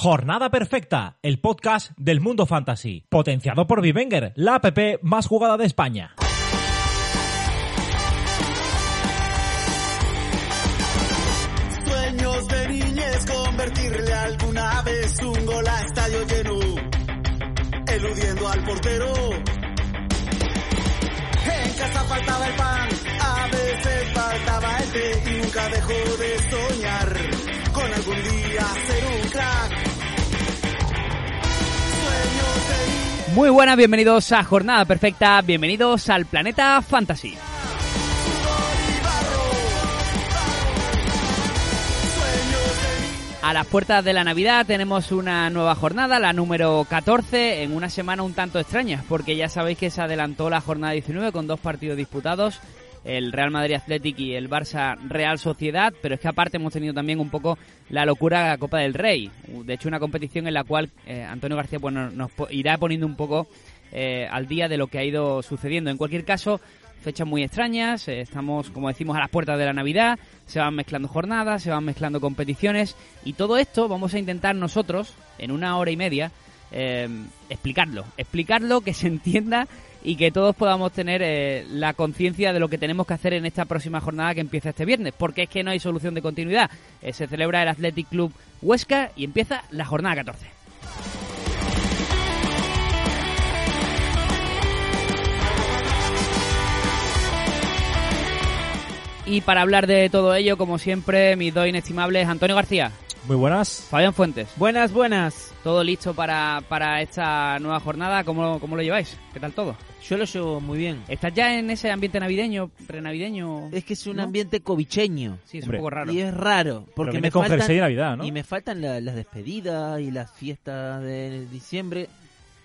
Jornada Perfecta, el podcast del mundo fantasy, potenciado por Vivenger, la app más jugada de España. Sueños de niñez, convertirle alguna vez un gol a estadio lleno, eludiendo al portero. En casa faltaba el pan, a veces faltaba el té y nunca dejó de soñar con algún día ser un crack. Sueños de niñez. Muy buenas, bienvenidos a Jornada Perfecta, bienvenidos al Planeta Fantasy. A las puertas de la Navidad tenemos una nueva jornada, la número 14, en una semana un tanto extraña, porque ya sabéis que se adelantó la jornada 19 con dos partidos disputados, el Real Madrid Athletic y el Barça Real Sociedad, pero es que aparte hemos tenido también un poco la locura de la Copa del Rey, de hecho una competición en la cual eh, Antonio García bueno, nos po- irá poniendo un poco eh, al día de lo que ha ido sucediendo. En cualquier caso, fechas muy extrañas, eh, estamos, como decimos, a las puertas de la Navidad, se van mezclando jornadas, se van mezclando competiciones y todo esto vamos a intentar nosotros, en una hora y media, eh, explicarlo, explicarlo, que se entienda y que todos podamos tener eh, la conciencia de lo que tenemos que hacer en esta próxima jornada que empieza este viernes, porque es que no hay solución de continuidad. Eh, se celebra el Athletic Club Huesca y empieza la jornada 14. Y para hablar de todo ello, como siempre, mis dos inestimables, Antonio García, Muy buenas. Fabián Fuentes. Buenas, buenas. Todo listo para, para esta nueva jornada. ¿Cómo, ¿Cómo lo lleváis? ¿Qué tal todo? Yo lo llevo muy bien. ¿Estás ya en ese ambiente navideño, prenavideño? Es que es un ¿No? ambiente covicheño. Sí, es Hombre. un poco raro. Y es raro. Porque Porque viene me con faltan, jersey de Navidad, ¿no? y me faltan la- las despedidas y las fiestas de diciembre.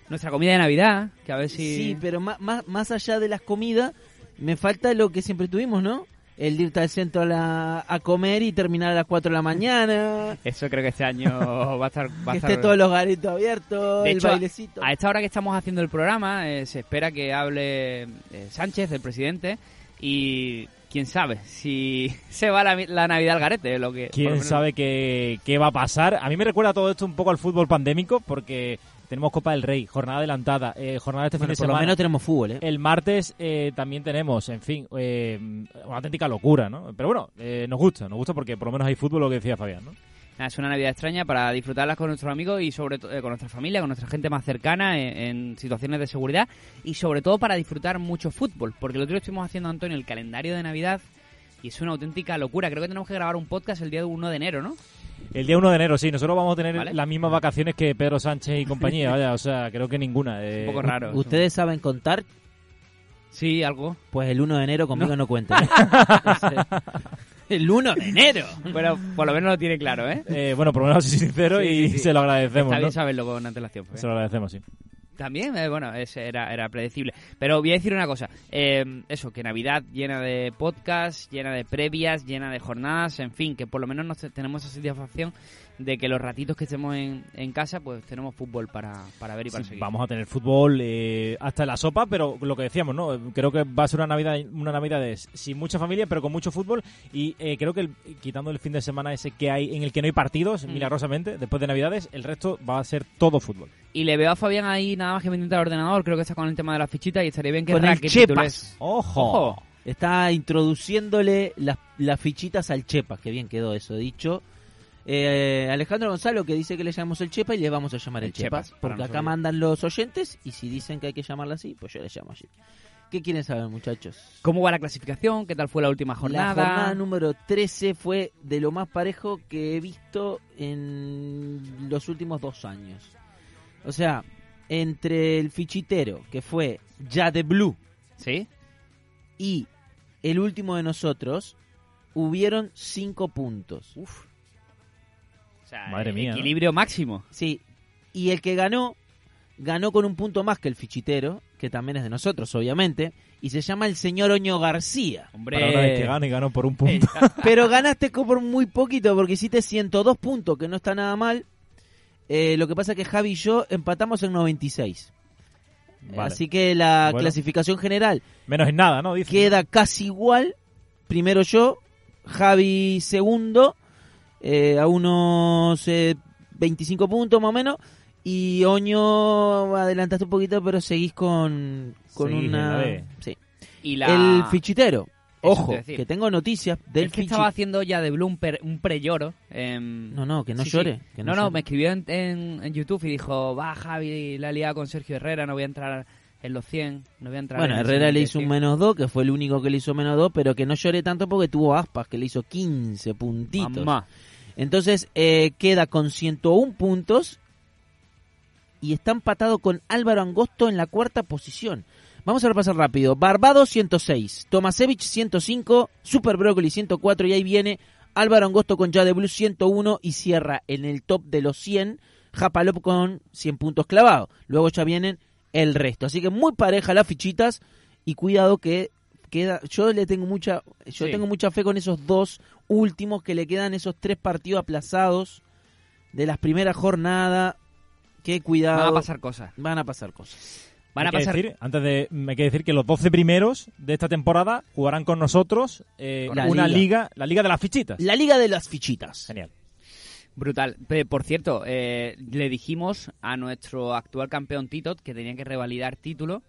Nuestra comida de Navidad, que a ver si... Sí, pero ma- ma- más, allá de las comidas, me falta lo que siempre tuvimos, ¿no? El de irte al centro a, la- a comer y terminar a las 4 de la mañana. Eso creo que este año va a estar... Va a que estar- esté todos los garitos abiertos, De el hecho, a- bailecito. A esta hora que estamos haciendo el programa, eh, se espera que hable eh, Sánchez, el presidente, y quién sabe si se va la, la Navidad al garete. Lo que, por lo ¿Quién menos- sabe qué, qué va a pasar? A mí me recuerda todo esto un poco al fútbol pandémico porque tenemos Copa del Rey, jornada adelantada, eh, jornada este Bueno, fin de por lo semana. menos tenemos fútbol, ¿eh? El martes eh, también tenemos, en fin, eh, una auténtica locura, ¿no? Pero bueno, eh, nos gusta, nos gusta porque por lo menos hay fútbol, lo que decía Fabián, ¿no? Nada, es una Navidad extraña para disfrutarlas con nuestros amigos y sobre todo eh, con nuestra familia, con nuestra gente más cercana en, en situaciones de seguridad y sobre todo para disfrutar mucho fútbol, porque el otro día estuvimos haciendo, Antonio, el calendario de Navidad y es una auténtica locura. Creo que tenemos que grabar un podcast el día 1 de enero, ¿no? El día 1 de enero, sí. Nosotros vamos a tener Vale. las mismas vacaciones que Pedro Sánchez y compañía, vaya. O sea, creo que ninguna. eh. un poco raro. ¿Ustedes saben contar? Sí, algo. Pues el 1 de enero conmigo no, cuentan. el 1 de enero. Bueno, por lo menos lo tiene claro, ¿eh? Eh, bueno, por lo menos soy sincero Sí, y sí, sí. se lo agradecemos, Está ¿no? bien saberlo con antelación. pues. Se lo agradecemos, sí. También, eh, bueno, ese era, era predecible. Pero voy a decir una cosa. eh, eso, que Navidad llena de podcasts, llena de previas, llena de jornadas, en fin, que por lo menos nos te- tenemos esa satisfacción de que los ratitos que estemos en, en casa, pues tenemos fútbol para, para ver y para Sí, seguir. vamos a tener fútbol eh, hasta la sopa, pero lo que decíamos, ¿no? Creo que va a ser una Navidad, una Navidad de- sin mucha familia, pero con mucho fútbol. Y eh, creo que el- quitando el fin de semana ese que hay en el que no hay partidos, Mm. milagrosamente, después de Navidades, el resto va a ser todo fútbol. Y le veo a Fabián ahí nada más que pendiente al ordenador, creo que está con el tema de las fichitas y estaría bien que Con el Rakitic Chepas. titules. ¡Ojo! Ojo. Está introduciéndole las, las fichitas al Chepa, que bien quedó eso dicho. Eh, Alejandro Gonzalo que dice que le llamamos el Chepa y le vamos a llamar el, El Chepa, Chepas, para porque no acá olvidar. mandan los oyentes y si dicen que hay que llamarla así, pues yo le llamo así. ¿Qué quieren saber, muchachos? ¿Cómo va la clasificación? ¿Qué tal fue la última jornada? La jornada número 13 fue de lo más parejo que he visto en los últimos dos años. O sea, entre el fichitero, que fue Ya de Blue, ¿Sí? y el último de nosotros, hubieron cinco puntos. O sea, Madre mía, ¿no? Equilibrio máximo. Sí, y el que ganó, ganó con un punto más que el fichitero, que también es de nosotros, obviamente, y se llama el señor Oño García. Hombre. Para una vez que gano y gano por Eh, un punto. Pero ganaste co- por muy poquito, porque hiciste 102 puntos, que no está nada mal. Eh, lo que pasa es que Javi y yo empatamos en 96. eh, Vale. Así que la Bueno. clasificación general Menos en nada, ¿no? Dice. queda casi igual. Primero yo, Javi segundo, eh, a unos eh, 25 puntos más o menos. Y Oño adelantaste un poquito, pero seguís con, con Seguís en la una... B. Sí. Y la... El fichitero. te Ojo, iba a decir. que tengo noticias del es que fichi- estaba haciendo ya de Bloom per- un prelloro. em, No, no, que no Sí, sí. llore. que no, no, llore. me escribió en, en- en YouTube y dijo, va Javi, la he liado con Sergio Herrera, no voy a entrar en los 100, no voy a entrar Bueno, en el Herrera le 100". hizo un menos 2, que fue el único que le hizo menos 2, pero que no lloré tanto porque tuvo aspas, que le hizo 15 puntitos. Mamá. Entonces eh, queda con 101 puntos y está empatado con Álvaro Angosto en la cuarta posición. Vamos a repasar rápido. Barbados 106, Tomasevich 105, Super Broccoli 104 y ahí viene Álvaro Angosto con Jade Blue 101 y cierra en el top de los 100 Japalop con 100 puntos clavados. Luego ya vienen el resto. Así que muy pareja las fichitas y cuidado que queda yo le tengo mucha yo Sí. tengo mucha fe con esos dos últimos que le quedan esos tres partidos aplazados de las primeras jornadas. Qué cuidado. Van a pasar cosas. Van a pasar cosas. Van Hay a que pasar decir, antes de, me hay que decir que los 12 primeros de esta temporada jugarán con nosotros eh, La una liga. liga. la liga de las fichitas. La liga de las fichitas. Genial. brutal. Pe- Por cierto, eh, le dijimos a nuestro actual campeón Tito que tenía que revalidar título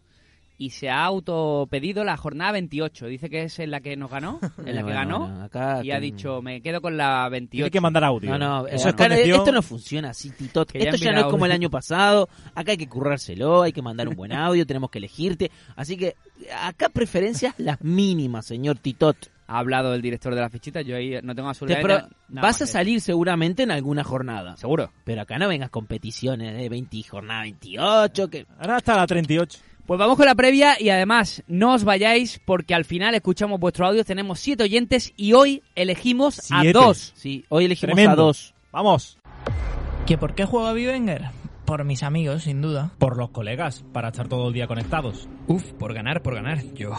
y se ha autopedido la jornada 28. Dice que es en la que nos ganó, en la Eh, que bueno, ganó. bueno, acá Y ha que- dicho, me quedo con la Tiene 28. que mandar audio. No, no, eh, Eso es acá conexión. esto no funciona así, Titot. Que ya Esto han ya no es mirado. como el año pasado. Acá hay que currárselo, hay que mandar un buen audio, tenemos que elegirte. Así que acá preferencias las mínimas, señor Titot. Ha hablado el director de la fichita, yo ahí no tengo Te absolutamente pro- nada- nada vas más a que- salir seguramente en alguna jornada. Seguro. Pero acá no vengas competiciones de 20 jornada 28, que Ahora está la 38. Pues vamos con la previa y además no os vayáis porque al final escuchamos vuestro audio, tenemos siete oyentes y hoy elegimos a Siete. dos. Sí, hoy elegimos Tremendo. a dos. Vamos. ¿Que por qué juego a Vivenger? Por mis amigos, sin duda. Por los colegas, para estar todo el día conectados. Uf, por ganar, por ganar. Yo,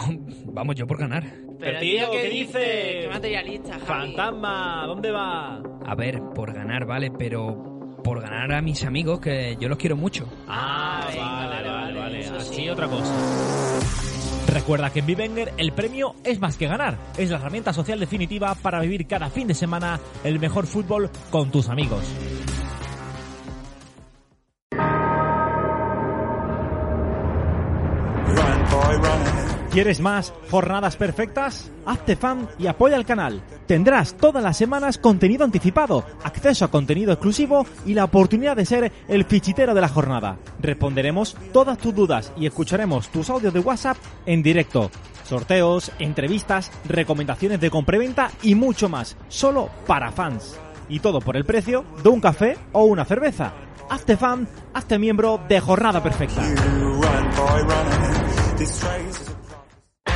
vamos, yo por ganar. Pero tío, ¿qué dice? materialista, Fantasma, ¿dónde va? A ver, por ganar, vale, pero por ganar a mis amigos, que yo los quiero mucho. Ah, vale, vale, vale. Así otra cosa. Recuerda que en Vivenger el premio es más que ganar. Es la herramienta social definitiva para vivir cada fin de semana el mejor fútbol con tus amigos. Run, boy, run. ¿Quieres más jornadas perfectas? Hazte fan y apoya al canal. Tendrás todas las semanas contenido anticipado, acceso a contenido exclusivo y la oportunidad de ser el fichitero de la jornada. Responderemos todas tus dudas y escucharemos tus audios de WhatsApp en directo. Sorteos, entrevistas, recomendaciones de compraventa y mucho más, solo para fans. Y todo por el precio de un café o una cerveza. Hazte fan, hazte miembro de Jornada Perfecta. You run, boy, run. This race is a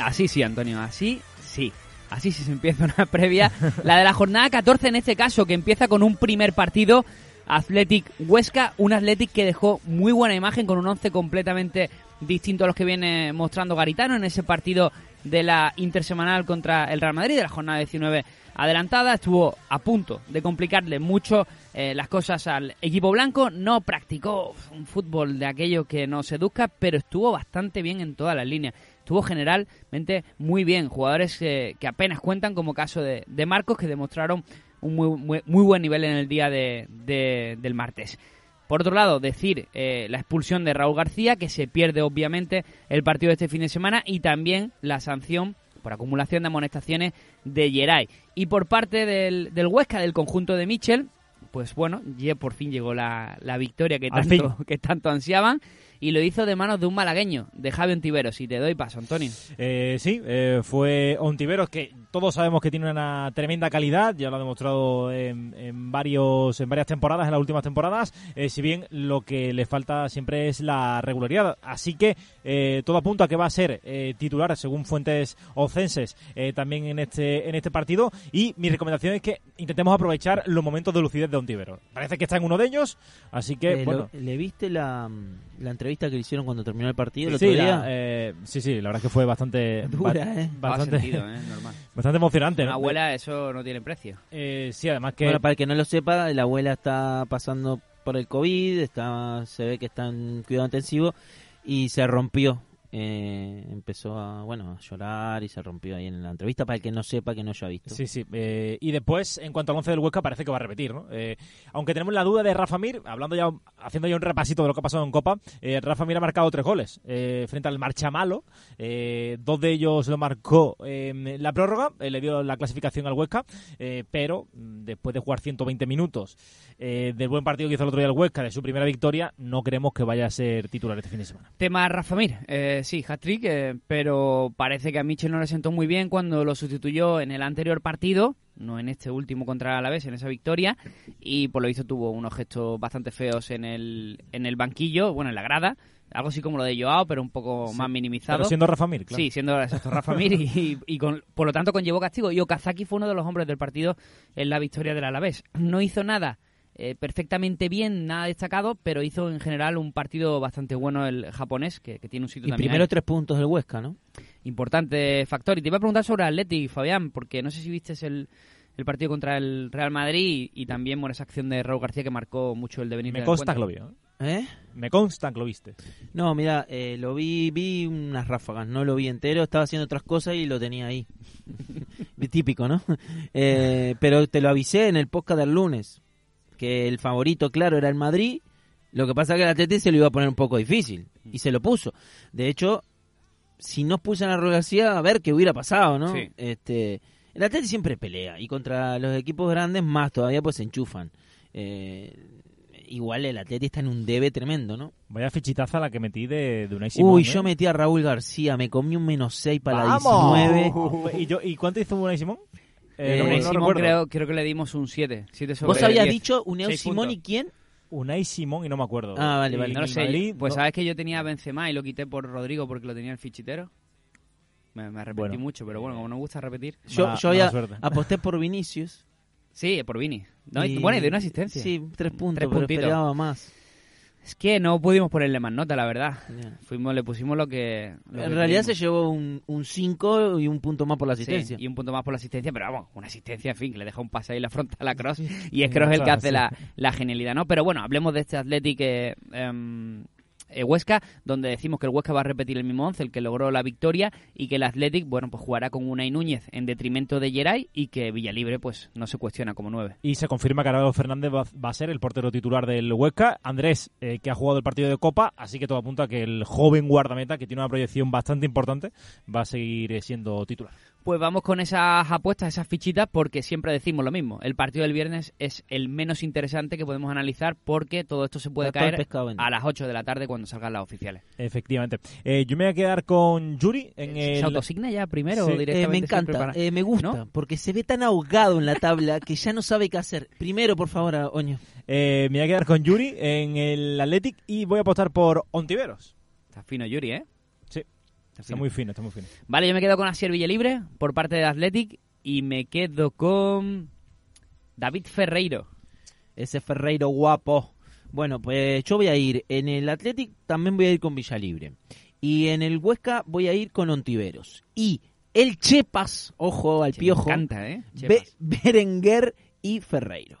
Así sí, Antonio, así sí. Así sí se empieza una previa. La de la jornada 14 en este caso, que empieza con un primer partido. Athletic Huesca, un Athletic que dejó muy buena imagen con un 11 completamente distinto a los que viene mostrando Garitano en ese partido de la intersemanal contra el Real Madrid de la jornada 19 adelantada. Estuvo a punto de complicarle mucho eh, las cosas al equipo blanco. No practicó un fútbol de aquello que no seduzca, pero estuvo bastante bien en todas las líneas. Estuvo generalmente muy bien. Jugadores eh, que, que apenas cuentan, como caso de, de Marcos, que demostraron un muy, muy- muy buen nivel en el día de- de- del martes. Por otro lado, decir eh, la expulsión de Raúl García, que se pierde obviamente el partido de este fin de semana, y también la sanción por acumulación de amonestaciones de Geray. Y por parte del, del Huesca, del conjunto de Michel, pues bueno, ya por fin llegó la, la victoria que Al tanto, que tanto ansiaban, y lo hizo de manos de un malagueño, de Javi Ontiveros. Y te doy paso, Antonio. Eh, sí, eh, fue Ontiveros, que todos sabemos que tiene una tremenda calidad, ya lo ha demostrado en, en varios, en varias temporadas, en las últimas temporadas, eh, si bien lo que le falta siempre es la regularidad. Así que eh, todo apunta a que va a ser eh, titular, según fuentes ocenses, eh, también en este, en este partido. Y mi recomendación es que intentemos aprovechar los momentos de lucidez de Ontiveros. Parece que está en uno de ellos, así que, Eh, bueno, lo- ¿Le viste la, la entrevista que le hicieron cuando terminó el partido el Sí, otro la, día. eh, sí, sí, la verdad es que fue bastante, Dura, ba- ¿eh? Va bastante, sentido, ¿eh? Normal. bastante emocionante. Una ¿no? abuela, eso no tiene precio. Eh, sí, además que Bueno, para el que no lo sepa, la abuela está pasando por el COVID, está, se ve que está en cuidado intensivo y se rompió. Eh, empezó a, bueno, a llorar y se rompió ahí en la entrevista para el que no sepa que no haya visto. Sí, sí. eh, y después, en cuanto al once del Huesca, parece que va a repetir, ¿no? Eh, aunque tenemos la duda de Rafa Mir, hablando ya, haciendo ya un repasito de lo que ha pasado en Copa, eh, Rafa Mir ha marcado tres goles eh, frente al Marchamalo. Eh, dos de ellos lo marcó eh, en la prórroga, eh, le dio la clasificación al Huesca, eh, pero mm, después de jugar 120 minutos eh, del buen partido que hizo el otro día el Huesca, de su primera victoria, no creemos que vaya a ser titular este fin de semana. Tema Rafa Mir, eh, sí, hat-trick, eh, pero parece que a Michel no le sentó muy bien cuando lo sustituyó en el anterior partido, no en este último contra Alavés, en esa victoria, y por lo visto tuvo unos gestos bastante feos en el, en el banquillo, bueno, en la grada, algo así como lo de Joao, pero un poco más minimizado. Pero siendo Rafa Mir, claro. Sí, siendo exacto Rafa Mir y, y con- por lo tanto conllevó castigo. Y Okazaki fue uno de los hombres del partido en la victoria del Alavés. No hizo nada eh, perfectamente bien, nada destacado, pero hizo en general un partido bastante bueno el japonés, que, que tiene un sitio Y también primero ahí. tres puntos del Huesca, ¿no? importante factor. Y te iba a preguntar sobre Atleti, Fabián, porque no sé si viste el, el partido contra el Real Madrid y, y también bueno, esa acción de Raúl García que marcó mucho el devenir Me del consta encuentro. que lo vio. ¿eh? ¿Eh? Me consta que lo viste. No, mira, eh, lo vi, vi unas ráfagas, no lo vi entero, estaba haciendo otras cosas y lo tenía ahí. Típico, ¿no? Eh, pero te lo avisé en el podcast del lunes, que el favorito, claro, era el Madrid. Lo que pasa que el Atleti se lo iba a poner un poco difícil y se lo puso. De hecho, si no puse en la García, a ver qué hubiera pasado, ¿no? Sí. Este, el Atleti siempre pelea y contra los equipos grandes más todavía pues se enchufan. Eh, igual el Atleti está en un debe tremendo, ¿no? Vaya fichitaza la que metí de, de Unai Simón. Uy, ¿eh? yo metí a Raúl García, me comí un menos 6 para la ¡Vamos! 19. ¿Y, yo, ¿Y cuánto hizo Unai Simón? Eh, no- Unai no Simón recuerdo. creo, creo que le dimos un 7. 7 sobre ¿Vos habías 10. dicho Uneo Seis Simón puntos. y quién? Unai Simón y no me acuerdo. Ah, vale, vale. Y No lo el sé. Madrid, pues no- sabes que yo tenía a Benzema y lo quité por Rodrigo porque lo tenía el fichitero. Me, me arrepentí Bueno. mucho, pero bueno, como no me gusta repetir. Yo, Mala- yo había, Ah, mala suerte. aposté por Vinicius. Sí, por Vini. No, y, y- bueno, y de una asistencia. Sí, tres puntos, pero puntitos. esperaba más. Es que no pudimos ponerle más nota, la verdad. Ya. Fuimos, le pusimos lo que. lo En que realidad se pedimos. llevó un un 5 y un punto más por la Sí, asistencia. y un punto más por la asistencia, pero vamos, una asistencia, en fin, que le deja un pase ahí la frontal a Cross y es Cross el que Claro, hace sí. la, la genialidad, ¿no? Pero bueno, hablemos de este Athletic eh, em, eh, Huesca, donde decimos que el Huesca va a repetir el mismo once, el que logró la victoria y que el Athletic, bueno, pues jugará con Unai Núñez en detrimento de Geray y que Villalibre, pues, no se cuestiona como nueve. Y se confirma que Araujo Fernández va, va a ser el portero titular del Huesca. Andrés, eh, que ha jugado el partido de Copa, así que todo apunta a que el joven guardameta, que tiene una proyección bastante importante, va a seguir eh, siendo titular. Pues vamos con esas apuestas, esas fichitas, porque siempre decimos lo mismo. El partido del viernes es el menos interesante que podemos analizar porque todo esto se puede Está todo el caer pescado vendido. a las 8 de la tarde cuando salgan las oficiales. Efectivamente. Eh, yo me voy a quedar con Yuri en ¿Se el... autosigna ya primero Sí. o Eh, Eh, directamente? me se encanta, prepara? eh, me gusta, ¿No? porque se ve tan ahogado en la tabla que ya no sabe qué hacer. Primero, por favor, a Oño. eh, me voy a quedar con Yuri en el Athletic y voy a apostar por Ontiveros. Está fino Yuri, ¿eh? Sí. Está Está fino. muy fino, está muy fino. Vale, yo me quedo con Asier Villalibre por parte de Athletic y me quedo con David Ferreiro. Ese Ferreiro guapo. Bueno, pues yo voy a ir en el Athletic, también voy a ir con Villalibre. Y en el Huesca voy a ir con Ontiveros. Y el Chepas, ojo al Che, piojo, Me encanta, ¿eh? Be- Chepas. Berenguer y Ferreiro.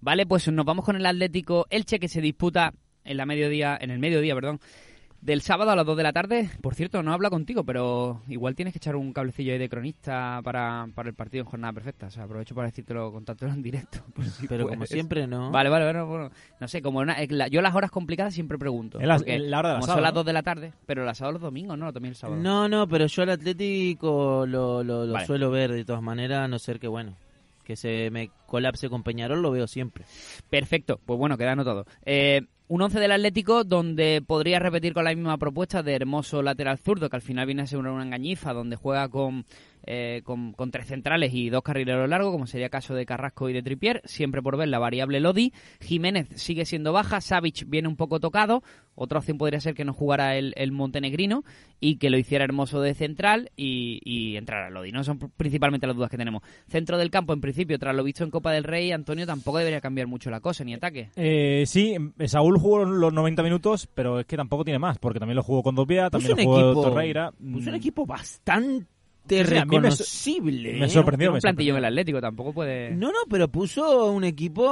Vale, pues nos vamos con el Atlético Elche que se disputa en la mediodía, en el mediodía, perdón, del sábado a las 2 de la tarde. Por cierto, no habla contigo, pero igual tienes que echar un cablecillo ahí de cronista para, para el partido en jornada perfecta. O sea, aprovecho para decírtelo, contártelo en directo. por si Pero como puedes. siempre, no. pues. Vale, vale, bueno, bueno. No sé, como una- eh, la- yo las horas complicadas siempre pregunto. En la, porque en la hora de la como sábado, son las ¿no? 2 de la tarde, pero el asado los domingos, ¿no? También el sábado. No, no, pero yo al Atlético lo, lo- lo Vale. suelo ver de todas maneras, a no ser que, bueno, que se me colapse con Peñarol, lo veo siempre. Perfecto, pues bueno, queda anotado. Eh, un 11 del Atlético donde podría repetir con la misma propuesta de Hermoso lateral zurdo, que al final viene a ser una engañifa, donde juega con eh, con, con tres centrales y dos carrileros largos, como sería caso de Carrasco y de Tripier, siempre por ver la variable Lodi. Jiménez sigue siendo baja, Savic viene un poco tocado, otra opción podría ser que no jugara el, el montenegrino y que lo hiciera Hermoso de central y, y entrara Lodi, ¿no? Son principalmente las dudas que tenemos. Centro del campo, en principio, tras lo visto en Copa del Rey, Antonio tampoco debería cambiar mucho la cosa, ni ataque. Eh, sí, Saúl jugó los 90 minutos, pero es que tampoco tiene más, porque también lo jugó con Dopia, también un lo jugó equipo- Torreira. Puso un Mm, equipo bastante Sí, a mí me so- reconocible. me ¿eh? sorprendió. Tiene un plantillo me en sorprendió. el Atlético, tampoco puede... No, no, pero puso un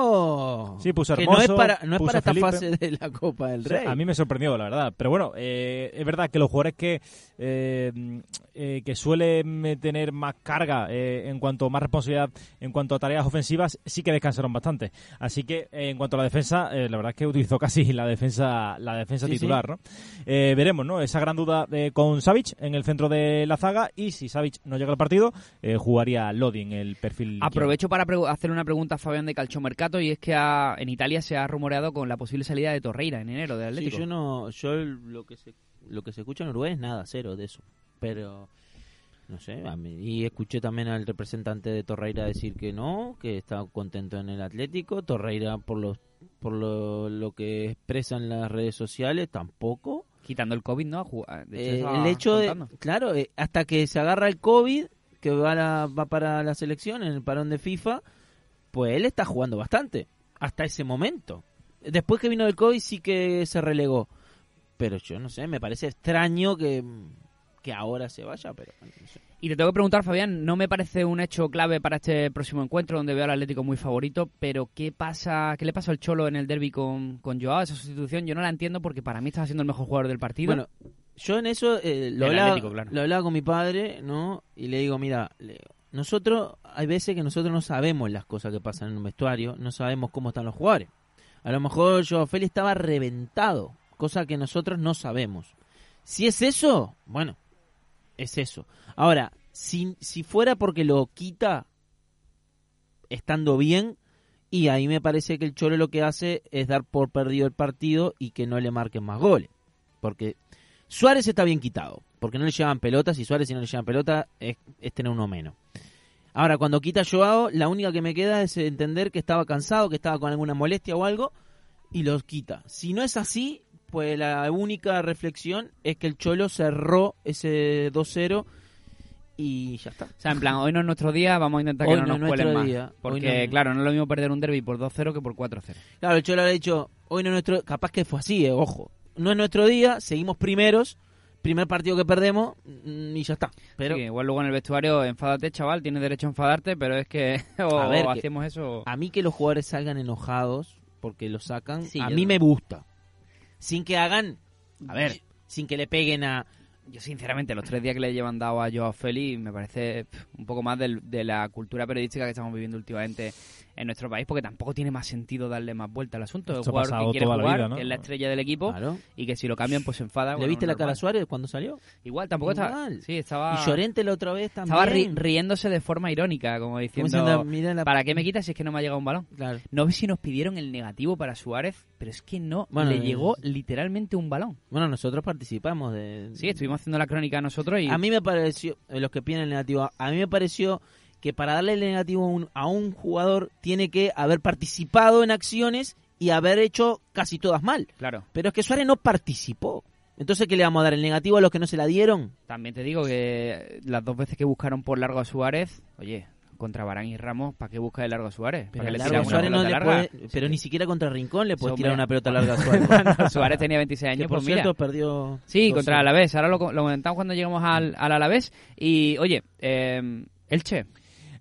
equipo Sí, puso que Hermoso, no es para, no es puso para esta Felipe. fase de la Copa del O sea, Rey. a mí me sorprendió, la verdad. Pero bueno, eh, es verdad que los jugadores que, eh, mm, eh, que suelen eh, tener más carga eh, en cuanto más responsabilidad, en cuanto a tareas ofensivas, sí que descansaron bastante. Así que eh, en cuanto a la defensa, eh, la verdad es que utilizó casi la defensa, la defensa Sí, sí. titular. ¿no? Eh, veremos, ¿no? Esa gran duda eh, con Savic en el centro de la zaga y si Savic no llega al partido, eh, jugaría Lodi en el perfil. Aprovecho para pregu- hacer una pregunta a Fabián de Calchomercato y es que ha- en Italia se ha rumoreado con la posible salida de Torreira en enero del Sí, Atlético. yo no, yo lo que se lo que se escucha en Uruguay es nada, cero de eso. Pero no sé, a mí- y escuché también al representante de Torreira decir que no, que está contento en el Atlético, Torreira por los por lo, lo que expresan las redes sociales tampoco. Quitando el COVID, ¿no? Ha jug- ah, de hecho, Eh, estaba el hecho de, contando. claro, eh, hasta que se agarra el COVID, que va, la- va para la selección en el parón de FIFA, pues él está jugando bastante, hasta ese momento. Después que vino el COVID sí que se relegó. Pero yo no sé, me parece extraño que, que ahora se vaya, pero bueno, no sé. Y te tengo que preguntar, Fabián, no me parece un hecho clave para este próximo encuentro, donde veo al Atlético muy favorito, pero ¿qué pasa qué le pasó al Cholo en el derby con, con Joao? Esa sustitución yo no la entiendo porque para mí está siendo el mejor jugador del partido. Bueno, yo en eso eh, lo, Del hablaba, Atlético, claro. lo hablaba con mi padre, ¿no? Y le digo, mira, le digo, nosotros, hay veces que nosotros no sabemos las cosas que pasan en un vestuario, no sabemos cómo están los jugadores. A lo mejor yo, Félix estaba reventado, cosa que nosotros no sabemos. Si es eso, bueno, es eso. Ahora, si, si fuera porque lo quita estando bien, y ahí me parece que el Cholo lo que hace es dar por perdido el partido y que no le marquen más goles. Porque Suárez está bien quitado, porque no le llevan pelotas, y Suárez si no le llevan pelota es, es tener uno menos. Ahora, cuando quita a Joao, la única que me queda es entender que estaba cansado, que estaba con alguna molestia o algo, y los quita. Si no es así, pues la única reflexión es que el Cholo cerró ese 2-0 y ya está. O sea, en plan, hoy no es nuestro día, vamos a intentar Hoy que no, no es nos cuelen nuestro más. día, hoy no Porque, es- claro, no es lo mismo perder un derby por 2-0 que por 4-0. Claro, el Cholo le ha dicho, hoy no es nuestro, capaz que fue así, eh, ojo. No es nuestro día, seguimos primeros, primer partido que perdemos mm, y ya está. Pero Sí, que igual luego en el vestuario, enfádate, chaval, tienes derecho a enfadarte, pero es que o, A ver, o que- hacemos eso. o- a mí que los jugadores salgan enojados porque lo sacan, Sí, a yo mí no. me gusta. Sin que hagan, a ver, sin que le peguen a... Yo, sinceramente, los tres días que le llevan dado a Joao Félix me parece pf, un poco más del- de la cultura periodística que estamos viviendo últimamente en nuestro país, porque tampoco tiene más sentido darle más vuelta al asunto. Es Esto un ha jugador que pasado quiere toda la jugar, vida, ¿no? que es la estrella del equipo, Claro. y que si lo cambian, pues se enfada. ¿Le bueno, viste la normal. cara a Suárez cuando salió? Igual, tampoco estaba. Igual. Sí, estaba. Y Llorente la otra vez también. Ah. estaba ri- riéndose de forma irónica, como Como diciendo. diciendo, "Mira la- ¿Para qué me quitas si es que no me ha llegado un balón? Claro. No ve si nos pidieron el negativo para Suárez, pero es que no Bueno, le eh, llegó literalmente un balón. Bueno, nosotros participamos de... Sí, estuvimos haciendo la crónica nosotros y mm. A mí me pareció, eh, los que piden el negativo, a mí me pareció que para darle el negativo a un, a un jugador tiene que haber participado en acciones y haber hecho casi todas mal. claro, Pero es que Suárez no participó. Entonces, ¿qué le vamos a dar? ¿El negativo a los que no se la dieron? también te digo que las dos veces que buscaron por largo a Suárez, oye, contra Barán y Ramos, ¿para qué busca de largo a Suárez? ¿Para Pero, qué el le largo tiras a una Suárez no pelota le larga? puede- pero ni siquiera contra Rincón le puedes Eso, tirar hombre. una pelota larga a Suárez. Cuando Suárez tenía 26 que años, por pues mira. cierto perdió. Sí, 12. contra el Alavés. Ahora lo, co- lo comentamos cuando lleguemos al, al Alavés. Y, oye, eh, Elche.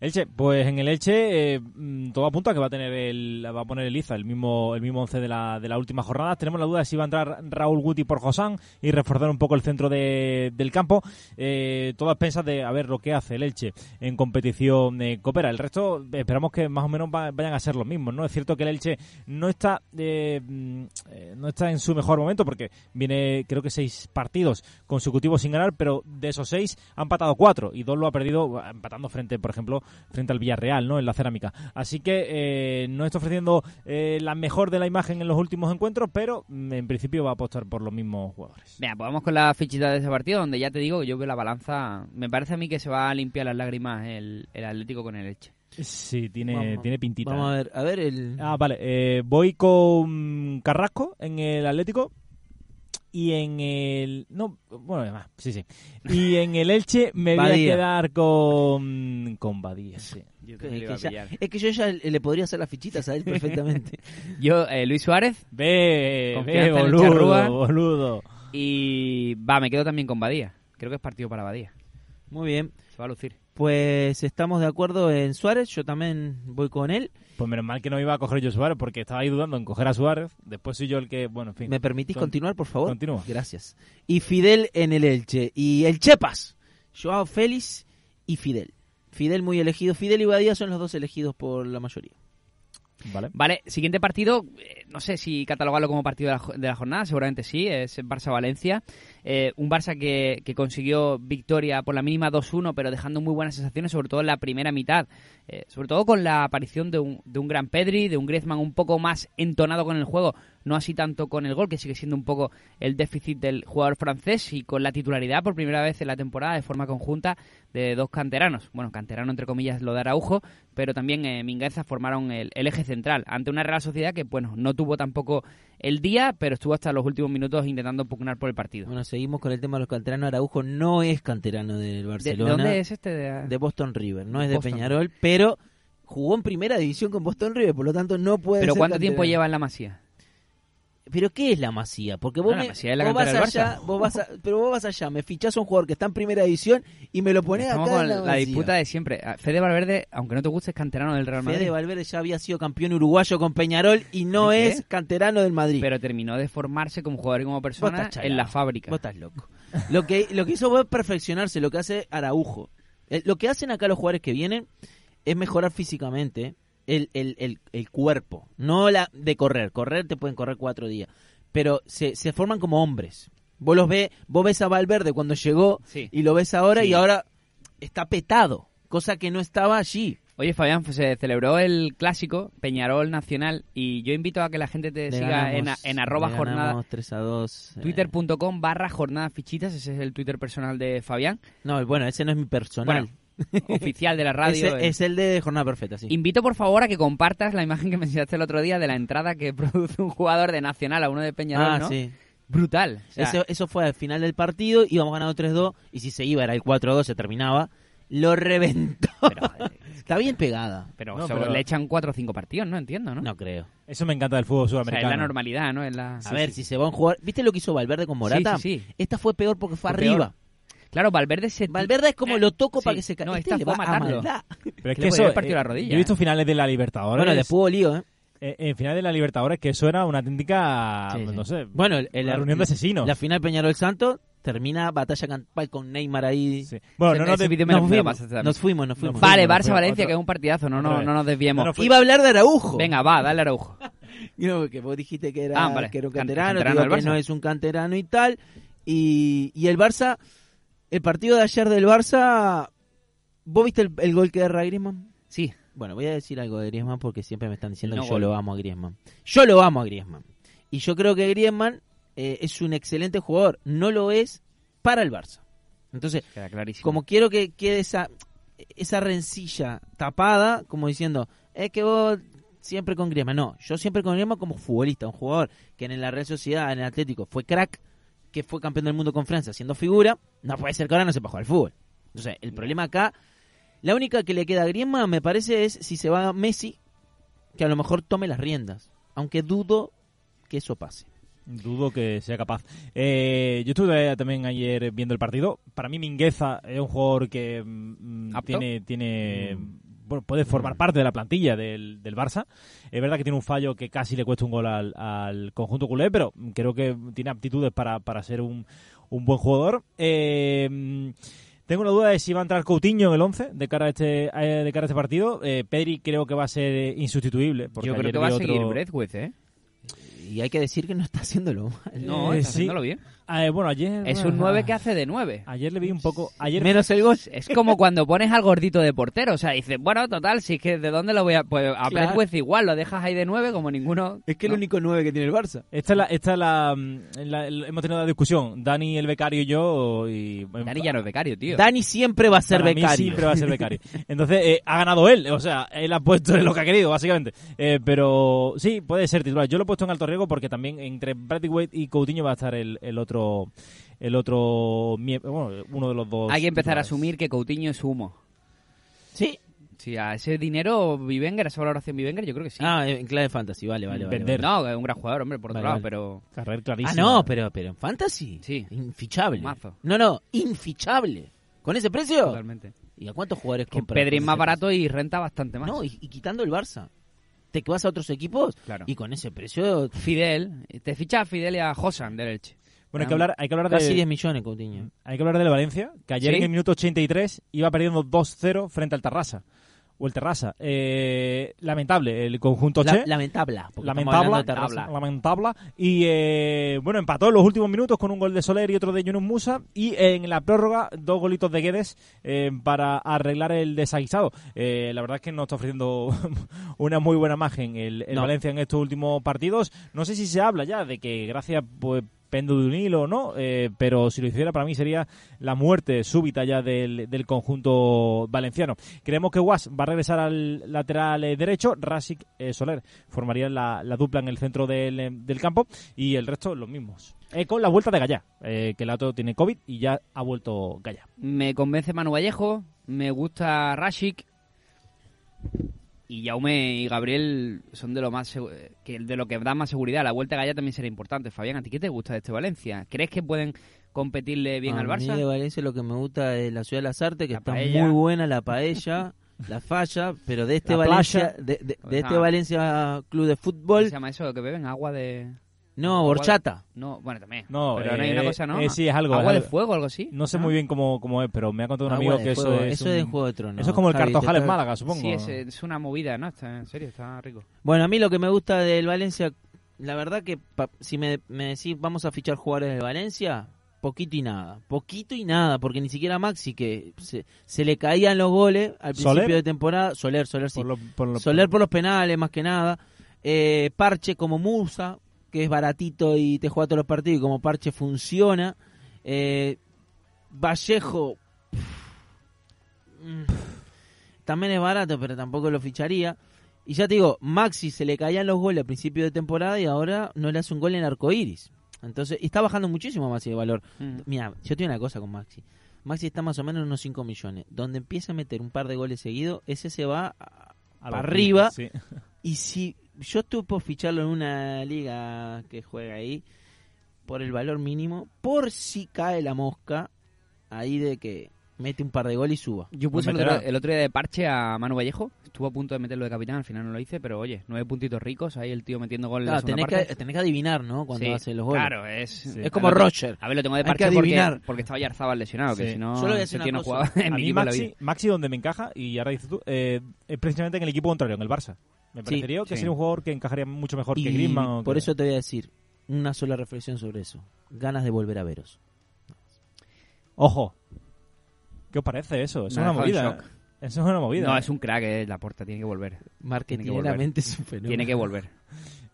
Elche, pues en el Elche eh, mm, todo apunta a que va a tener el va a poner el Iza, el mismo el mismo once de la, de la última jornada. Tenemos la duda de si va a entrar Raúl Guti por Josán y reforzar un poco el centro de- del campo. Eh, todas pensas de a ver lo que hace el Elche en competición eh, coopera. El resto esperamos que más o menos va- vayan a ser los mismos, ¿no? Es cierto que el Elche no está eh, mm, eh, no está en su mejor momento porque viene creo que seis partidos consecutivos sin ganar, pero de esos seis ha empatado cuatro y dos lo ha perdido eh, ah, empatando frente, por ejemplo, frente al Villarreal, ¿no? En la cerámica. Así que eh, no está ofreciendo eh, la mejor de la imagen en los últimos encuentros, pero mm, en principio va a apostar por los mismos jugadores. Venga, pues vamos con la fichita de ese partido, donde ya te digo que yo veo la balanza. Me parece a mí que se va a limpiar las lágrimas el, el Atlético con el Elche. Sí, tiene, Vamos- tiene pintita. Vamos a ver, a ver el... Ah, vale. eh, voy con Carrasco en el Atlético. Y en el. No, bueno, además, sí, sí. Y en el Elche me voy Badía. a quedar con. Con Badía, sí. Yo, es, que ya- es que yo ya le le podría hacer las fichitas a él perfectamente. eh, Luis Suárez Ve, ve, Confianza en el Charrúa. boludo, boludo. y va, me quedo también con Badía. Creo que es partido para Badía. Muy bien. Se va a lucir. Pues estamos de acuerdo en Suárez, yo también voy con él. Pues menos mal que no iba a coger yo a Suárez porque estaba ahí dudando en coger a Suárez. Después soy yo el que. Bueno, en fin. ¿Me permitís Con- continuar, por favor? continúa. Gracias. Y Fidel en el Elche. Y el Chepas. Joao Félix y Fidel. Fidel muy elegido. Fidel y Badía son los dos elegidos por la mayoría. Vale. Vale, siguiente partido, eh, no sé si catalogarlo como partido de la, jo- de la jornada, seguramente sí, es el Barça-Valencia. Eh, un Barça que, que consiguió victoria por la mínima 2-1, pero dejando muy buenas sensaciones, sobre todo en la primera mitad. Eh, sobre todo con la aparición de un, de un gran Pedri, de un Griezmann un poco más entonado con el juego, no así tanto con el gol, que sigue siendo un poco el déficit del jugador francés, y con la titularidad por primera vez en la temporada de forma conjunta de dos canteranos. Bueno, canterano entre comillas lo de Araujo, pero también eh, Mingueza formaron el, el eje central ante una Real Sociedad que, bueno, no tuvo tampoco el día, pero estuvo hasta los últimos minutos intentando pugnar por el partido. Bueno, seguimos con el tema de los canteranos. Araujo no es canterano del ¿De- de Barcelona. dónde es este? De- De Boston River. No es de Boston. Peñarol, pero jugó en primera división con Boston River. Por lo tanto, no puede ¿Pero ser cuánto tiempo canterano. lleva en la Masía? ¿Pero qué es la masía? Porque vos, No, la me- Masía es la vos vas cantera del allá, vos vas a- pero vos vas allá, me fichás a un jugador que está en primera división y me lo ponés Estamos acá con en la, la, Masía. disputa de siempre. Ah, Fede Valverde, aunque no te guste, es canterano del Real Madrid. Fede Valverde ya había sido campeón uruguayo con Peñarol y no ¿Y qué? es canterano del Madrid. pero terminó de formarse como jugador y como persona estás chalado. en la fábrica. Vos estás loco. Lo que, lo que hizo vos es perfeccionarse, lo que hace Araujo. Eh, Lo que hacen acá los jugadores que vienen es mejorar físicamente el, el- el- el cuerpo, no la de correr. Correr te pueden correr cuatro días, pero se, se forman como hombres. Vos los ves, vos ves a Valverde cuando llegó Sí. y lo ves ahora Sí. y ahora está petado, cosa que no estaba allí. Oye, Fabián, pues, se celebró el clásico Peñarol Nacional y yo invito a que la gente te Le siga ganamos- en, a- en arroba le ganamos jornada. 3 a 2. eh. Twitter.com barra jornada fichitas, ese es el Twitter personal de Fabián, No, bueno, ese no es mi personal. oficial de la radio. Ese Eh, es el de Jornada Perfecta, sí. Invito por favor a que compartas la imagen que me enseñaste el otro día de la entrada que produce un jugador de Nacional a uno de Peñarol, ah, ¿no? sí. Brutal. O sea, eso, eso fue al final del partido, íbamos ganando 3-2, y si se iba era el 4-2, se terminaba. Lo reventó. Está bien pegada. eh, pero, No, o sea, pero- le echan cuatro o cinco partidos, ¿no? Entiendo, ¿no? No, creo. Eso me encanta del fútbol O sea, es sudamericano. la normalidad, ¿no? Es la... A ver, si se va a jugar. ¿Viste lo que hizo Valverde con Morata? Sí, sí, sí. Esta fue peor porque fue Fue arriba. Claro, Valverde se... Valverde es como Eh, lo toco sí. para que se caiga. No, este esta le fue va a matarlo. mandar. Pero es que que, le podía eso. haber partido eh, la rodilla, yo he visto finales de la Libertadores. Bueno, después hubo lío, ¿eh? eh, en finales de la Libertadores que eso era una auténtica. Sí, sí. No sé. Bueno, el- el- la reunión de asesinos. La final Peñarol Santos termina batalla campal con Neymar ahí. Sí. Bueno, no, Ese no te- vídeo me lo- Nos, me lo fuimos, pasaste a mí. nos fuimos, nos fuimos. Vale, Fuimos, fuimos, Barça-Valencia, otro- que es un partidazo, no, otra no, vez. no nos desviemos. No, no fui- Iba a hablar de Araujo. Venga, va, dale Araujo. No, que vos dijiste que era, Ah, vale. que era un Can- canterano, canterano digo del que Barça. no es un canterano y tal. Y, y el Barça, el partido de ayer del Barça, ¿vos viste el, el gol que erra Griezmann? Sí, Bueno, voy a decir algo de Griezmann porque siempre me están diciendo No que gol. yo lo amo a Griezmann. Yo lo amo a Griezmann. Y yo creo que Griezmann eh, es un excelente jugador, no lo es para el Barça. Entonces, queda clarísimo. como quiero que quede esa, esa rencilla tapada, como diciendo, es que vos siempre con Griezmann. No, yo siempre con Griezmann como futbolista, un jugador que en la Real Sociedad, en el Atlético, fue crack, que fue campeón del mundo con Francia siendo figura, no puede ser que ahora no sepa jugar al fútbol. Entonces, el problema acá, la única que le queda a Griezmann, me parece, es si se va Messi, que a lo mejor tome las riendas. Aunque dudo que eso pase. Dudo que sea capaz. Eh, yo estuve también ayer viendo el partido. Para mí Mingueza es un jugador que mm, ¿Apto? Mm. tiene, tiene bueno, puede formar parte de la plantilla del, del Barça. Es verdad que tiene un fallo que casi le cuesta un gol al, al conjunto culé, pero creo que tiene aptitudes para, para ser un, un buen jugador. Eh, tengo la duda de si va a entrar Coutinho en el 11 de cara a este eh, de cara a este partido. Eh, Pedri creo que va a ser insustituible. Porque Yo creo ayer que va a vi seguir otro- Breathwith, ¿eh? Y hay que decir que no está haciéndolo mal. No, Eh, está sí. haciéndolo bien. Ah, eh, bueno, ayer... Es un 9 que hace de 9. Ayer le vi un poco... Ayer Menos el gol. Es como cuando pones al gordito de portero. O sea, dices, bueno, total, si es que de dónde lo voy a. Pues a Claro. Preswitz igual, lo dejas ahí de 9 como ninguno. Es que el ¿no? único 9 que tiene el Barça. Esta es la, esta es la, mm, la- el- hemos tenido la discusión, Dani el becario y yo y em, Dani ya no es becario, tío. Dani siempre va a ser para mí becario. siempre va a ser becario. Entonces eh, ha ganado él, o sea, él ha puesto lo que ha querido básicamente. Eh, pero sí, puede ser titular. Yo lo he puesto en alto riesgo porque también entre Bradley Wade y Coutinho va a estar el, el otro el otro mie- bueno, uno de los dos. Hay que empezar a titulares. asumir que Coutinho es humo. Sí. Si a ese dinero Vivenger, a esa valoración Vivenger, yo creo que sí. Ah, en clave fantasy, vale, vale, vale. Vender. no, es un gran jugador, hombre, por otro Vale, lado, vale. pero. Carrer vale. clarísimo. Ah, no, pero, pero en fantasy. Sí. Infichable. Mazo. No, no, infichable. ¿Con ese precio? Totalmente. ¿Y a cuántos jugadores Que compras Pedri es con más ese barato y renta bastante precio? más. No, y, y quitando el Barça. Te vas a otros equipos Claro. y con ese precio Fidel, te ficha a Fidel y a Josan del Elche. Bueno, hay que hablar, hay que hablar casi de 10 millones, Coutinho. Hay que hablar del Valencia, que ayer Sí. en el minuto 83 iba perdiendo 2-0 frente al Terrassa. O el Terrassa. Eh, lamentable, el conjunto La- Che. lamentable. porque estamos hablando lamentable, de Terraza. lamentable. Y eh, bueno, empató en los últimos minutos con un gol de Soler y otro de Yunus Musa. Y en la prórroga, dos golitos de Guedes eh, para arreglar el desaguisado. Eh, la verdad es que no está ofreciendo una muy buena imagen el, el No. Valencia en estos últimos partidos. No sé si se habla ya de que gracias pues pendo de un hilo o no, eh, pero si lo hiciera para mí sería la muerte súbita ya del, del conjunto valenciano. Creemos que Guas va a regresar al lateral eh, derecho, Rasic eh, Soler formarían la, la dupla en el centro del, eh, del campo y el resto los mismos. Eh, con la vuelta de Gallá, eh, que el otro tiene COVID y ya ha vuelto Gallá. Me convence Manu Vallejo, me gusta Rashik y Jaume y Gabriel son de lo más segu- que de lo que da más seguridad. La vuelta a Gallá también será importante. Fabián, ¿a ti qué te gusta de este Valencia? ¿Crees que pueden competirle bien A al mí de Barça? Valencia lo que me gusta es la ciudad de las artes, que La está paella. muy buena la paella, la falla, pero de este La Valencia, playa. de, de- de este Ah. Valencia Club de ¿Cómo se Fútbol, llama eso que beben agua de no, horchata. no, bueno, también. No, pero no hay eh, una cosa, ¿no? eh, sí, es algo, agua es de algo. fuego, algo así. No sé Ah. muy bien cómo, cómo es, pero me ha contado un Ah, amigo bueno, que de eso juego. es. eso es de un- Juego de Tronos. eso es como el Javi, te Cartojal en estaba- Málaga, supongo. Sí, es, es una movida, ¿no? Está, en serio, está rico. Bueno, a mí lo que me gusta del Valencia, la verdad que pa- si me, me decís vamos a fichar jugadores del Valencia, poquito y nada, poquito y nada, porque ni siquiera Maxi, que se, se le caían los goles al principio ¿Soler? de temporada, Soler, Soler sí, Por lo- por lo- Soler por los penales, más que nada. Eh, Parche como Musa, que es baratito y te juega todos los partidos y como Parche funciona. Eh, Vallejo. mm, También es barato, pero tampoco lo ficharía. Y ya te digo, Maxi se le caían los goles al principio de temporada y ahora no le hace un gol en arco iris. Entonces, y está bajando muchísimo Maxi de valor. Mm. Mira, yo tengo una cosa con Maxi. Maxi está más o menos en unos 5 millones. Donde empieza a meter un par de goles seguidos, ese se va a- a lo- para arriba. sí. y si yo estuve por ficharlo en una liga que juega ahí, por el valor mínimo, por si cae la mosca, ahí de que mete un par de goles y suba. Yo Pues puse el otro, meterá. el otro día de parche a Manu Vallejo. Estuvo a punto de meterlo de capitán, al final no lo hice, pero oye, nueve puntitos ricos, ahí el tío metiendo gol en la Claro, segunda tenés parte. que, tenés que adivinar, ¿no? Cuando Sí, hace los goles. Claro, es, Es como Roche Roger. A ver, lo tengo de Hay que parche porque, adivinar. porque estaba Yarzabal lesionado, que Sí. si no, Solo voy a ese decir tío una no cosa. jugaba en a mi mí equipo en la vida. Maxi, Maxi donde me encaja, y ahora dices tú, eh, es precisamente en el equipo contrario, en el Barça. Me Sí, parecería que sí. sería un jugador que encajaría mucho mejor que Y Griezmann. o por que- eso te voy a decir una sola reflexión sobre eso. Ganas de volver a veros. Ojo. ¿Qué os parece eso? Es Me ha una dejado en movida. ¿eh? shock. Eso es una movida. No, es un crack, eh, la porta tiene que volver. Marketineramente es un fenómeno. Tiene que volver.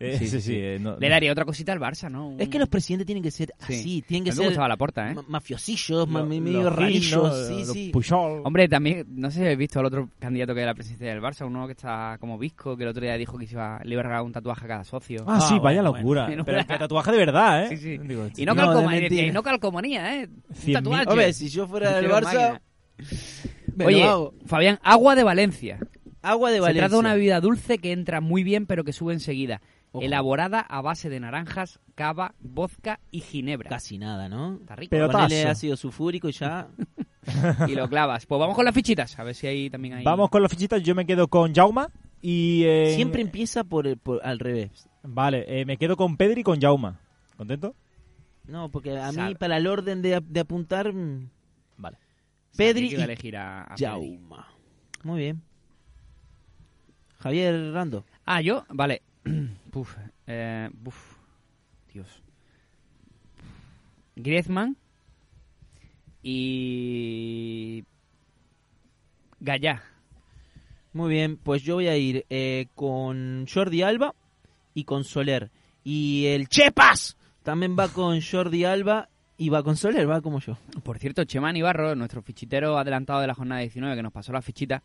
Eh, sí, sí, sí, sí. eh, no- Le daría otra cosita al Barça, ¿no? Un- Es que los presidentes tienen que ser Sí. así, tienen que A mí me ser gustaba la porta, ¿eh? ma- mafiosillos, ma- lo- medio los Raín, ¿no? rarillos. Sí, Los sí. Pujol. Hombre, también, no sé si habéis visto al otro candidato que era presidente del Barça, uno que está como Visco, que el otro día dijo que se iba, le iba a regalar un tatuaje a cada socio. Ah, sí, Ah, vaya bueno, locura. bueno. Pero es que tatuaje de verdad, ¿eh? Sí, sí. Digo, y, no no, de calcomanía, mentira. decía, y no calcomanía, ¿eh? Un Cien mil- tatuaje. Hombre, si yo fuera del Quiero Barça, máquina. me Oye, lo hago. Fabián, agua de Valencia. Agua de Se Valencia. trata de una bebida dulce que entra muy bien pero que sube enseguida. Ojo. Elaborada a base de naranjas, cava, vodka y ginebra. Casi nada, ¿no? Está rico. Pero- Ponele Pelotazo. ácido sulfúrico y ya. Y lo clavas. Pues vamos con las fichitas, a ver si ahí también hay... Vamos con las fichitas. Yo me quedo con Jauma. Y. eh, Siempre empieza por, el- por- al revés. Vale, eh, me quedo con Pedri y con Jauma. ¿Contento? No, porque a mí, Sabe. para el orden de, de apuntar, mm, Vale. Sabía Pedri que iba a y elegir a, a ah, Pedri. Jauma. Muy bien. Javier Rando. Ah, yo, vale. Puf, eh, buf. Dios. Griezmann y Gallá. Muy bien, pues yo voy a ir eh, con Jordi Alba y con Soler. Y el Chepas también va con Jordi Alba y va con Soler, va como yo. Por cierto, Chemán Ibarro, nuestro fichitero adelantado de la jornada 19 que nos pasó la fichita,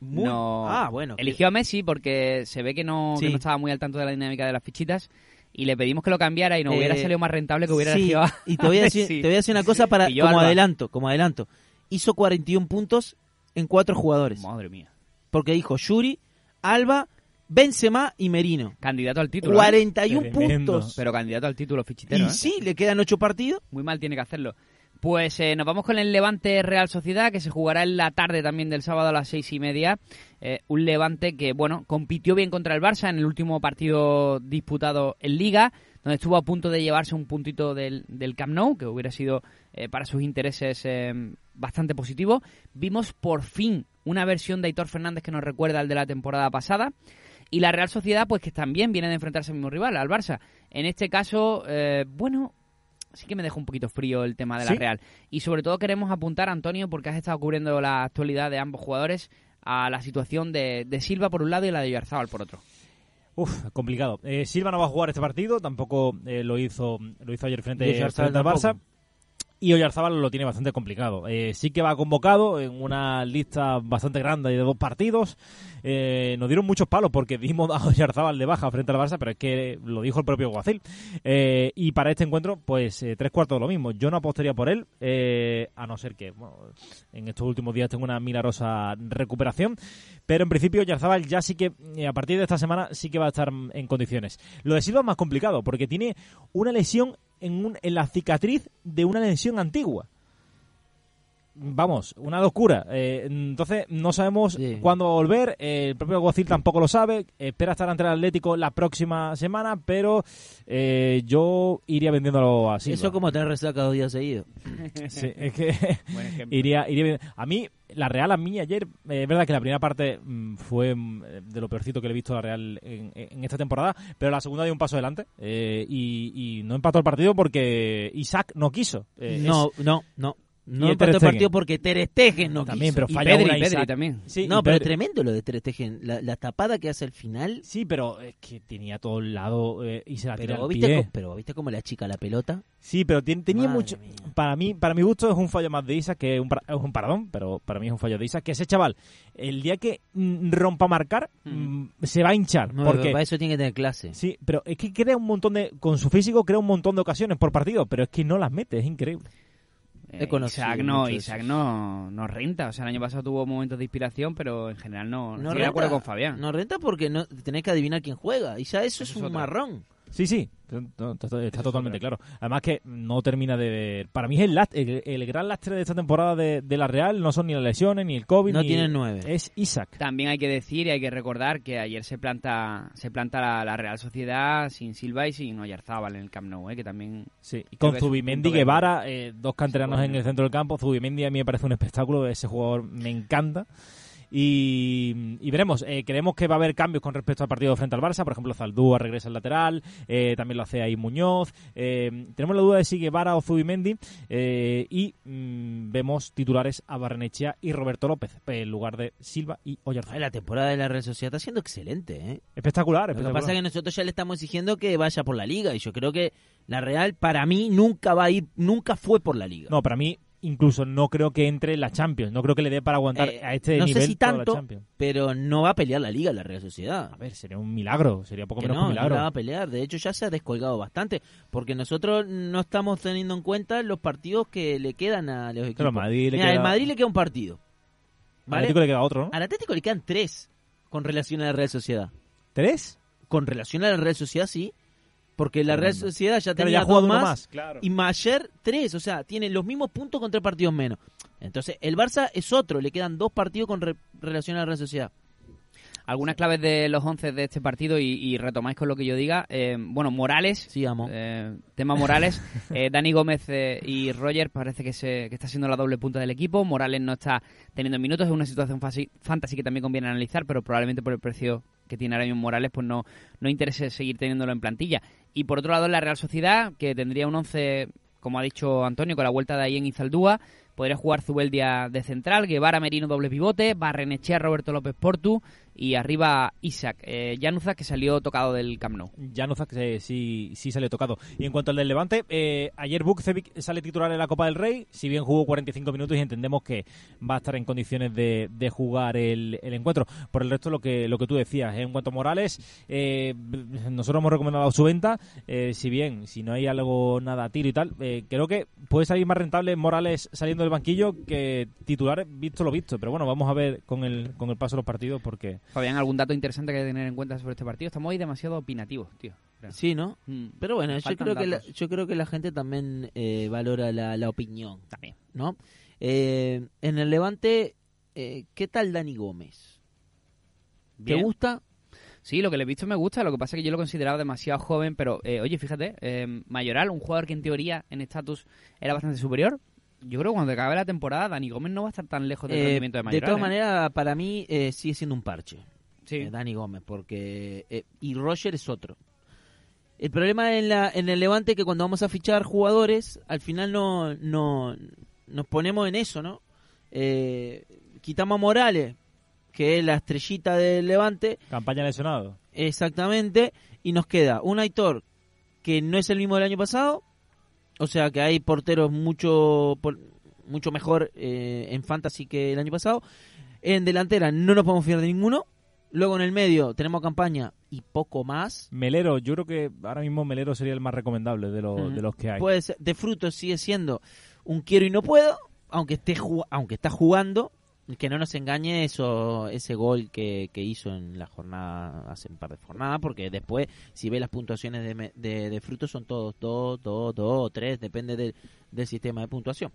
Muy- no- Ah, bueno. eligió a Messi porque se ve que no, que Sí. no estaba muy al tanto de la dinámica de las fichitas y le pedimos que lo cambiara y nos Eh, hubiera salido más rentable que hubiera Sí, elegido a- y te voy a decir, Messi. te voy a decir una cosa para Pilló como Alba. adelanto, como adelanto. Hizo 41 puntos en cuatro jugadores, Madre mía. porque dijo Yuri, Alba, Benzema y Merino. Candidato al título. ¿eh? 41 Tremendo. puntos. Pero candidato al título fichitero. Y ¿eh? sí, le quedan ocho partidos. Muy mal tiene que hacerlo. Pues eh, nos vamos con el Levante Real Sociedad, que se jugará en la tarde también del sábado a las seis y media. Eh, un Levante que, bueno, compitió bien contra el Barça en el último partido disputado en Liga, donde estuvo a punto de llevarse un puntito del, del Camp Nou, que hubiera sido eh, para sus intereses eh, bastante positivo. Vimos por fin una versión de Aitor Fernández que nos recuerda al de la temporada pasada. Y la Real Sociedad, pues que también viene de enfrentarse al mismo rival, al Barça. En este caso, eh, bueno, sí que me deja un poquito frío el tema de la ¿Sí? Real. Y sobre todo queremos apuntar, Antonio, porque has estado cubriendo la actualidad de ambos jugadores, a la situación de, de Silva por un lado y la de Yarzábal por otro. Uf, complicado. Eh, Silva no va a jugar este partido, tampoco eh, lo hizo lo hizo ayer frente, Y Oyarzabal frente al Barça. tampoco. Y Oyarzábal lo tiene bastante complicado. Eh, sí que va convocado en una lista bastante grande de dos partidos. Eh, nos dieron muchos palos porque dimos a Oyarzábal de baja frente al Barça, pero es que lo dijo el propio Guacil. Eh, y para este encuentro, pues eh, tres cuartos de lo mismo. Yo no apostaría por él, eh, a no ser que bueno, en estos últimos días tengo una milagrosa recuperación. Pero en principio, Yarzábal ya sí que, eh, a partir de esta semana, sí que va a estar mm, en condiciones. Lo de Silva es más complicado porque tiene una lesión en, un- en la cicatriz de una lesión antigua. Vamos, una locura. Eh, entonces, no sabemos Sí. cuándo va a volver. Eh, el propio Gocil tampoco lo sabe. Espera estar ante el Atlético la próxima semana, pero eh, yo iría vendiéndolo así. Eso como tener resaca dos días seguidos. Sí, es que iría, iría bien. A mí, la Real, a mí ayer, eh, es verdad que la primera parte mm, fue mm, eh, de lo peorcito que le he visto a la Real en, en esta temporada, pero la segunda dio un paso adelante eh, y, y no empató el partido porque Isaac no quiso. Eh, no, no, no. No y el empató el Ter Stegen. partido porque Ter Stegen no También, quiso. pero Y falla Pedri, una Pedri Isaac. también. es- sí, no, y pero Pedri- tremendo lo de Ter Stegen. La, la tapada que hace al final. Sí, pero es que tenía todo el lado eh, y se la tira Pero al ¿viste, pie. cómo, pero ¿viste cómo la chica la pelota? Sí, pero tien- tenía Madre mucho. mía. Para mí, para mi gusto es un fallo más de Isaac que un, par- es un paradón, pero para mí es un fallo de Isaac que ese chaval el día que mm, rompa marcar Mm. mm, se va a hinchar Hmm. No, porque pero para eso tiene que tener clase. sí, pero es que crea un montón de con su físico crea un montón de ocasiones por partido, pero es que no las mete, es increíble. He conocido Isaac no, mucho de Isaac esos. no, no renta. O sea, el año pasado tuvo momentos de inspiración, pero en general no. estoy de renta. acuerdo con Fabián. No renta porque no tenés que adivinar quién juega. Y ya Eso eso, es es un otra. marrón. Sí, sí, no, está, está totalmente claro. Además que no termina de ver. Para mí es el, last- el, el gran lastre de esta temporada de, de la Real no son ni las lesiones ni el covid, No ni- tiene nueve. es Isaac. También hay que decir y hay que recordar que ayer se planta se planta la, la Real Sociedad sin Silva y sin Oyarzábal en el Camp Nou, ¿eh? que también Sí, y Creo con que es un Zubimendi punto Guevara, eh, dos canteranos Sí, en el centro del campo. Zubimendi a mí me parece un espectáculo, ese jugador me encanta. Y, y veremos, eh, creemos que va a haber cambios con respecto al partido frente al Barça. Por ejemplo, Zaldúa regresa al lateral, eh, también lo hace ahí Muñoz. Eh, tenemos la duda de si Guevara o Zubimendi. eh, y mm, vemos titulares a Barrenechea y Roberto López eh, en lugar de Silva y Ay, Oyarzabal. La temporada de la red social está siendo excelente. ¿eh? Espectacular, Lo que espectacular. pasa es que nosotros ya le estamos exigiendo que vaya por la liga. Y yo creo que la Real, para mí, nunca va a ir, nunca fue por la liga. No, para mí, incluso no creo que entre en la Champions. No creo que le dé para aguantar Eh, a este no sé nivel si toda la tanto, Champions. Pero no va a pelear la liga la Real Sociedad. A ver, sería un milagro, sería poco Que menos no, que un no milagro. la va a pelear. De hecho, ya se ha descolgado bastante. Porque nosotros no estamos teniendo en cuenta los partidos que le quedan a los equipos. Claro, Madrid le Mira, queda- al Madrid le queda un partido. Al ¿Vale? Atlético le queda otro, ¿no? Al Atlético le quedan tres con relación a la Real Sociedad. ¿Tres? Con relación a la Real Sociedad, sí. Porque la Real Tremendo. Sociedad ya Claro, tenía ya ha jugado dos uno más, más. Claro. y Mayer tres. O sea, tiene los mismos puntos con tres partidos menos. Entonces, el Barça es otro. Le quedan dos partidos con re- relación a la Real Sociedad. Algunas claves de los 11 de este partido y, y retomáis con lo que yo diga. Eh, bueno, Morales, Sí, amo. eh, tema Morales, Eh, Dani Gómez eh, y Roger parece que, se, que está siendo la doble punta del equipo. Morales no está teniendo minutos, es una situación fasi- fantasy que también conviene analizar, pero probablemente por el precio que tiene ahora mismo Morales, pues no, no interese seguir teniéndolo en plantilla. Y por otro lado, la Real Sociedad, que tendría un 11, como ha dicho Antonio, con la vuelta de ahí en Izaldúa, podría jugar Zubeldia de central, Guevara, Merino, doble pivote, Barrenechea, Roberto López Portu y arriba Isaac. Eh, Januzaj, que salió tocado del Camp Nou. Januzak eh, sí, sí salió tocado. Y en cuanto al del Levante, eh, ayer Bukcevic sale titular en la Copa del Rey, si bien jugó 45 minutos y entendemos que va a estar en condiciones de, de jugar el, el encuentro. Por el resto, lo que, lo que tú decías, eh, en cuanto a Morales, eh, nosotros hemos recomendado su venta, eh, si bien, si no hay algo nada a tiro y tal, eh, creo que puede salir más rentable Morales saliendo del banquillo que titular visto lo visto. Pero bueno, vamos a ver con el, con el paso de los partidos porque... Fabián, ¿algún dato interesante que tener en cuenta sobre este partido? Estamos hoy demasiado opinativos, tío. Sí, ¿no? Mm, Pero bueno, yo Faltan creo, que la, datos. yo creo que la gente también eh, valora la, la opinión, También. ¿no? Eh, en el Levante, eh, ¿qué tal Dani Gómez? ¿Te Bien. gusta? Sí, lo que le he visto me gusta, lo que pasa es que yo lo consideraba demasiado joven, pero eh, oye, fíjate, eh, Mayoral, un jugador que en teoría, en estatus, era bastante superior. Yo creo que cuando acabe la temporada, Dani Gómez no va a estar tan lejos del Eh, rendimiento de Mayoral. todas ¿eh? maneras, para mí eh, sigue siendo un parche. Sí. eh, Dani Gómez, porque eh, y Roger es otro. El problema en, la, en el Levante es que cuando vamos a fichar jugadores, al final no, no nos ponemos en eso, ¿no? Eh, quitamos a Morales, que es la estrellita del Levante, Campaña lesionado. exactamente, y nos queda un Aitor que no es el mismo del año pasado, o sea que hay porteros mucho por- mucho mejor eh, en fantasy que el año pasado. En delantera no nos podemos fiar de ninguno. Luego en el medio tenemos campaña y poco más. Melero, yo creo que ahora mismo Melero sería el más recomendable de, lo- Ujú. de los que hay. Puede ser- de fruto sigue siendo un quiero y no puedo, aunque esté ju- aunque está jugando. Que no nos engañe eso, ese gol que, que hizo en la jornada, hace un par de jornadas, porque después, si ve las puntuaciones de, me- de, de fruto, son todos dos, dos, dos, tres, depende del, del sistema de puntuación.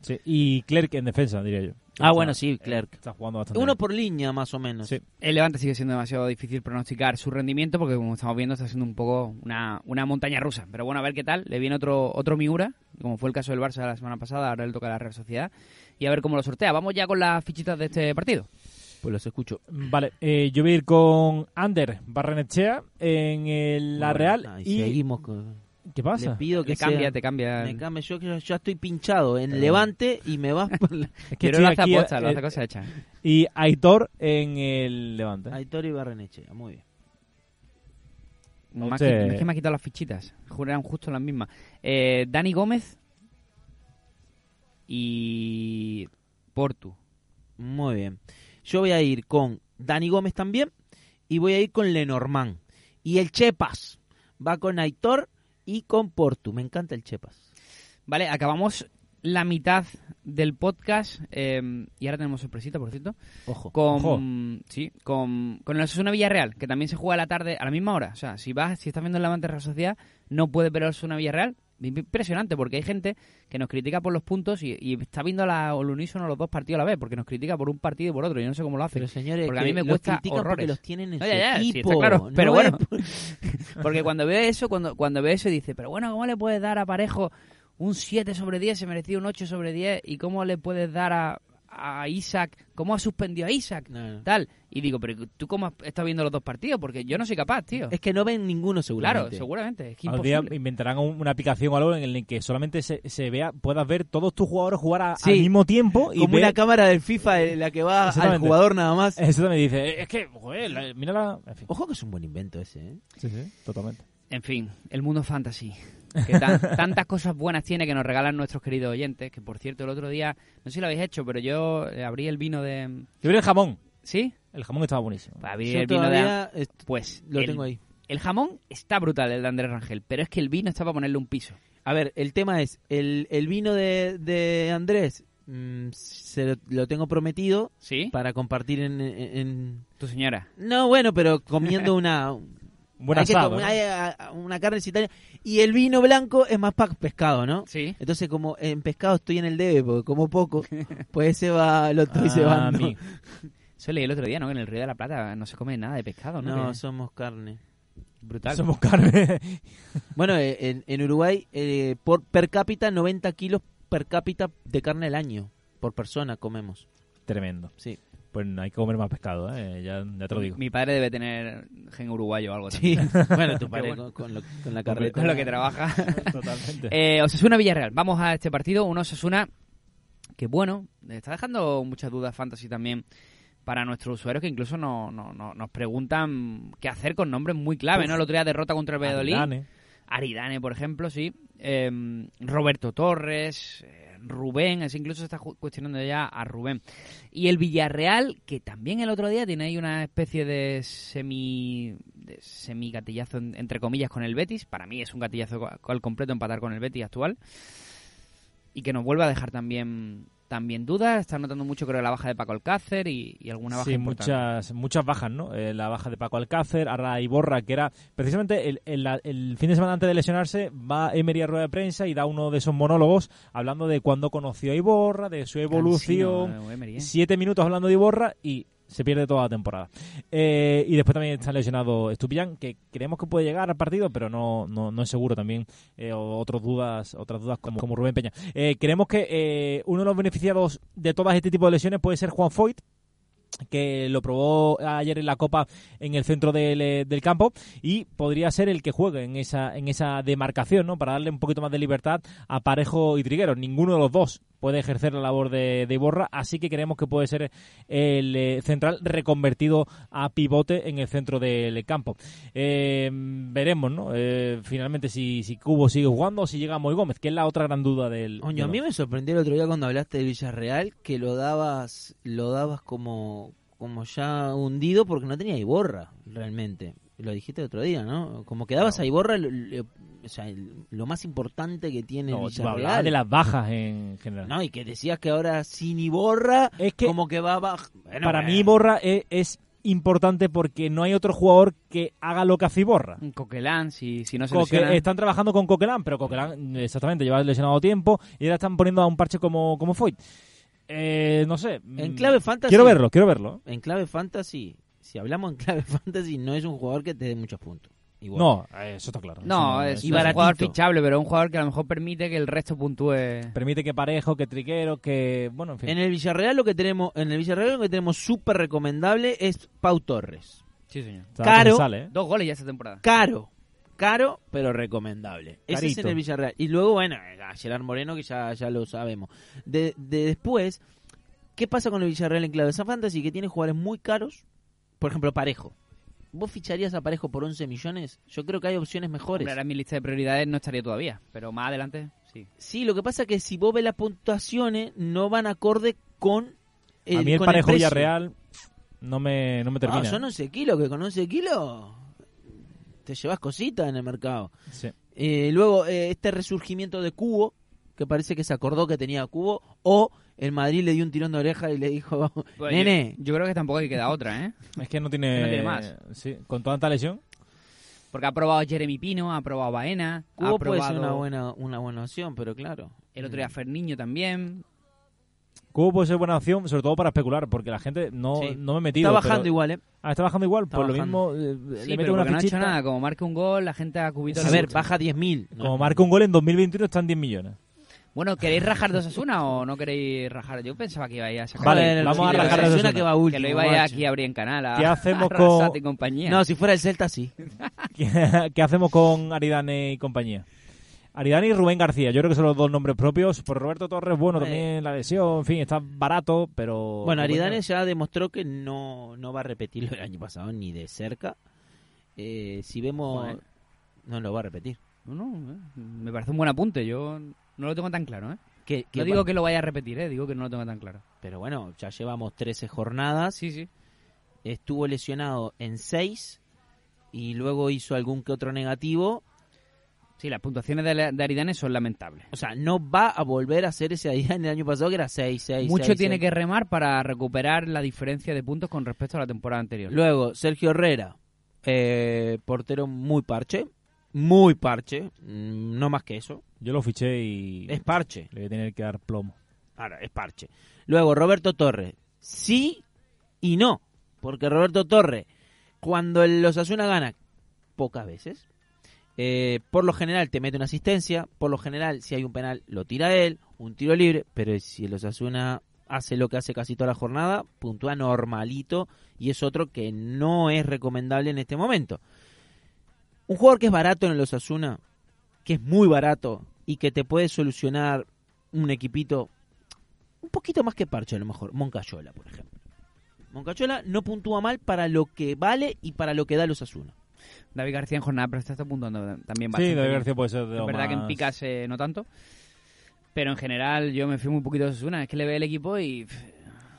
Sí, Y Clerc en defensa, diría yo. Ah, bueno, sí, Clerc. Está jugando bastante. Uno bien. por línea, más o menos. Sí. El Levante sigue siendo demasiado difícil pronosticar su rendimiento porque, como estamos viendo, está siendo un poco una, una montaña rusa. Pero bueno, a ver qué tal. Le viene otro, otro Miura, como fue el caso del Barça la semana pasada, ahora le toca a la Real Sociedad. Y a ver cómo lo sortea. Vamos ya con las fichitas de este partido. Pues los escucho. Vale, eh, yo voy a ir con Ander Barrenechea en el La Bueno, Real. ahí y seguimos con... ¿Qué Le pasa? pido que Te cambia, sea- te cambia. Me cambia, yo yo ya estoy pinchado en Levante y me vas por la... Es que Quiero estoy lo hace aquí, aposta, lo eh, hace cosa hecha. Y Aitor en el Levante. Aitor y Barrenechea, muy bien. Me ha Entonces- quit- es que me ha quitado las fichitas. Juro, eran justo las mismas. Eh, Dani Gómez y Portu. Muy bien. Yo voy a ir con Dani Gómez también y voy a ir con Lenormand. Y el Chepas va con Aitor y con Portu. Me encanta el Chepas. Vale, acabamos la mitad del podcast eh, y ahora tenemos sorpresita, por cierto. Ojo. Con, sí, con, con el Osasuna Villarreal, que también se juega a la tarde a la misma hora. O sea, si vas, si estás viendo el Levante Real Sociedad, no puedes ver el Osasuna Villarreal. Impresionante, porque hay gente que nos critica por los puntos y, y está viendo la, al unísono los dos partidos a la vez, porque nos critica por un partido y por otro. Yo no sé cómo lo hace. Pero señores, Porque a que mí me los cuesta critican porque horrores. los tienen en No, su ya, ya, sí, está equipo. claro, No pero bueno. es por- Porque cuando ve eso, cuando, cuando ve eso dice, pero bueno, ¿cómo le puedes dar a Parejo un 7 sobre 10? Se merecía un 8 sobre 10. ¿Y cómo le puedes dar a, a Isaac? ¿Cómo ha suspendido a Isaac? No, no. Tal. Y digo, pero ¿tú cómo has estado viendo los dos partidos? Porque yo no soy capaz, tío. Es que no ven ninguno seguramente. claro, seguramente. Es que Algún día imposible. inventarán un- una aplicación o algo en el que solamente se, se vea, puedas ver todos tus jugadores jugar a- Sí. al mismo tiempo y Como ver- una cámara del FIFA en la que va al Exactamente. jugador nada más. Eso también dice, "Eh, es que, joder, la- mira la... En fin, Ojo que es un buen invento ese, ¿eh? sí, sí, totalmente. En fin, el mundo fantasy. Que tan- tantas cosas buenas tiene que nos regalan nuestros queridos oyentes. Que por cierto, el otro día, no sé si lo habéis hecho, pero yo eh, abrí el vino de. Yo vi el jamón. ¿Sí? El jamón estaba buenísimo. Abrí Yo el vino de. todavía est- Pues lo el- tengo ahí. El jamón está brutal, el de Andrés Rangel, pero es que el vino está para ponerle un piso. A ver, el tema es, el, el vino de, de Andrés mm, se lo, lo tengo prometido ¿Sí? para compartir en, en- en- Tu señora. No, bueno, pero comiendo una... Un buen hay que asado, comer- ¿no? hay, a- una carne italiana. Y el vino blanco es más para pescado, ¿no? Sí. Entonces, como en pescado estoy en el debe, porque como poco, pues se va, lo estoy Ah, cebando. mi. Eso leí el otro día, ¿no? Que en el Río de la Plata no se come nada de pescado, ¿no? No, Que- somos carne. brutal. Somos carne. Bueno, eh, en, en Uruguay, eh, por per cápita, 90 kilos per cápita de carne al año. Por persona comemos. Tremendo. Sí. Pues hay que comer más pescado, ¿eh? ya, ya te lo digo. Mi padre debe tener gen uruguayo o algo así. Sí, bueno, tu padre bueno. con, con lo- con la Con carreta. con lo que trabaja. Totalmente. Eh, Osasuna Villarreal. Vamos a este partido. Un Osasuna que, bueno, está dejando muchas dudas fantasy también para nuestros usuarios que incluso no, no- no- nos preguntan qué hacer con nombres muy clave, ¿no? El otro día derrota contra el Valladolid. Aridane, Aridane. por ejemplo, sí. Eh, Roberto Torres, eh, Rubén, es incluso se está ju- cuestionando ya a Rubén. Y el Villarreal, que también el otro día tiene ahí una especie de semi de semi-gatillazo, en- entre comillas, con el Betis. Para mí es un gatillazo co- al completo empatar con el Betis actual. Y que nos vuelve a dejar también también dudas. Está notando mucho, creo, la baja de Paco Alcácer y, y alguna baja Sí, importante. muchas, muchas bajas, ¿no? Eh, la baja de Paco Alcácer, ahora Iborra, que era precisamente el, el- la- el fin de semana antes de lesionarse, va Emery a rueda de prensa y da uno de esos monólogos hablando de cuándo conoció a Iborra, de su evolución. Cansino, eh, Emery, eh. Siete minutos hablando de Iborra y se pierde toda la temporada. Eh, y después también está lesionado Estupiñán, que creemos que puede llegar al partido, pero no, no, no es seguro también. eh, o- otras dudas, otras dudas como, como Rubén Peña. Eh, creemos que eh, uno de los beneficiados de todas este tipo de lesiones puede ser Juan Foyt, que lo probó ayer en la Copa en el centro del, eh, del campo y podría ser el que juegue en esa, en esa demarcación, ¿no? Para darle un poquito más de libertad a Parejo y Triguero. Ninguno de los dos puede ejercer la labor de, de Borra, así que creemos que puede ser el eh, central reconvertido a pivote en el centro del campo. Eh, veremos, ¿no? Eh, finalmente si, si Cubo sigue jugando o si llega Moy Gómez, que es la otra gran duda del... Coño, a mí del- me sorprendió el otro día cuando hablaste de Villarreal que lo dabas, lo dabas como, como ya hundido porque no tenía Iborra realmente. Lo dijiste el otro día, ¿no? Como que dabas No. a Iborra lo, lo- o sea, el- lo más importante que tiene No, hablaba Villarreal. de las bajas en general. No, y que decías que ahora sin Iborra, Es que- como que va baj- Bueno, Para eh, mí Borra es, es importante porque no hay otro jugador que haga lo que hace Borra. Un Coquelán, si, si no se Coque- lesiona. están trabajando con Coquelán, pero Coquelán eh, exactamente lleva lesionado tiempo y ahora están poniendo a un parche como, como Foyt. Eh, no sé. En mm, clave fantasy. Quiero verlo, quiero verlo. En clave fantasy, si hablamos en clave fantasy, no es un jugador que te dé muchos puntos. Iborra. No, eh, eso está claro. No, es, eso- y no es un jugador baratito. fichable, pero un jugador que a lo mejor permite que el resto puntúe. Permite que Parejo, que Triquero, que... Bueno, en fin. En el Villarreal lo que tenemos, en el Villarreal lo que tenemos súper recomendable es Pau Torres. Sí, señor. Está bien, Caro. sale, ¿eh? Dos goles ya esta temporada. Caro, caro, pero recomendable. Ese es Carito. en el Villarreal. Y luego, bueno, eh, a Gerard Moreno, que ya, ya lo sabemos. De, de después, ¿qué pasa con el Villarreal en clave San Fantasy? Que tiene jugadores muy caros. Por ejemplo, Parejo. ¿Vos ficharías a Parejo por 11 millones? Yo creo que hay opciones mejores. Hombre, ahora en mi lista de prioridades no estaría todavía, pero más adelante sí. Sí, lo que pasa es que si vos ves las puntuaciones, no van acorde con el, a mí el eh, con el Parejo precio. Villarreal no me, no me termina. ¿eh? Ah, son 11 kilos, que con 11 kilos te llevas cositas en el mercado. Sí. Eh, luego, eh, este resurgimiento de Cubo, que parece que se acordó que tenía Cubo, o el Madrid le dio un tirón de oreja y le dijo, Bueno, nene, Pues Yo, yo creo que tampoco hay queda otra, ¿eh? Es que no tiene... No tiene más. Sí, con tanta lesión. Porque ha probado Jeremy Pino, ha probado Baena, Cubo ha probado puede ser una buena, una buena opción, pero claro. eh, el otro día Ferniño también. Cubo puede ser buena opción, sobre todo para especular, porque la gente no, Sí. no me he metido. Está bajando pero- igual, ¿eh? Ah, está bajando igual, Está por bajando. lo mismo eh, Sí, le mete pero una porque no ha fichita. hecho nada. Como marca un gol, la gente a Cubito A le ver, gusta. baja 10.000. No. Como marca un gol en 2021 están 10 millones. Bueno, ¿queréis rajar de Osasuna o no queréis rajar? Yo pensaba que ibais a sacar... Vale, Joder, vamos a sí, la arrancar de Osasuna Osasuna. que va que último, lo ibais macho. aquí a abrir en canal a, ¿Qué hacemos a con- Arrasate y compañía. No, si fuera el Celta, sí. ¿Qué, qué hacemos con Aridane y compañía? Aridane y Rubén García, yo creo que son los dos nombres propios. Por Roberto Torres, bueno, Eh. también la lesión, en fin, está barato, pero... Bueno, Rubén- Aridane ya demostró que no, no va a repetir lo del año pasado ni de cerca. Eh, si vemos, Joder. no lo va a repetir. No, no, eh, me parece un buen apunte. Yo no lo tengo tan claro, ¿eh? Que, que No digo va- que lo vaya a repetir, ¿eh? Digo que no lo tengo tan claro. Pero bueno, ya llevamos 13 jornadas. Sí, sí. Estuvo lesionado en 6 y luego hizo algún que otro negativo. Sí, las puntuaciones de, la- de Aridane son lamentables. O sea, no va a volver a hacer ese Aridane del año pasado que era 6, 6. Mucho tiene que remar para recuperar la diferencia de puntos con respecto a la temporada anterior. Luego, Sergio Herrera, eh, portero muy parche. Muy parche, mm, no más que eso. Yo lo fiché y Es parche. le voy a tener que dar plomo. Ahora, es parche. Luego, Roberto Torres. Sí y no. Porque Roberto Torres, cuando el Osasuna gana, pocas veces, eh, por lo general te mete una asistencia, por lo general si hay un penal lo tira él, un tiro libre, pero si el Osasuna hace lo que hace casi toda la jornada, puntúa normalito y es otro que no es recomendable en este momento. Un jugador que es barato en el Osasuna, que es muy barato y que te puede solucionar un equipito un poquito más que parche a lo mejor, Moncayola, por ejemplo. Moncayola no puntúa mal para lo que vale y para lo que da el Osasuna. David García en jornada, pero está apuntando también bastante. Sí, David bien. García puede ser de Es lo verdad que en más- picas eh, no tanto. Pero en general yo me fui muy poquito de Osasuna. Es que le ve el equipo y... pff,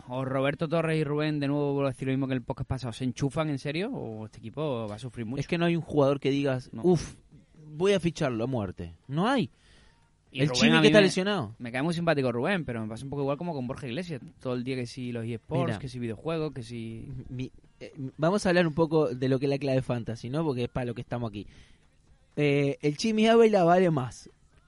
O Roberto Torres y Rubén, de nuevo vuelvo a decir lo mismo que el podcast pasado, ¿se enchufan en serio? ¿O este equipo va a sufrir mucho? Es que no hay un jugador que digas, No. uff, voy a ficharlo a muerte. No hay. Y el Rubén Chimi a que mí está me- lesionado. Me cae muy simpático Rubén, pero me pasa un poco igual como con Borja Iglesias. Todo el día que si los eSports, Mira. que si videojuegos, que si... Mi- eh, vamos a hablar un poco de lo que es la clave fantasy, ¿no? Porque es para lo que estamos aquí. Eh, el Chimi Ávila vale más.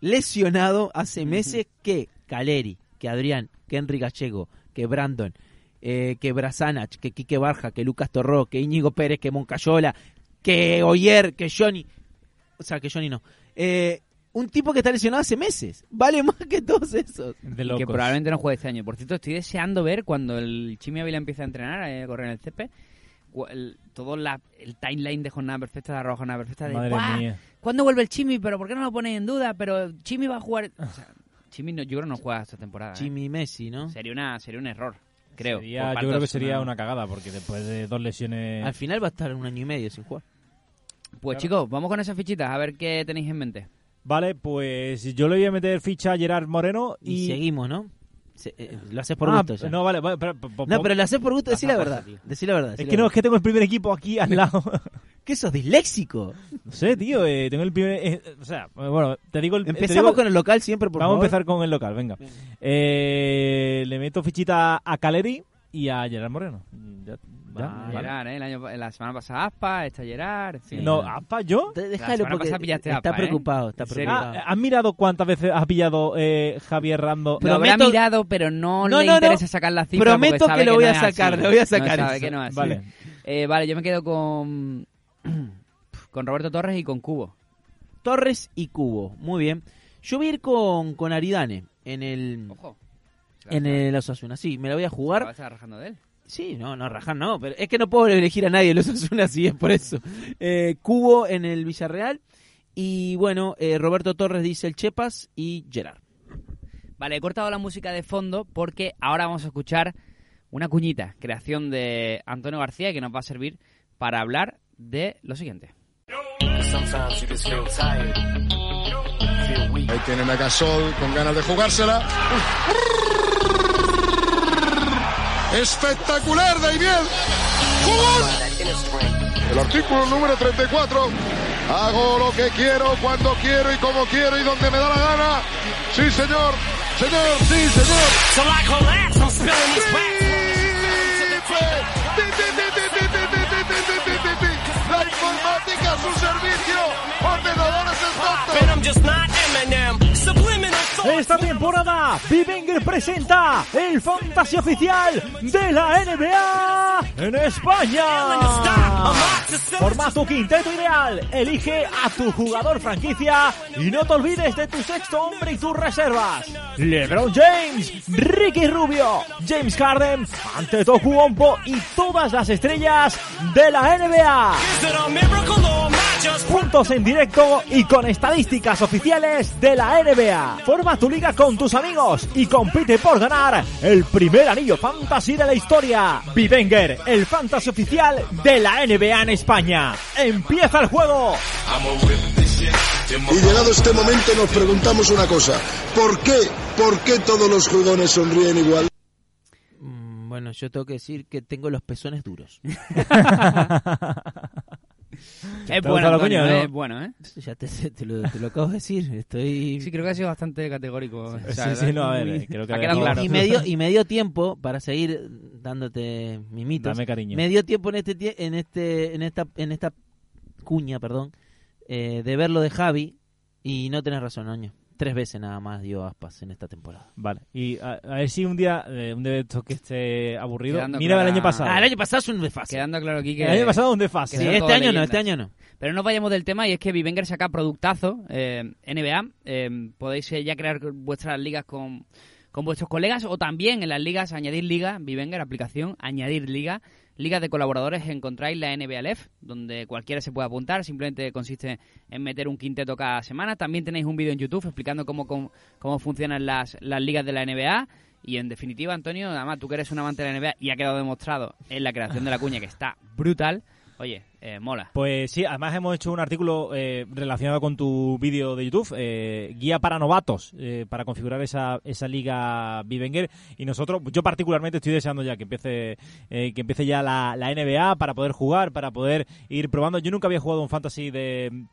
Lesionado hace meses que Caleri, que Adrián, que Henry Gallego, que Brandon, eh, que Brazanach, que Quique Barja, que Lucas Torró, que Íñigo Pérez, que Moncayola, que Oyer, que Johnny. O sea, que Johnny no. Eh, un tipo que está lesionado hace meses. Vale más que todos esos. De Y locos. que probablemente no juegue este año. Por cierto, estoy deseando ver cuando el Chimi Ávila empiece a entrenar, eh, a correr en el césped, cu- el- todo la, el timeline de jornada perfecta, de arroz jornada perfecta, de Madre "Buah, mía. ¿cuándo vuelve el Chimi? ¿Pero por qué no lo ponéis en duda? Pero Chimi va a jugar... O sea, Chimi no, yo creo que no juega esta temporada. ¿eh? Chimi Messi, ¿no? Sería, una, sería un error, creo. Sería- por parte yo creo de que sería Osasuna. una cagada, porque después de dos lesiones. Al final va a estar un año y medio sin jugar. Pues Claro. chicos, vamos con esas fichitas, a ver qué tenéis en mente. Vale, pues yo le voy a meter ficha a Gerard Moreno Y, y. seguimos, ¿no? Se- eh, lo haces por Ah, gusto ya. No, No, vale, vale, pero- pero- pero lo haces por gusto, decí la verdad. Decí la verdad. decí Es la que no, es verdad. que tengo el primer equipo aquí al lado. ¿Qué sos disléxico? no sé, tío, eh, tengo el primer. eh, o sea, bueno, te digo el. te Empezamos digo- con el local siempre, por Vamos favor. a empezar con el local, venga. Eh, le meto fichita a Caleri y a Gerard Moreno. Ya, ya, Vale. vale. Gerard, ¿eh? El año- la semana pasada Aspa, esta Gerard... en fin. No, ¿apa yo? Te- La Déjalo semana porque pasada pillaste está APA, ¿eh? preocupado, está ¿En serio? preocupado. Ah, ¿Has mirado cuántas veces has pillado eh, Javier Rando? Lo habrá Prometo- mirado, pero no, No, le no, no. interesa sacar la cifra. Prometo porque sabe que lo voy no a es así. sacar, lo voy a sacar No sabe eso. que no es así. Vale. Eh, vale, yo me quedo con con Roberto Torres y con Cubo. ah. Torres y Cubo, muy bien. Yo voy a ir con, con Aridane en el, Ojo. en el Osasuna. Sí, me la voy a jugar. Estaba rajando de él. Sí, no, no, rajar no, pero es que no puedo elegir a nadie los Osasuna, sí, es por eso. Eh, Cubo en el Villarreal y bueno, eh, Roberto Torres dice el Chepas y Gerard. Vale, he cortado la música de fondo porque ahora vamos a escuchar una cuñita, creación de Antonio García, que nos va a servir para hablar de lo siguiente. Sometimes you just feel tired. Feel weak. Ahí tienen a Gasol con ganas de jugársela. Espectacular, Daimiel. ¡Jugón! That inner strength. El artículo número 34. Hago lo que quiero, cuando quiero y como quiero y donde me da la gana. Sí, señor. Señor, sí, señor. Till I collapse, I'm spilling these La informática a su servicio. Ordenadores facts. And I'm just not Eminem. Subliminal thoughts. Esta temporada, Bivenger presenta el fantasy oficial de la NBA en Feeling to stop. I'm España. out to sell it. Forma tu quinteto ideal, elige a tu jugador franquicia y no te olvides de tu sexto hombre y tus reservas. LeBron James, Ricky Rubio, James Harden, Antetokounmpo y todas las estrellas de la NBA. Is it a miracle or am I just Puntos en directo y con estadísticas oficiales de la NBA. Forma tu liga con tus amigos y compite por ganar el primer anillo fantasy de la historia. Bivenger, el fantasy oficial de la NBA en España. ¡Empieza el juego! Y llegado este momento nos preguntamos una cosa. ¿Por qué? ¿Por qué todos los jugones sonríen igual? Mm, Bueno, yo tengo que decir que tengo los pezones duros. Es ¿Te bueno, gusta la Antonio, cuña o no? es bueno, ¿eh? ya te, te lo, te lo acabo de decir. Estoy... Sí, creo que ha sido bastante categórico. O sea, sí, sí, no, a ver, eh, creo que Ha quedado dejó- claro. y, me dio, y me dio tiempo para seguir dándote mimitos. Dame cariño. Me dio tiempo en este tie- en este en esta en esta cuña, perdón, eh, de verlo de Javi y no tenés razón, Oño. Tres veces nada más dio aspas en esta temporada. Vale, y a, a ver si un día, eh, un día de estos que esté aburrido, Quedando mira el clara- año pasado. Ah, el año pasado es un desfase. Quedando claro eh, aquí que... El año pasado un Sí, desfase. quedaron este todas año no, leyendas. este año no. Pero no vayamos del tema y es que Vivenger saca productazo eh, NBA. eh, podéis eh, ya crear vuestras ligas con, con vuestros colegas o también en las ligas, añadir liga, Vivenger, aplicación, añadir liga. Ligas de colaboradores encontráis la NBA Lef, donde cualquiera se puede apuntar, simplemente consiste en meter un quinteto cada semana. También tenéis un vídeo en YouTube explicando cómo, cómo, cómo funcionan las, las ligas de la NBA. Y en definitiva, Antonio, además tú que eres un amante de la NBA y ha quedado demostrado en la creación de la cuña que está brutal. Oye, eh, mola. Pues sí, además hemos hecho un artículo eh, relacionado con tu vídeo de YouTube, eh, guía para novatos, eh, para configurar esa, esa liga Bivenger. Y nosotros, yo particularmente estoy deseando ya que empiece, eh, que empiece ya la, la NBA para poder jugar, para poder ir probando. Yo nunca había jugado un fantasy de,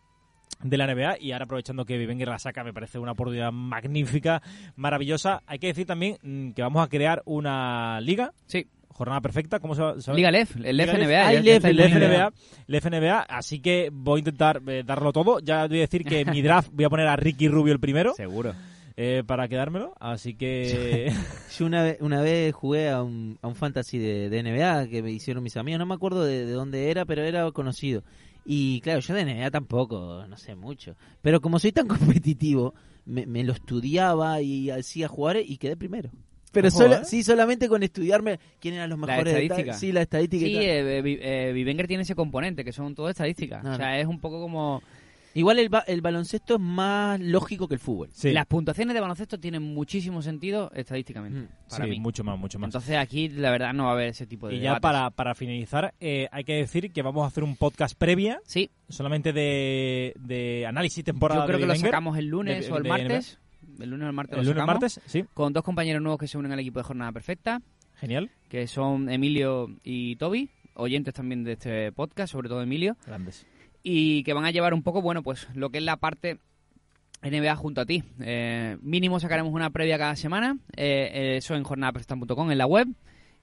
de la NBA y ahora aprovechando que Bivenger la saca me parece una oportunidad magnífica, maravillosa. Hay que decir también mm, que vamos a crear una liga, Sí, jornada perfecta, ¿cómo se se- Liga Lef, el Lef Liga Lef. NBA. Ay, ya Lef, está el disponible. FNBA, el FNBA, así que voy a intentar eh, darlo todo. Ya voy a decir que en mi draft voy a poner a Ricky Rubio el primero Seguro. eh, para quedármelo, así que Yo una vez, una vez jugué a un, a un fantasy de, de NBA que me hicieron mis amigos, no me acuerdo de, de dónde era, pero era conocido. Y claro, yo de NBA tampoco, no sé mucho. Pero como soy tan competitivo, me, me lo estudiaba y hacía jugar y quedé primero. Pero Ojo, solo, ¿eh? sí, solamente con estudiarme quién eran los La mejores. de tal- estadística. sí, la estadística. y Sí, tal. eh, eh, Vi- eh, Vivenger tiene ese componente, que son todo estadísticas. Claro. O sea, es un poco como... Igual el, ba- el baloncesto es más lógico que el fútbol. sí, Las puntuaciones de baloncesto tienen muchísimo sentido estadísticamente, Mm, para sí, mí. mucho más, mucho más. Entonces aquí, la verdad, no va a haber ese tipo de y ya debates. para, para finalizar, eh, hay que decir que vamos a hacer un podcast previa, Sí, solamente de, de análisis temporada yo creo de que lo Wenger. sacamos el lunes de- o el de martes. El lunes o el martes el lo lunes sacamos. martes, sí, Con dos compañeros nuevos que se unen al equipo de Jornada Perfecta. genial. que son Emilio y Toby, oyentes también de este podcast, sobre todo Emilio, Grandes. y que van a llevar un poco, bueno, pues lo que es la parte NBA junto a ti. Eh, mínimo sacaremos una previa cada semana, eh, eh, eso en jornadaprestan.com, en la web,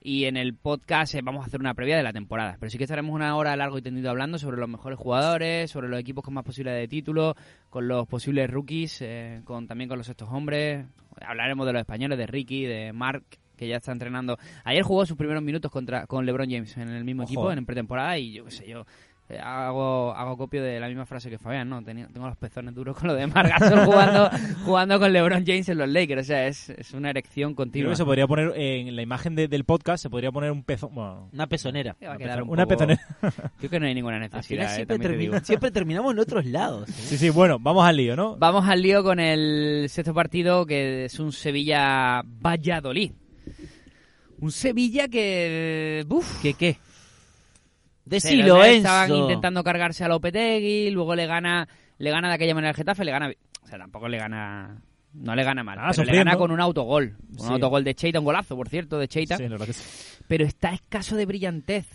y en el podcast eh, vamos a hacer una previa de la temporada. Pero sí que estaremos una hora largo y tendido hablando sobre los mejores jugadores, sobre los equipos con más posibilidades de título, con los posibles rookies, eh, con también con los estos hombres. Hablaremos de los españoles, de Ricky, de Mark, que ya está entrenando. Ayer jugó sus primeros minutos contra con LeBron James en el mismo Ojo. equipo, en pretemporada, y yo qué sé yo. eh, Hago, hago copio de la misma frase que Fabián, ¿no? Tenía- tengo los pezones duros con lo de Marc Gasol jugando, jugando con LeBron James en los Lakers. O sea, es, es una erección Creo continua. que se podría poner eh, en la imagen de- del podcast, se podría poner un pezón, bueno, Una pezonera. Eh, Va a una quedar pezon- un una poco- pezonera. Creo que no hay ninguna Al final necesidad, eh, siempre, también te termina- digo. siempre terminamos en otros lados. ¿eh? Sí, sí, bueno, vamos al lío, ¿no? Vamos al lío con el sexto partido, que es un Sevilla-Valladolid. Un Sevilla que... Uf, ¿Qué qué? Sí, los Decilo, Enzo. Leones Estaban intentando cargarse a Lopetegui, luego le gana, le gana de aquella manera el Getafe, le gana, o sea, tampoco le gana, no le gana mal, Ah, pero le sufriendo. gana con un autogol, un Sí. autogol de Cheita, un golazo, por cierto, de Cheita, Sí, la verdad que sí. pero está escaso de brillantez.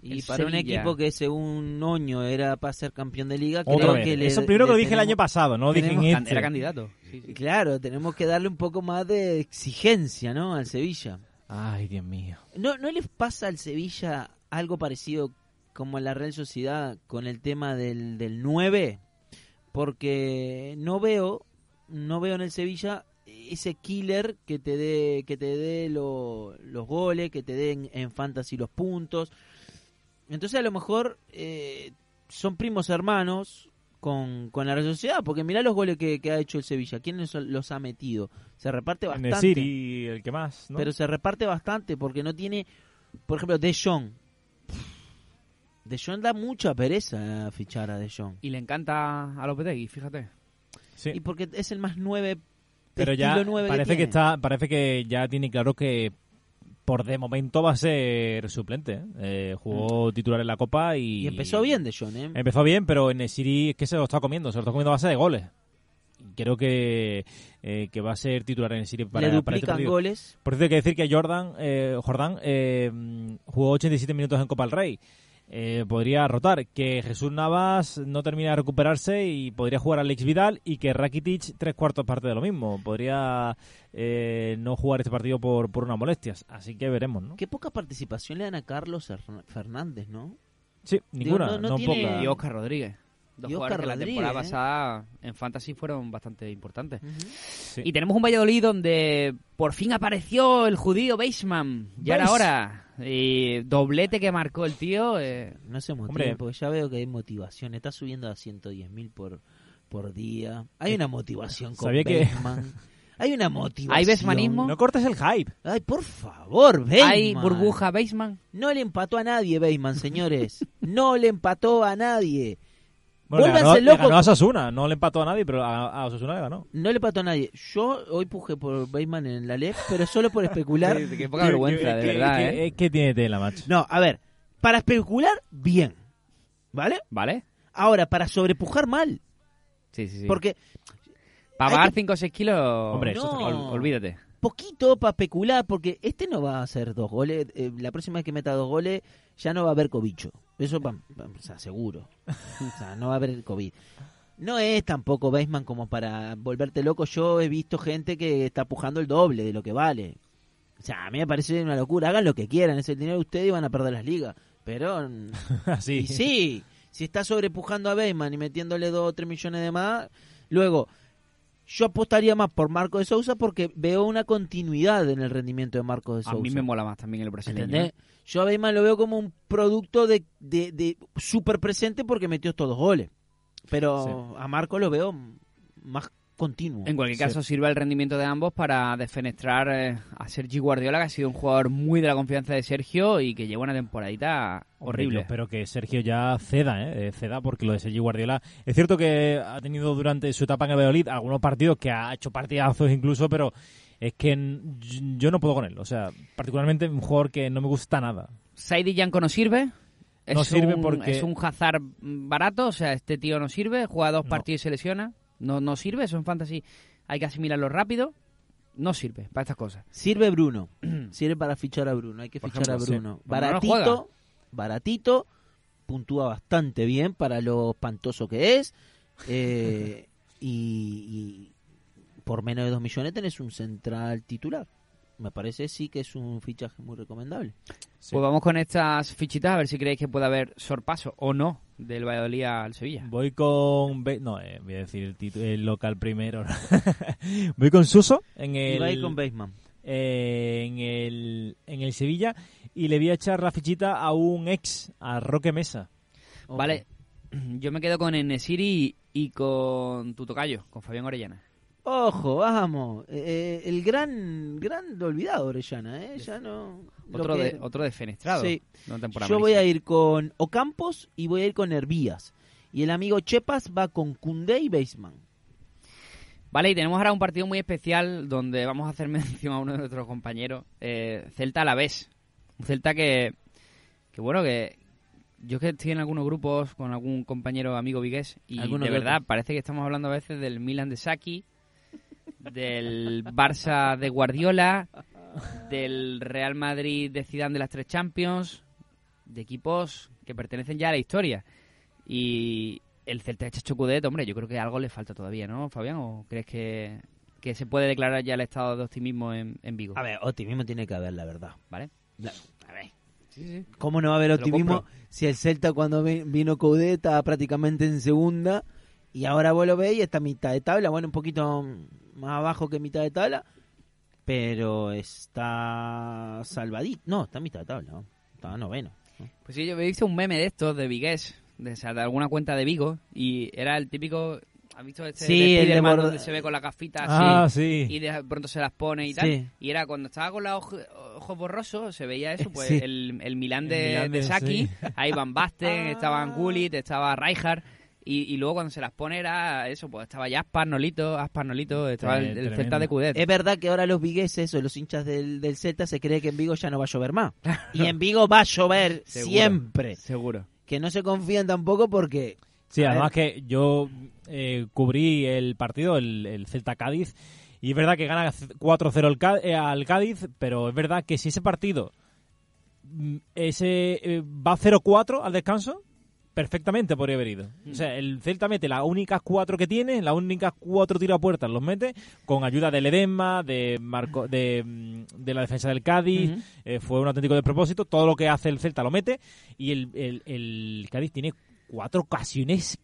Y el para un Sevilla. equipo que según Oño era para ser campeón de liga, Otra creo vez. que le- Eso primero que le lo dije el tenemos- año pasado, no dije en tenemos- este. era candidato. Sí, sí. Claro, tenemos que darle un poco más de exigencia, ¿no? Al Sevilla. Ay, Dios mío. ¿No, ¿No les pasa al Sevilla algo parecido como a la Real Sociedad con el tema del, del 9? Porque no veo, no veo en el Sevilla ese killer que te dé, que te dé lo- los goles, que te den en fantasy los puntos. Entonces a lo mejor eh, son primos hermanos con, con la Real Sociedad, porque mirá los goles que, que ha hecho el Sevilla, ¿quiénes son- los ha metido? Se reparte En bastante. el City, el que más, ¿no? Pero se reparte bastante porque no tiene, por ejemplo, De Jong. De Jong da mucha pereza eh, fichar a De Jong. Y le encanta a Lopetegui, fíjate. Sí. Y porque es el más nueve, Pero ya estilo nueve parece que, tiene. está, parece que ya tiene claro que por de momento va a ser suplente. ¿eh? Eh, jugó titular en la Copa y... Mm. Y empezó bien De Jong, ¿eh? Empezó bien, pero en el City es que se lo está comiendo, se lo está comiendo a base de goles. Y Creo que, eh, que va a ser titular en el City para, Le para este duplican partido. goles. Por cierto, hay que decir que Jordan, eh, Jordan eh, mm, jugó 87 minutos en Copa del Rey. Eh, podría rotar. Que Jesús Navas no termina de recuperarse y podría jugar Alex Vidal y que Rakitic tres cuartos parte de lo mismo. Podría eh, no jugar este partido por, por unas molestias. Así que veremos, ¿no? Qué poca participación le dan a Carlos Hern- Fernández, ¿no? Sí, ninguna, no- no no, tiene- poca. Y Oscar Rodríguez. Dos Y Óscar jugadores que la temporada Rodríguez, ¿eh? pasada en Fantasy fueron bastante importantes. Sí. Y tenemos un Valladolid donde por fin apareció el judío Baseman. Ya era Beis. hora. Y doblete que marcó el tío. eh, No se motiven, Hombre. porque ya veo que hay motivación. Está subiendo a 110 mil por, por día. Hay una motivación con Eh, Sabía que- Bateman. Hay una motivación. Hay besmanismo. No cortes el hype. Ay, por favor, Bateman. Hay burbuja Baseman. No le empató a nadie, Bateman, señores. no le empató a nadie. Bueno, le Vuélvanse ganó, le locos. ganó a Sasuna, no le empató a nadie, pero a, a Osasuna le ganó. No le empató a nadie. Yo hoy puje por Bateman en la LEF, pero solo por especular. Qué, qué poca vergüenza, de verdad, ¿Qué, ¿eh? qué- qué tiene tela, macho? No, a ver. Para especular, bien. ¿Vale? ¿Vale? Ahora, para sobrepujar, mal. Sí, sí, sí. Porque Para hay pagar que- 5 o 6 kilos, Hombre, eso está ol- claro. olvídate. poquito para especular, porque este no va a hacer dos goles. eh, la próxima vez que meta dos goles, ya no va a haber cobicho. Eso, pa- pa- o sea, seguro. O sea, no va a haber COVID. No es tampoco Baseman como para volverte loco. Yo he visto gente que está pujando el doble de lo que vale. O sea, a mí me parece una locura. Hagan lo que quieran. Es el dinero de ustedes y van a perder las ligas. Pero mm, Así. y sí, si está sobrepujando a Bateman y metiéndole 2 o 3 millones de más, luego yo apostaría más por Marco de Sousa porque veo una continuidad en el rendimiento de Marco de A Sousa. mí me mola más también el brasileño. ¿Entendés? ¿eh? Yo a Bateman lo veo como un producto de, de, de super presente porque metió estos dos goles. Pero a Marco lo veo más continuo. En cualquier Sí. caso, sirve el rendimiento de ambos para defenestrar eh, a Sergi Guardiola, que ha sido un jugador muy de la confianza de Sergio y que lleva una temporadita Horrible. horrible. Espero que Sergio ya ceda, ¿eh? Eh, Ceda porque lo de Sergi Guardiola. Es cierto que ha tenido durante su etapa en el Valladolid algunos partidos que ha hecho partidazos incluso, pero es que n- yo no puedo con él. O sea, particularmente un jugador que no me gusta nada. Saidi Yanko no sirve. No sirve un, porque- Es un Hazard barato, o sea, este tío no sirve. Juega dos No. partidos y se lesiona. No, no sirve, eso en fantasy hay que asimilarlo rápido. No sirve para estas cosas. Sirve Bruno. Sirve para fichar a Bruno. Hay que Por fichar ejemplo, sí. a Bruno. Bueno, no Baratito, juega. baratito. Puntúa bastante bien para lo espantoso que es. eh, y, y por menos de 2 millones tenés un central titular. Me parece sí que es un fichaje muy recomendable. Sí. Pues vamos con estas fichitas a ver si creéis que puede haber sorpaso o no del Valladolid al Sevilla. Voy con. Be- No, eh, voy a decir el, titu- el local primero. voy con Suso en el. Ibai con Baseman. eh, en el, en el Sevilla y le voy a echar la fichita a un ex, a Roque Mesa. Ojo. Vale, yo me quedo con Enesiri y con tu tocayo, con Fabián Orellana. Ojo, vamos. Eh, eh, el gran, gran olvidado Orellana, ¿eh? Ya no. lo Otro, que- de, otro defenestrado. Sí. de una temporada Yo voy a malísima. ir con Ocampos y voy a ir con Hervías. Y el amigo Chepas va con Kunde y Baseman. Vale, y tenemos ahora un partido muy especial donde vamos a hacer mención a uno de nuestros compañeros, eh, Celta a la vez. Un Celta que, que bueno, que yo es que estoy en algunos grupos con algún compañero amigo vigués y Alguno de que verdad parece que estamos hablando a veces del Milan de Saki, del Barça de Guardiola, del Real Madrid de Zidane de las tres Champions, de equipos que pertenecen ya a la historia. Y el Celta de Chachucudet, hombre, yo creo que algo le falta todavía, ¿no, Fabián? ¿O crees que, que se puede declarar ya el estado de optimismo en, en Vigo? A ver, optimismo tiene que haber, la verdad. ¿Vale? La- A ver. ¿Cómo no va a haber lo optimismo compro. si el Celta cuando vi- vino Coudet estaba prácticamente en segunda y ahora vos lo veis y está a mitad de tabla? Bueno, un poquito más abajo que mitad de tabla, pero está salvadito. No, está a mitad de tabla, ¿no? está noveno. ¿no? Pues sí, yo hice un meme de estos, de Vigués, de, o sea, de alguna cuenta de Vigo, y era el típico... ¿Has visto este Sí, de el de Spiderman borda- donde se ve con las gafitas Ah, así? sí. Y de pronto se las pone y tal. Sí. Y era cuando estaba con los ojo- ojos borrosos, se veía eso, pues Sí. el, el Milán El de, Milán de de- Saki, sí. ahí Van Basten, estaban Gullit, estaba Rijkaard, y, y luego cuando se las pone era eso, pues estaba ya Aspar Nolito, Aspar Nolito, estaba el, el Celta Tremendo. de Cudet. Es verdad que ahora los vigueses o los hinchas del, del Celta se cree que en Vigo ya no va a llover más. Y en Vigo va a llover Seguro. siempre. Seguro. Que no se confían tampoco porque... Sí, A además que yo eh, cubrí el partido, el, el Celta Cádiz, y es verdad que gana 4-0 el Cá- eh, al Cádiz, pero es verdad que si ese partido mm, ese eh, va 0-4 al descanso, perfectamente podría haber ido. O sea, el Celta mete las únicas cuatro que tiene, las únicas cuatro tiro a puertas los mete, con ayuda del Edema, de Marco, de, mm, de la defensa del Cádiz, Ujú. eh, fue un auténtico despropósito, todo lo que hace el Celta lo mete, y el, el- el Cádiz tiene cuatro ocasiones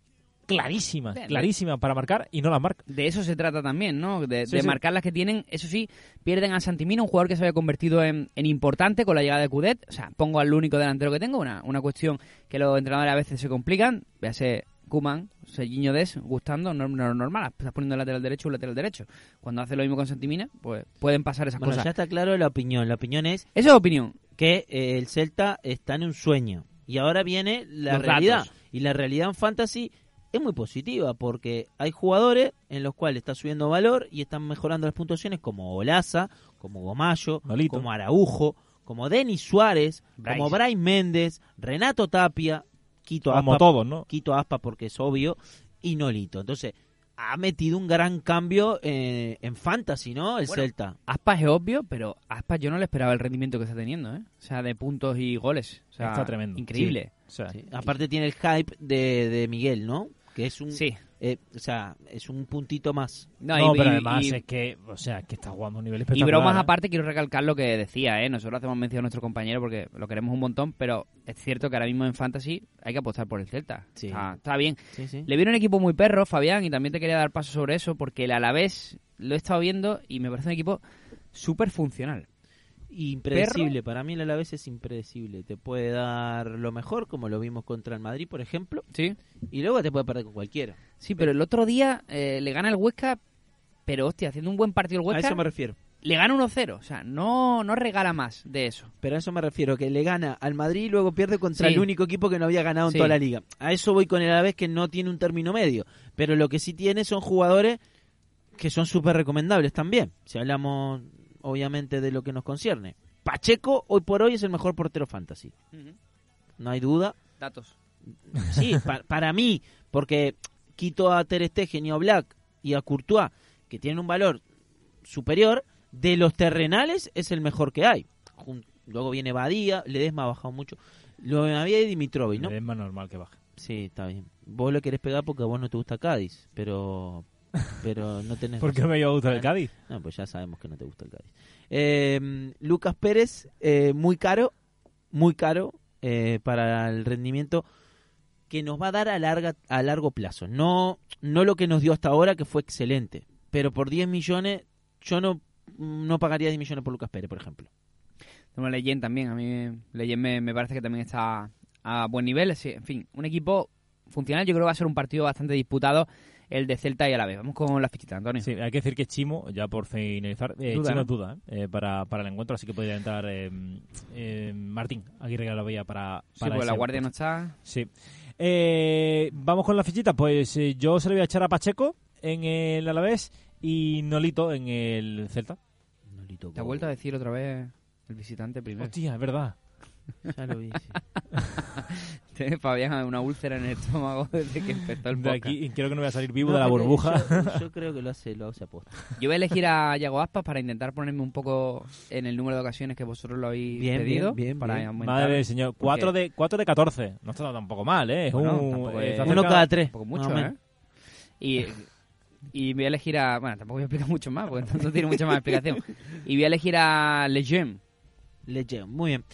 clarísimas, Bien, clarísimas para marcar y no las marca. De eso se trata también, ¿no? De, Sí, de sí. marcar las que tienen. Eso sí, pierden a Santimino, un jugador que se había convertido en, en importante con la llegada de Cudet. O sea, pongo al único delantero que tengo, una, una cuestión que los entrenadores a veces se complican. Véase Kuman, Serginho Des, gustando, no, no- normal, estás poniendo lateral derecho un lateral derecho. Cuando hace lo mismo con Santimina, pues pueden pasar esas Bueno, cosas. ya está claro la opinión. La opinión es Esa es opinión. que eh, el Celta está en un sueño. Y ahora viene la Los realidad. datos. Y la realidad en Fantasy es muy positiva porque hay jugadores en los cuales está subiendo valor y están mejorando las puntuaciones como Olaza, como Gomayo, Nolito. como Araujo, como Denis Suárez, Bryce. como Bryce Méndez, Renato Tapia, Quito Como Aspa, todos, ¿no? Quito Aspa porque es obvio, y Nolito. Entonces, ha metido un gran cambio eh, en Fantasy, ¿no? El Bueno, Celta. Aspas es obvio, pero Aspas yo no le esperaba el rendimiento que está teniendo, ¿eh? O sea, de puntos y goles. O sea, Está tremendo. Increíble. O sea, Sí. Aparte tiene el hype de, de Miguel, ¿no? Que es un, Sí. eh, o sea, es un puntito más. No, no, Ah, y- pero y- además y- es que, o sea, es que está jugando a un nivel Y espectacular. bromas ¿eh? aparte, quiero recalcar lo que decía, ¿eh? Nosotros hacemos mención a nuestro compañero porque lo queremos un montón, pero es cierto que ahora mismo en Fantasy hay que apostar por el Celta. Sí. Está, está bien. Sí, sí. Le viene un equipo muy perro, Fabián, y también te quería dar paso sobre eso porque el Alavés lo he estado viendo y me parece un equipo súper funcional. Impredecible, para mí el Alavés es impredecible. Te puede dar lo mejor, como lo vimos contra el Madrid, por ejemplo, Sí. y luego te puede perder con cualquiera. Sí, pero el otro día eh, le gana el Huesca, pero hostia, haciendo un buen partido el A Huesca, eso me refiero. le gana 1-0. O sea, no, no regala más de eso. Pero a eso me refiero, que le gana al Madrid y luego pierde contra Sí. el único equipo que no había ganado en Sí. toda la liga. A eso voy con el Alavés que no tiene un término medio, pero lo que sí tiene son jugadores que son súper recomendables también, si hablamos obviamente de lo que nos concierne. Pacheco hoy por hoy es el mejor portero fantasy, no hay duda. Datos. Sí, pa- para mí, porque quito a Ter Stegen y a Black y a Courtois, que tienen un valor superior, de los terrenales es el mejor que hay. Jun- Luego viene Badía, Ledesma ha bajado mucho. Lo de Badía y Dimitrovic, ¿no? Es más normal que baje. Sí, está bien. Vos lo querés pegar porque a vos no te gusta Cádiz, pero pero no tenés... ¿Por qué me iba a Ah. gustar el Cádiz? No, pues ya sabemos que no te gusta el Cádiz. Eh, Lucas Pérez, eh, muy caro, muy caro eh, para el rendimiento que nos va a dar a, larga, a largo plazo. No, no lo que nos dio hasta ahora, que fue excelente. Pero por 10 millones, yo no, no pagaría 10 millones por Lucas Pérez, por ejemplo. Tengo a Leyen también, a mí Leyen me, me parece que también está a buen nivel. Sí, en fin, un equipo funcional, yo creo que va a ser un partido bastante disputado el de Celta y Alavés. Vamos con la fichita, Antonio. Sí, hay que decir que Chimo, ya por finalizar, eh, Duda, Chimo ¿no? duda ¿eh? Eh, para, para el encuentro, así que podría entrar eh, eh, Martín Aguirre Galavía para, Sí, para porque ese la guardia puesto. no está. Sí. Eh, Vamos con la fichita. Pues eh, yo se le voy a echar a Pacheco en el Alavés y Nolito en el Celta. Te ha vuelto a decir otra vez el visitante primero. Hostia, es verdad. Ya lo vi, sí. Tiene Este, Fabián una úlcera en el estómago desde que empezó el De podcast. aquí creo que no voy a salir vivo No, de la pero burbuja. Yo, yo creo que lo hace, lo hace aposta. Yo voy a elegir a Yago Aspas para intentar ponerme un poco en el número de ocasiones que vosotros lo habéis Bien, pedido. bien, bien, para bien. aumentar Madre del señor. 4 de, cuatro de 14. No está tampoco mal, ¿eh? Es Bueno, un- tampoco eh, es- está Uno Uno cerca- cada tres. Tampoco mucho, más o menos. ¿eh? Y, y voy a elegir a... Bueno, tampoco voy a explicar mucho más, porque no tiene mucha más explicación. Y voy a elegir a Legem. Le llegan, muy bien.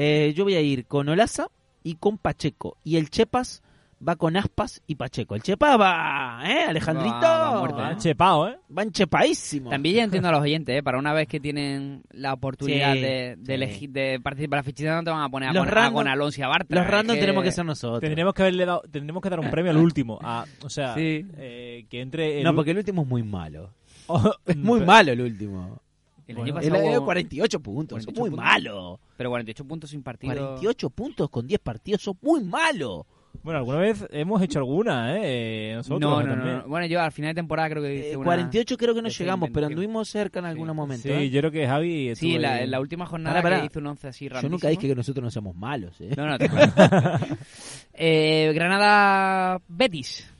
Eh, yo voy a ir con Olaza y con Pacheco. Y el Chepas va con Aspas y Pacheco. El Chepas va, ¿eh, Alejandrito? Va- va muerto, Ah, ¿eh? chepao, ¿eh? Va enchepaísimo. También ya entiendo a los oyentes, ¿eh? Para una vez que tienen la oportunidad Sí, de, de, sí. elegir- de participar en la fichita, no te van a poner a, Los con, random- Alonso y a Bartra. Los es random tenemos que ser nosotros. Tendríamos que haberle dado, tendríamos que dar un premio al último, a- o sea, Sí. eh, que entre el No, porque el último es muy malo. Oh, Es muy pero- malo el último. El Bueno, año El pasado- 48 puntos. eso es 48 muy puntos. malo. Pero 48 puntos sin partido. 48 puntos con 10 partidos. Eso es muy malo. Bueno, alguna vez hemos hecho alguna, ¿eh? Nosotros no, no, también. no, no. Bueno, yo al final de temporada creo que hice Eh, una- 48 creo que no Decía llegamos, pero inventivo. anduvimos cerca en Sí. algún momento. Sí, ¿eh? yo creo que Javi Sí, estuvo la, ahí. en la última jornada Pará, pará. que hizo un 11 así Yo random. nunca dije que nosotros no seamos malos. ¿eh? No, no, te preocupes. eh, Granada Betis.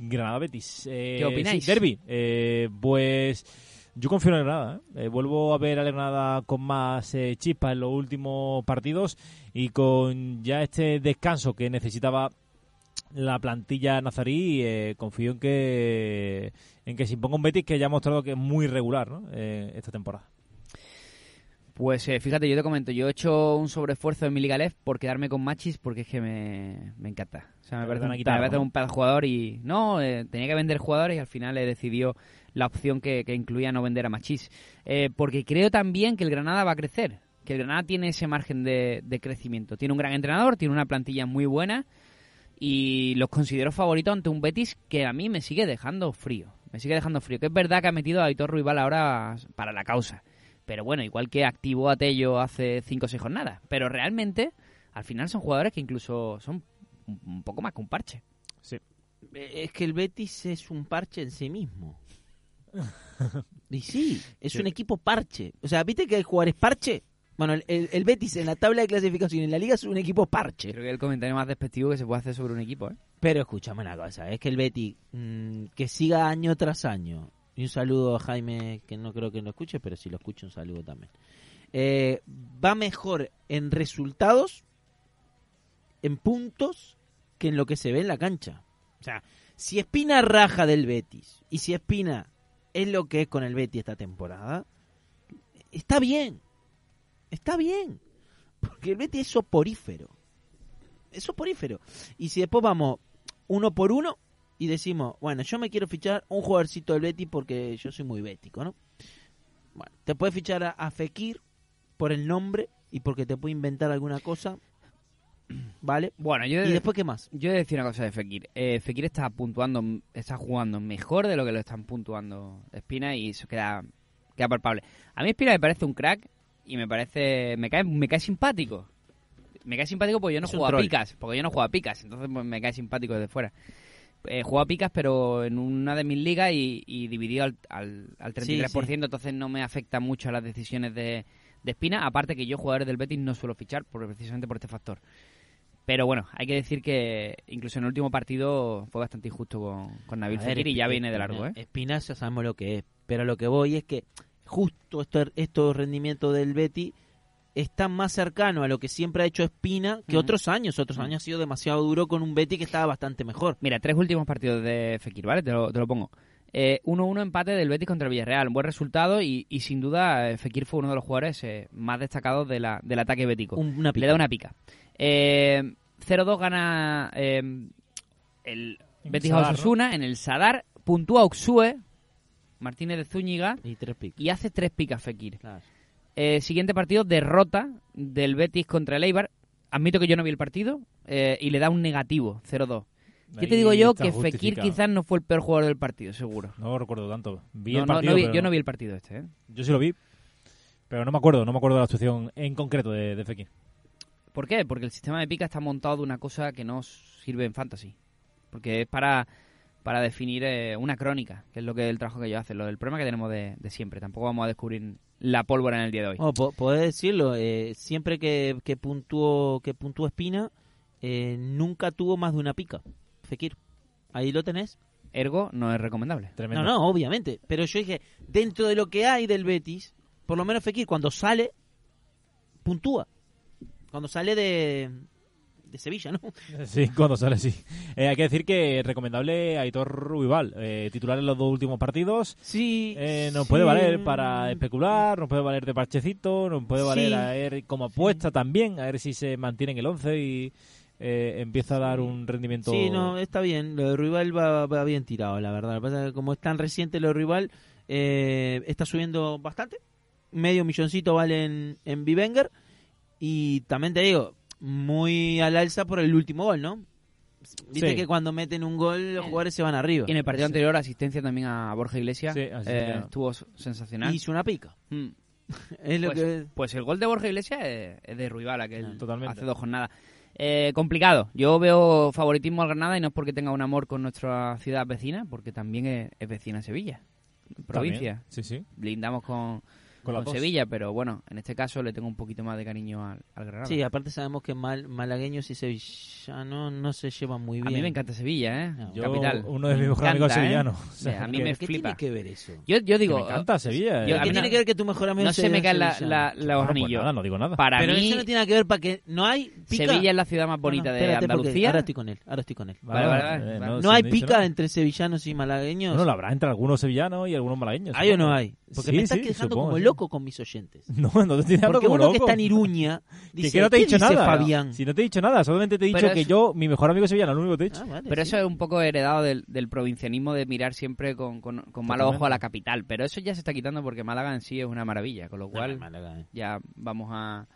Granada Betis. Eh, ¿Qué opináis? sí, derby. Eh, pues yo confío en el Granada. ¿eh? Eh, vuelvo a ver al Granada con más eh, chispa en los últimos partidos y con ya este descanso que necesitaba la plantilla nazarí. eh, confío en que en que se imponga un Betis que ya ha mostrado que es muy regular ¿no? Eh, esta temporada. Pues eh, fíjate, yo te comento, yo he hecho un sobreesfuerzo en mi Liga Lef por quedarme con Machis porque es que me, me encanta. O sea, me Te parece, van a un, quitar, me parece ¿no? un pedazo de jugador y no, eh, tenía que vender jugadores y al final le decidió la opción que, que incluía no vender a Machis. Eh, porque creo también que el Granada va a crecer, que el Granada tiene ese margen de, de crecimiento. Tiene un gran entrenador, tiene una plantilla muy buena y los considero favoritos ante un Betis que a mí me sigue dejando frío. Me sigue dejando frío. Que es verdad que ha metido a Aitor Ruibal ahora para la causa. Pero bueno, igual que activó a Tello hace 5 o 6 jornadas. Pero realmente, al final son jugadores que incluso son un- un poco más que un parche. Eh, Es que el Betis es un parche en sí mismo. Y sí, es un equipo parche. O sea, ¿viste que hay jugadores parche? Bueno, el, el- el Betis en la tabla de clasificación en la liga es un equipo parche. Creo que es el comentario más despectivo que se puede hacer sobre un equipo, ¿eh? Pero escúchame una cosa, es que el Betis mm, que siga año tras año. Y un saludo a Jaime, que no creo que lo escuche, pero si lo escucha, un saludo también. Eh, va mejor en resultados, en puntos, que en lo que se ve en la cancha. O sea, si Espina raja del Betis y si Espina es lo que es con el Betis esta temporada, está bien. Está bien. Porque el Betis es soporífero. Es soporífero. Y si después vamos uno por uno y decimos, bueno, yo me quiero fichar un jugadorcito del Betis porque yo soy muy bético, ¿no? Bueno, te puedes fichar a, a Fekir por el nombre y porque te puede inventar alguna cosa, ¿vale? Bueno, yo ¿Y después qué más? Yo he de decir una cosa de Fekir. Eh, Fekir está puntuando, está jugando mejor de lo que lo están puntuando Espina y eso queda, queda palpable. A mí Espina me parece un crack y me parece, me cae, me cae simpático. Me cae simpático porque yo no Es un juego a troll. picas, porque yo no juego a picas, entonces pues, me cae simpático desde fuera. Eh, juego a picas, pero en una de mis ligas y, y dividido al, al, al 33%, entonces no me afecta mucho a las decisiones de, de Espina. Aparte que yo, jugadores del Betis, no suelo fichar por, precisamente por este factor. Pero bueno, hay que decir que incluso en el último partido fue bastante injusto con, con Nabil A ver, Fekir y ya Espi- viene de largo, ¿eh? Espina- Espina ya sabemos lo que es, pero lo que voy es que justo esto- estos rendimientos del Betty están más cercanos a lo que siempre ha hecho Espina que Ujú. otros años. Otros Ujú. años ha sido demasiado duro con un Betty que estaba bastante mejor. Mira, tres últimos partidos de Fekir, ¿vale? Te lo, te lo pongo. Eh, 1-1 empate del Betis contra el Villarreal. Un buen resultado y, y sin duda eh, Fekir fue uno de los jugadores eh, más destacados de la- del ataque bético. Un- una Le da una pica. Eh, 0-2 gana eh, el En Betis el a Sadar, ¿no? Osasuna en el Sadar. Puntúa Uxue, Martínez de Zúñiga Y tres picos. y hace tres picas Fekir. Claro. Eh, siguiente partido, derrota del Betis contra el Eibar. Admito que yo no vi el partido eh, y le da un negativo, 0-2. ¿Qué te Ahí digo yo? está Que Fekir justificado. quizás no fue el peor jugador del partido, seguro. No recuerdo tanto. Vi No, el no, partido, no vi- pero Yo no vi el partido este. ¿eh? yo sí lo vi, pero no me acuerdo, no me acuerdo de la actuación en concreto de, de Fekir. ¿Por qué? Porque el sistema de pica está montado de una cosa que no sirve en fantasy. Porque es para, para definir eh, una crónica, que es lo que el trabajo que ellos hacen, lo, el problema que tenemos de, de siempre. Tampoco vamos a descubrir la pólvora en el día de hoy. Oh, po- podés decirlo, eh, siempre que, que puntuó que puntuó Espina, eh, nunca tuvo más de una pica. Fekir, ahí lo tenés. Ergo, no es recomendable. Tremendo. No, no, obviamente. Pero yo dije, dentro de lo que hay del Betis, por lo menos Fekir, cuando sale, puntúa. Cuando sale de, de Sevilla, ¿no? Sí, cuando sale, sí. Eh, hay que decir que recomendable Aitor Ruibal, eh, titular en los dos últimos partidos. Sí. Eh, nos puede valer para especular, nos puede valer de parchecito, nos puede valer Sí. a ver como apuesta también, a ver si se mantiene en el 11 y eh, empieza a dar un rendimiento. Sí, no, está bien. Lo de Rival va, va bien tirado, la verdad. Lo que pasa es que como es tan reciente lo de Rival, eh, está subiendo bastante. Medio milloncito vale en, en Vivenger. Y también te digo, muy al alza por el último gol, ¿no? Viste Sí. que cuando meten un gol los jugadores se van arriba. Y en el partido anterior, asistencia también a Borja Iglesias. Sí, así Eh, que- estuvo s- sensacional. Hizo una pica. Mm. Es Ah, lo que... Pues el gol de Borja Iglesias es, es de Ruibal, aquel Totalmente. hace dos jornadas. Eh, complicado. Yo veo favoritismo al Granada y no es porque tenga un amor con nuestra ciudad vecina, porque también es, es vecina Sevilla, También. provincia. Sí, sí. Blindamos con, Con, la con voz. Sevilla, pero bueno, en este caso le tengo un poquito más de cariño al, al Granada. Sí, aparte sabemos que mal, malagueños y sevillanos no se llevan muy a bien. mí me encanta Sevilla, ¿eh? No. Yo, Capital. uno de mis Me mejores amigos encanta, ¿eh? sevillanos. O sea, Mira, a mí que- me ¿Qué flipa. tiene que ver eso? Yo, yo digo, que me encanta Sevilla. yo- eh. a ¿Qué mí tiene no- que ver que tu mejor amigo no se sea me caen la- sevillano? la- los Bueno, pues anillos. nada, no digo nada. Para Pero mí, eso no tiene nada que ver para que no hay pica. Sevilla es la ciudad más bonita No, no, de espérate, porque Andalucía. Ahora estoy con él, ahora estoy con él. Vale, vale, vale, vale. no, No hay se me dice pica nada. entre sevillanos y malagueños. Bueno, lo habrá entre algunos sevillanos y algunos malagueños. ¿Hay o supongo. no hay? Porque Sí, me estás sí, quejando supongo, como sí. loco con mis oyentes. No, no te estoy dejando Porque como uno que loco. está en Iruña Que- dice, que no te he "¿Qué dicho dice nada. Fabián? Si no te he dicho nada, solamente te he dicho Pero que es- yo, mi mejor amigo sevillano, lo único que te he dicho. Ah, vale, Pero sí. eso es un poco heredado del, del provincianismo de mirar siempre con, con, con malo Totalmente. ojo a la capital. Pero eso ya se está quitando porque Málaga en sí es una maravilla, con lo No, no, cual Málaga, eh. ya vamos a...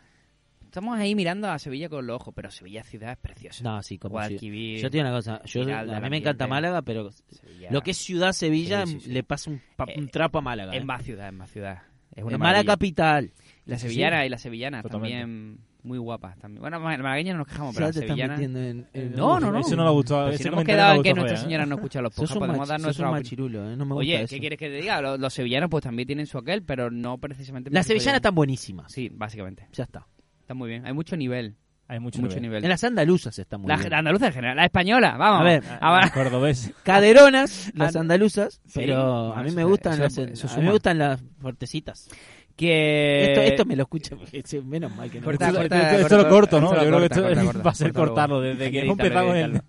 Estamos ahí mirando a Sevilla con los ojos, pero Sevilla ciudad es preciosa. No, sí, como si- Guadalquivir, Yo te digo una cosa, yo, Giralda, a el mí me ambiente. encanta Málaga, pero Sevilla- lo que es ciudad Sevilla Sí, sí, sí. le pasa un, pa- un Eh, trapo a Málaga. es eh. más ciudad, es más ciudad. Es una Es Málaga maravilla. capital. La sevillana y las sevillanas Totalmente. también muy guapas también. Bueno, ma- malagueñas no nos quejamos, pero Ya las te estás sevillanas. metiendo en- en- Ah, No, no, no. Ese no le ha gustado. Pero ese si no hemos comentario quedado no en le que gustó, nuestra Fea, ¿eh? señora no escucha los Sos podcasts, un, podemos machi- dar sos nuestra un opinión. machirulo, eh, no me gusta Oye, eso. ¿qué quieres que te diga? Los, los sevillanos pues también tienen su aquel, pero no precisamente... Las porque sevillanas soy- están buenísimas. Sí, básicamente. Ya está. Está muy bien. Hay mucho nivel. Hay mucho, mucho nivel. nivel. En las andaluzas están muy La, bien. la andaluza en general. La española, vamos. A ver, Ahora- El Cordobés. Caderonas, las And- andaluzas, Sí, pero a bueno, mí eso- me gustan eso- las, eso a mí me suma. gustan las fuertecitas. que... Esto, esto me lo escucha, porque es- menos mal que no. Corta, Esto- corta, esto- esto corta, lo corto, ¿no? corta, Yo creo corta, que esto corta, corta, va a ser corta, cortarlo luego. desde Hay que que hemos empezado con editarlo,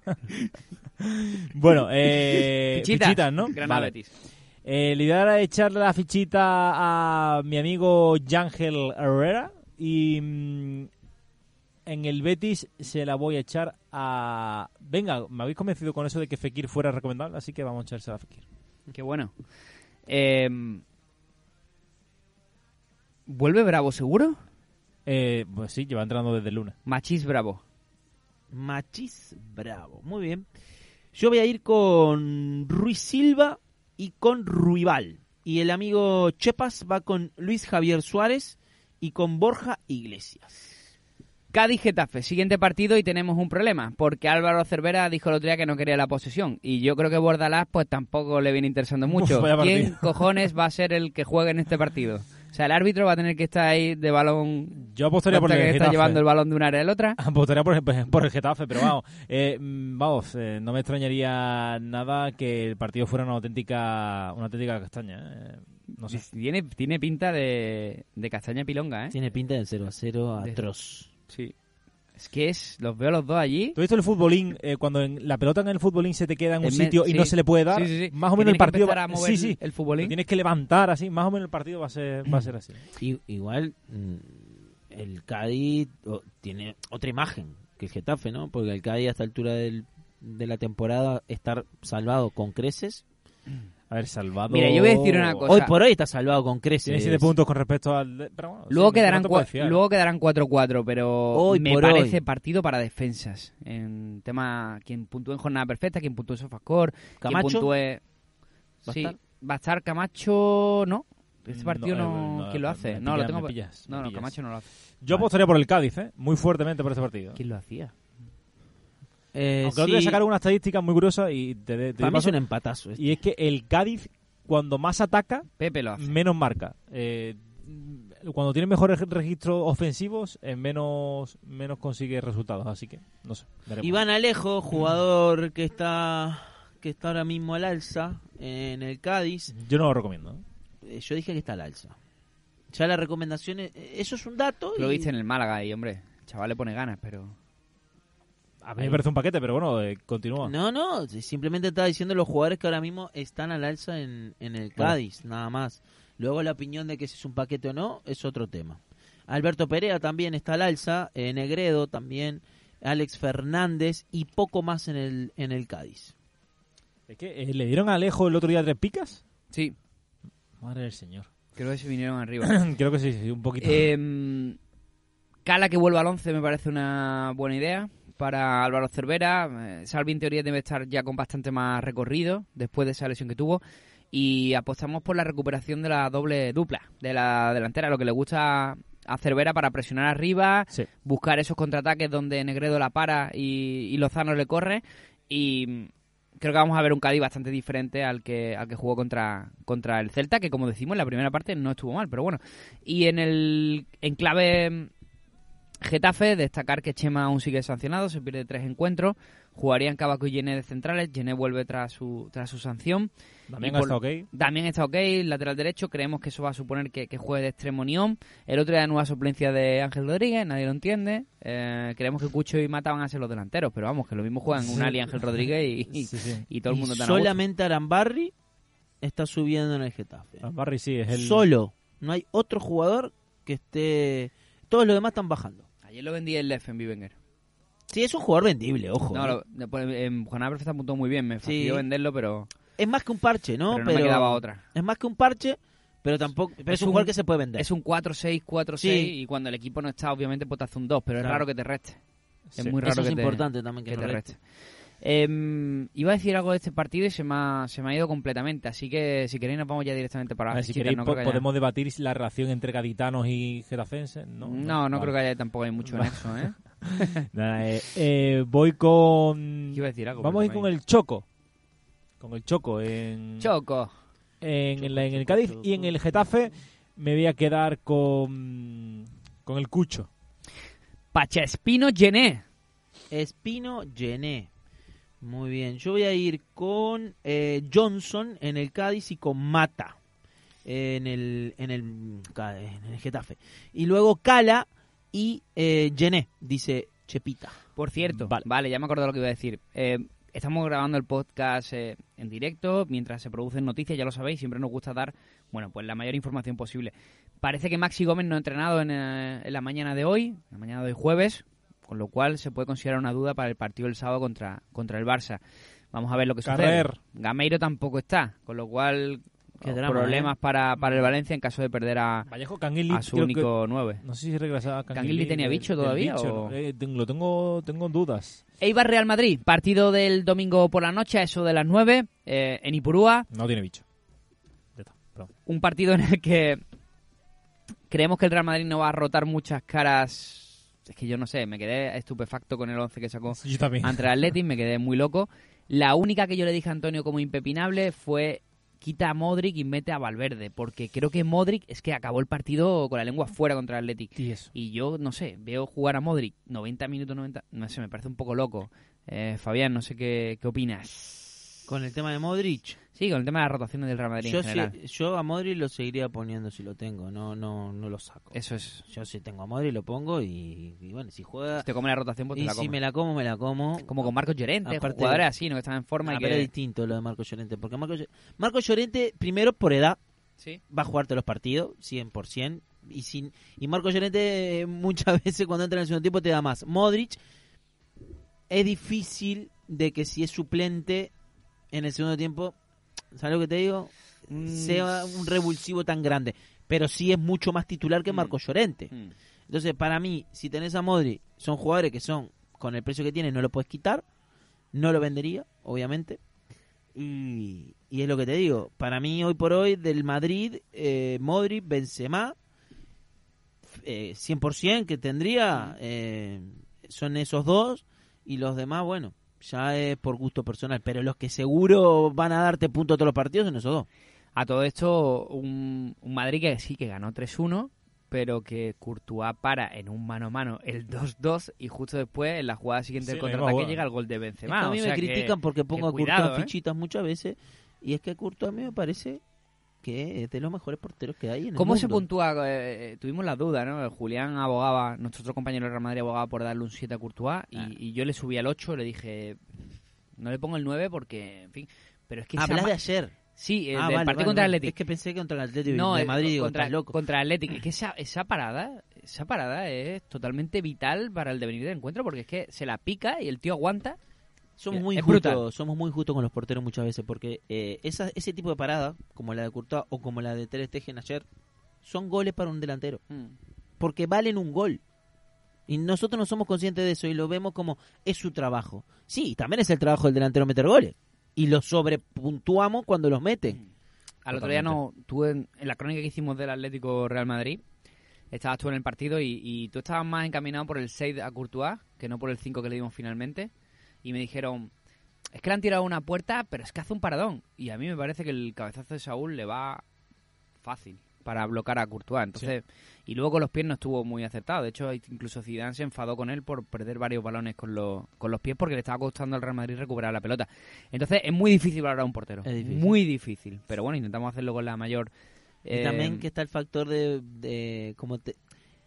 el... Bueno, eh... Fichitas, ¿no? Granada Vale. Betis. Eh, la idea era echarle la fichita a mi amigo Yángel Herrera y mm, en el Betis se la voy a echar a... Venga, me habéis convencido con eso de que Fekir fuera recomendable, así que vamos a echarse a Fekir. Qué bueno. Eh, ¿Vuelve Bravo seguro? Eh, pues sí, lleva entrando desde el lunes. Machis Bravo. Machis Bravo. Muy bien. Yo voy a ir con Ruiz Silva y con Ruibal. Y el amigo Chepas va con Luis Javier Suárez y con Borja Iglesias. Cádiz Getafe, siguiente partido y tenemos un problema, porque Álvaro Cervera dijo el otro día que no quería la posesión y yo creo que Bordalás pues tampoco le viene interesando mucho. Uf, vaya partido. ¿Quién cojones va a ser el que juegue en este partido? O sea, el árbitro va a tener que estar ahí de balón, Yo apostaría por cuenta el que está Getafe. Ah, llevando el balón de un área al otra. Apostaría por, el- por el Getafe, pero vamos, eh, mm, vamos, eh, no me extrañaría nada que el partido fuera una auténtica, una auténtica castaña. eh. No sé. Tiene, tiene pinta de, de castaña pilonga, ¿eh? Tiene pinta de 0 a 0 De- atroz. Sí. Es que es, los veo los dos allí. ¿Tú has visto el futbolín? eh, cuando en- la pelota en el futbolín se te queda en un En me- sitio y sí. no se le puede dar, Sí, sí, sí. más o Que menos el tiene que partido empezar va- a mover sí, sí. el Lo futbolín. tienes que levantar así, más o menos el partido va a ser, va a ser así. I- igual mm, el Cádiz o- tiene otra imagen que el Getafe, ¿no? Porque el Cádiz a esta altura del- de la temporada estar salvado con creces. A ver, salvado. Mira, yo voy a decir una cosa. O hoy sea, por hoy está salvado con creces. Tiene siete puntos con respecto al. pero bueno, Luego sí, quedarán no te cua- puedes fiar. luego quedarán 4-4, pero Hoy me por parece hoy. partido para defensas. En tema quien puntúe en jornada perfecta, quien puntúe en Sofascore, quien Camacho, puntúe a Sí, estar? va a estar Camacho, no. Este No, partido no, eh, no, ¿quién lo me hace? pillas, no, lo me tengo pillas, me No, no, pillas. Camacho no lo hace. Yo apostaría por el Cádiz, ¿eh? Muy fuertemente por este partido. ¿Quién lo hacía? eh, Aunque otro día sí, sacaron una estadística muy curiosa y te, te- te para mí es paso. un empatazo. este. Y es que el Cádiz, cuando más ataca, Pepe lo hace. menos marca. Eh, cuando tiene mejores registros ofensivos, eh, menos, menos consigue resultados. Así que, no sé. veremos. Iván Alejo, jugador que está que está ahora mismo al alza eh, en el Cádiz. Yo no lo recomiendo. ¿eh? Eh, Yo dije que está al alza. Ya las recomendaciones, eh, eso es un dato. Lo y- viste en el Málaga y hombre, el chaval le pone ganas, pero A mí me parece un paquete, pero bueno, eh, continúa. No, no, simplemente estaba diciendo los jugadores que ahora mismo están al alza en, en el Cádiz, nada más. Luego la opinión de que si es un paquete o no es otro tema. Alberto Perea también está al alza, eh, Negredo también, Alex Fernández y poco más en el, en el Cádiz. Es que eh, le dieron a Alejo el otro día tres picas. sí, Madre del señor. creo que se vinieron arriba. Creo que sí, sí, un poquito. Eh, Cala que vuelva al 11 me parece una buena idea para Álvaro Cervera. Eh, Salvi en teoría debe estar ya con bastante más recorrido después de esa lesión que tuvo. Y apostamos por la recuperación de la doble dupla, de la delantera, lo que le gusta a Cervera para presionar arriba, Sí. buscar esos contraataques donde Negredo la para y, y Lozano le corre. Y mm, creo que vamos a ver un Cádiz bastante diferente al que, al que jugó contra, contra el Celta, que como decimos en la primera parte no estuvo mal, pero bueno. Y en el enclave mm, Getafe, destacar que Chema aún sigue sancionado, se pierde tres encuentros. Jugarían Cabaco y Yené de centrales. Yené vuelve tras su, tras su sanción. También y ha por- estado ok. Damián está ok, lateral derecho. Creemos que eso va a suponer que, que juegue de extremo Nión. El otro día nueva suplencia de Ángel Rodríguez, nadie lo entiende. Eh, creemos que Cucho y Mata van a ser los delanteros, pero vamos, que lo mismo juegan un Ali Ángel Rodríguez y, y- Sí, sí. y todo el Y mundo tan a gusto. solamente Arambarri está subiendo en el Getafe. Ah, Barry sí es el. Solo, no hay otro jugador que esté... Todos los demás están bajando. Ayer lo vendí el Lef en Bivenger. Sí, es un jugador vendible, ojo. No, ¿eh? lo- después, en Juanada Perfecta apuntó muy bien, me Sí. fastidió venderlo, pero, Es más que un parche, ¿no? pero no me quedaba otra. Es más que un parche, Pero tampoco. Pero es, Es un un- jugador que se puede vender. Es un 4-6, 4-6 Sí. y cuando el equipo no está, obviamente, pues te hace un 2, pero Claro. es raro que te reste. Es Sí. muy raro Eso que es te- importante también que, que no te le- reste. Em, iba a decir algo de este partido y se me ha, se me ha ido completamente, así que si queréis nos vamos ya directamente para A las ver, si chicas, queréis, no po- creo que haya- podemos debatir si la relación entre gaditanos y gerafenses. No, No, no, creo vale. que haya tampoco hay mucho en eso, ¿eh? Nada, eh, eh, voy con. Iba a decir algo. Vamos a pero ir no con hay. el Choco. Con el Choco en. Choco. en, en la- en el Choco, Cádiz Choco. y en el Getafe me voy a quedar con. Con el Cucho. Pachespino Gené. Espino Gené. Muy bien. Yo voy a ir con eh, Johnson en el Cádiz y con Mata en el, en el, Cádiz, en el Getafe. Y luego Cala y eh, Gené, dice Chepita. Por cierto, Vale. vale. ya me acordé de lo que iba a decir. Eh, estamos grabando el podcast eh, en directo, mientras se producen noticias, ya lo sabéis, siempre nos gusta dar, bueno, pues la mayor información posible. Parece que Maxi Gómez no ha entrenado en, eh, en la mañana de hoy, en la mañana de hoy jueves, con lo cual se puede considerar una duda para el partido del sábado contra, contra el Barça. Vamos a ver lo que Carrer. sucede. Gameiro tampoco está, con lo cual Qué eh, drama, problemas para, para el Valencia en caso de perder a, Vallejo Canguilli. a su creo que- único 9. no sé si regresaba Canguilli. ¿Canguilli tenía del- bicho del todavía, bicho, o? eh, tengo- lo tengo, tengo dudas. Eibar Real Madrid, partido del domingo por la noche, a eso de las 9, eh, en Ipurúa. No tiene bicho. Ya está, perdón. Un partido en el que creemos que el Real Madrid no va a rotar muchas caras. Es que yo no sé, me quedé estupefacto con el 11 que sacó Yo también. ante el Atleti, me quedé muy loco. La única que yo le dije a Antonio como impepinable fue quita a Modric y mete a Valverde, porque creo que Modric es que acabó el partido con la lengua fuera contra el Atleti. Y eso. Y yo, no sé, veo jugar a Modric 90 minutos, 90. No sé, me parece un poco loco. Eh, Fabián, no sé qué, qué opinas. Con el tema de Modric, Sí, con el tema de las rotaciones del Real Madrid yo, en general. sí- yo a Modric lo seguiría poniendo si lo tengo, no no no lo saco. Eso es. Yo si tengo a Modric lo pongo y, y bueno, si juega Si te come la rotación, pues te y la si comes. me la como, me la como. Como con Marcos Llorente, Aparte- jugadores así, ¿no? Que están en forma Ah, y pero es que... distinto lo de Marco Llorente, porque Marco, Llor- Marco Llorente, primero por edad, Sí. va a jugarte los partidos, 100%. Y, sin, y Marco Llorente eh, muchas veces cuando entra en el segundo tiempo te da más. Modric es difícil de que si es suplente en el segundo tiempo, ¿sabes lo que te digo? Mm. Sea un revulsivo tan grande. Pero sí es mucho más titular que Marco Mm. Llorente. Mm. Entonces, para mí, si tenés a Modric, son jugadores que son, con el precio que tienen, no lo puedes quitar. No lo vendería, obviamente. Y, y es lo que te digo. Para mí, hoy por hoy, del Madrid, eh, Modric, Benzema, eh, 100% que tendría, eh, son esos dos. Y los demás, bueno, ya es por gusto personal. Pero los que seguro van a darte puntos todos los partidos son esos dos. A todo esto, un, un Madrid que sí que ganó 3-1, pero que Courtois para en un mano a mano el 2-2 y justo después, en la jugada siguiente Sí, del la misma contraataque, jugada. llega el gol de Es que Benzema. a mí Este, o sea me que- critican porque pongo a Courtois cuidado, en ¿eh? fichitas muchas veces. Y es que Courtois a mí me parece que es de los mejores porteros que hay en el ¿Cómo se mundo. puntúa? Eh, eh, tuvimos la duda, ¿no? Julián abogaba, nuestro otro compañero del Real Madrid abogaba por darle un 7 a Courtois y, Ah. y yo le subí al 8, le dije, no le pongo el 9 porque, en fin, pero es que... esa Ah, Hablas ma- de ayer. Sí, eh, Ah, del vale, partido vale, contra Ah, el vale. Atlético. Es que pensé que contra el Atlético No, de eh, Madrid. Digo, contra, estás loco. contra el Athletic. Es que esa, esa parada, esa parada es totalmente vital para el devenir del encuentro porque es que se la pica y el tío aguanta. Somos es muy brutal. injustos, somos muy injustos con los porteros muchas veces porque eh, esa- ese tipo de parada, como la de Courtois o como la de Ter Stegen ayer, son goles para un delantero. porque valen un gol. Y nosotros no somos conscientes de eso y lo vemos como es su trabajo. Sí, también es el trabajo del delantero meter goles. Y lo sobrepuntuamos cuando los meten. Al otro día no, tú en, en la crónica que hicimos del Atlético Real Madrid, estabas tú en el partido y, y tú estabas más encaminado por el 6 a Courtois que no por el 5 que le dimos finalmente. Y me dijeron, es que le han tirado una puerta, pero es que hace un paradón. Y a mí me parece que el cabezazo de Saúl le va fácil para bloquear a Courtois. Entonces, y luego con los pies no estuvo muy acertado. De hecho, incluso Zidane se enfadó con él por perder varios balones con los, con los pies porque le estaba costando al Real Madrid recuperar la pelota. Entonces, es muy difícil valorar a un portero. Es difícil. Muy difícil. Pero bueno, intentamos hacerlo con la mayor... Y eh, también que está el factor de, de como te-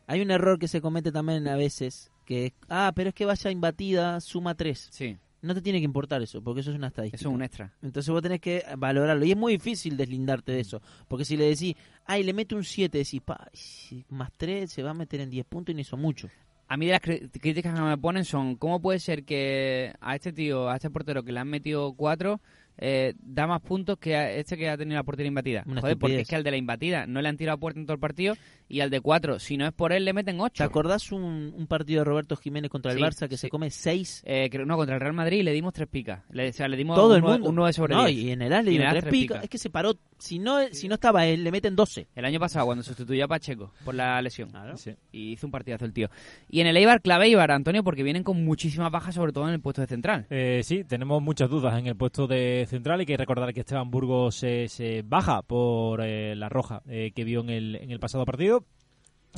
hay un error que se comete también a veces que es, ah, pero es que vaya imbatida, suma tres. Sí, No te tiene que importar eso, porque eso es una estadística. eso es un extra. Entonces vos tenés que valorarlo. Y es muy difícil deslindarte Mm. de eso. Porque si le decís, ay, le mete un 7, decís, pa, si más 3, se va a meter en 10 puntos y no hizo mucho. A mí de las cri- críticas que me ponen son, ¿cómo puede ser que a este tío, a este portero que le han metido cuatro, eh, da más puntos que a este que ha tenido la portería imbatida. Una Joder, porque estupidez. es que al de la imbatida no le han tirado puerta en todo el partido y al de cuatro, si no es por él, le meten ¿Te ocho. acordás un, un partido de Roberto Jiménez contra el Sí, Barça que se sí. come seis? Eh, creo, no, contra el Real Madrid le dimos tres picas. Le, o sea, le dimos Todo un el nueve- mundo. un nueve sobre no, diez. y en el AS le Y en el dieron AS tres tres picas. picas. Es que se paró. Si no, si no estaba él, le meten 12. El año pasado, cuando sustituyó a Pacheco por la lesión. Sí. Y hizo un partidazo el tío. Y en el Eibar, clave Eibar, Antonio, porque vienen con muchísimas bajas, sobre todo en el puesto de central. Eh, sí, tenemos muchas dudas en el puesto de central. Hay que recordar que Esteban Burgos eh, se baja por eh, la roja eh, que vio en el, en el pasado partido.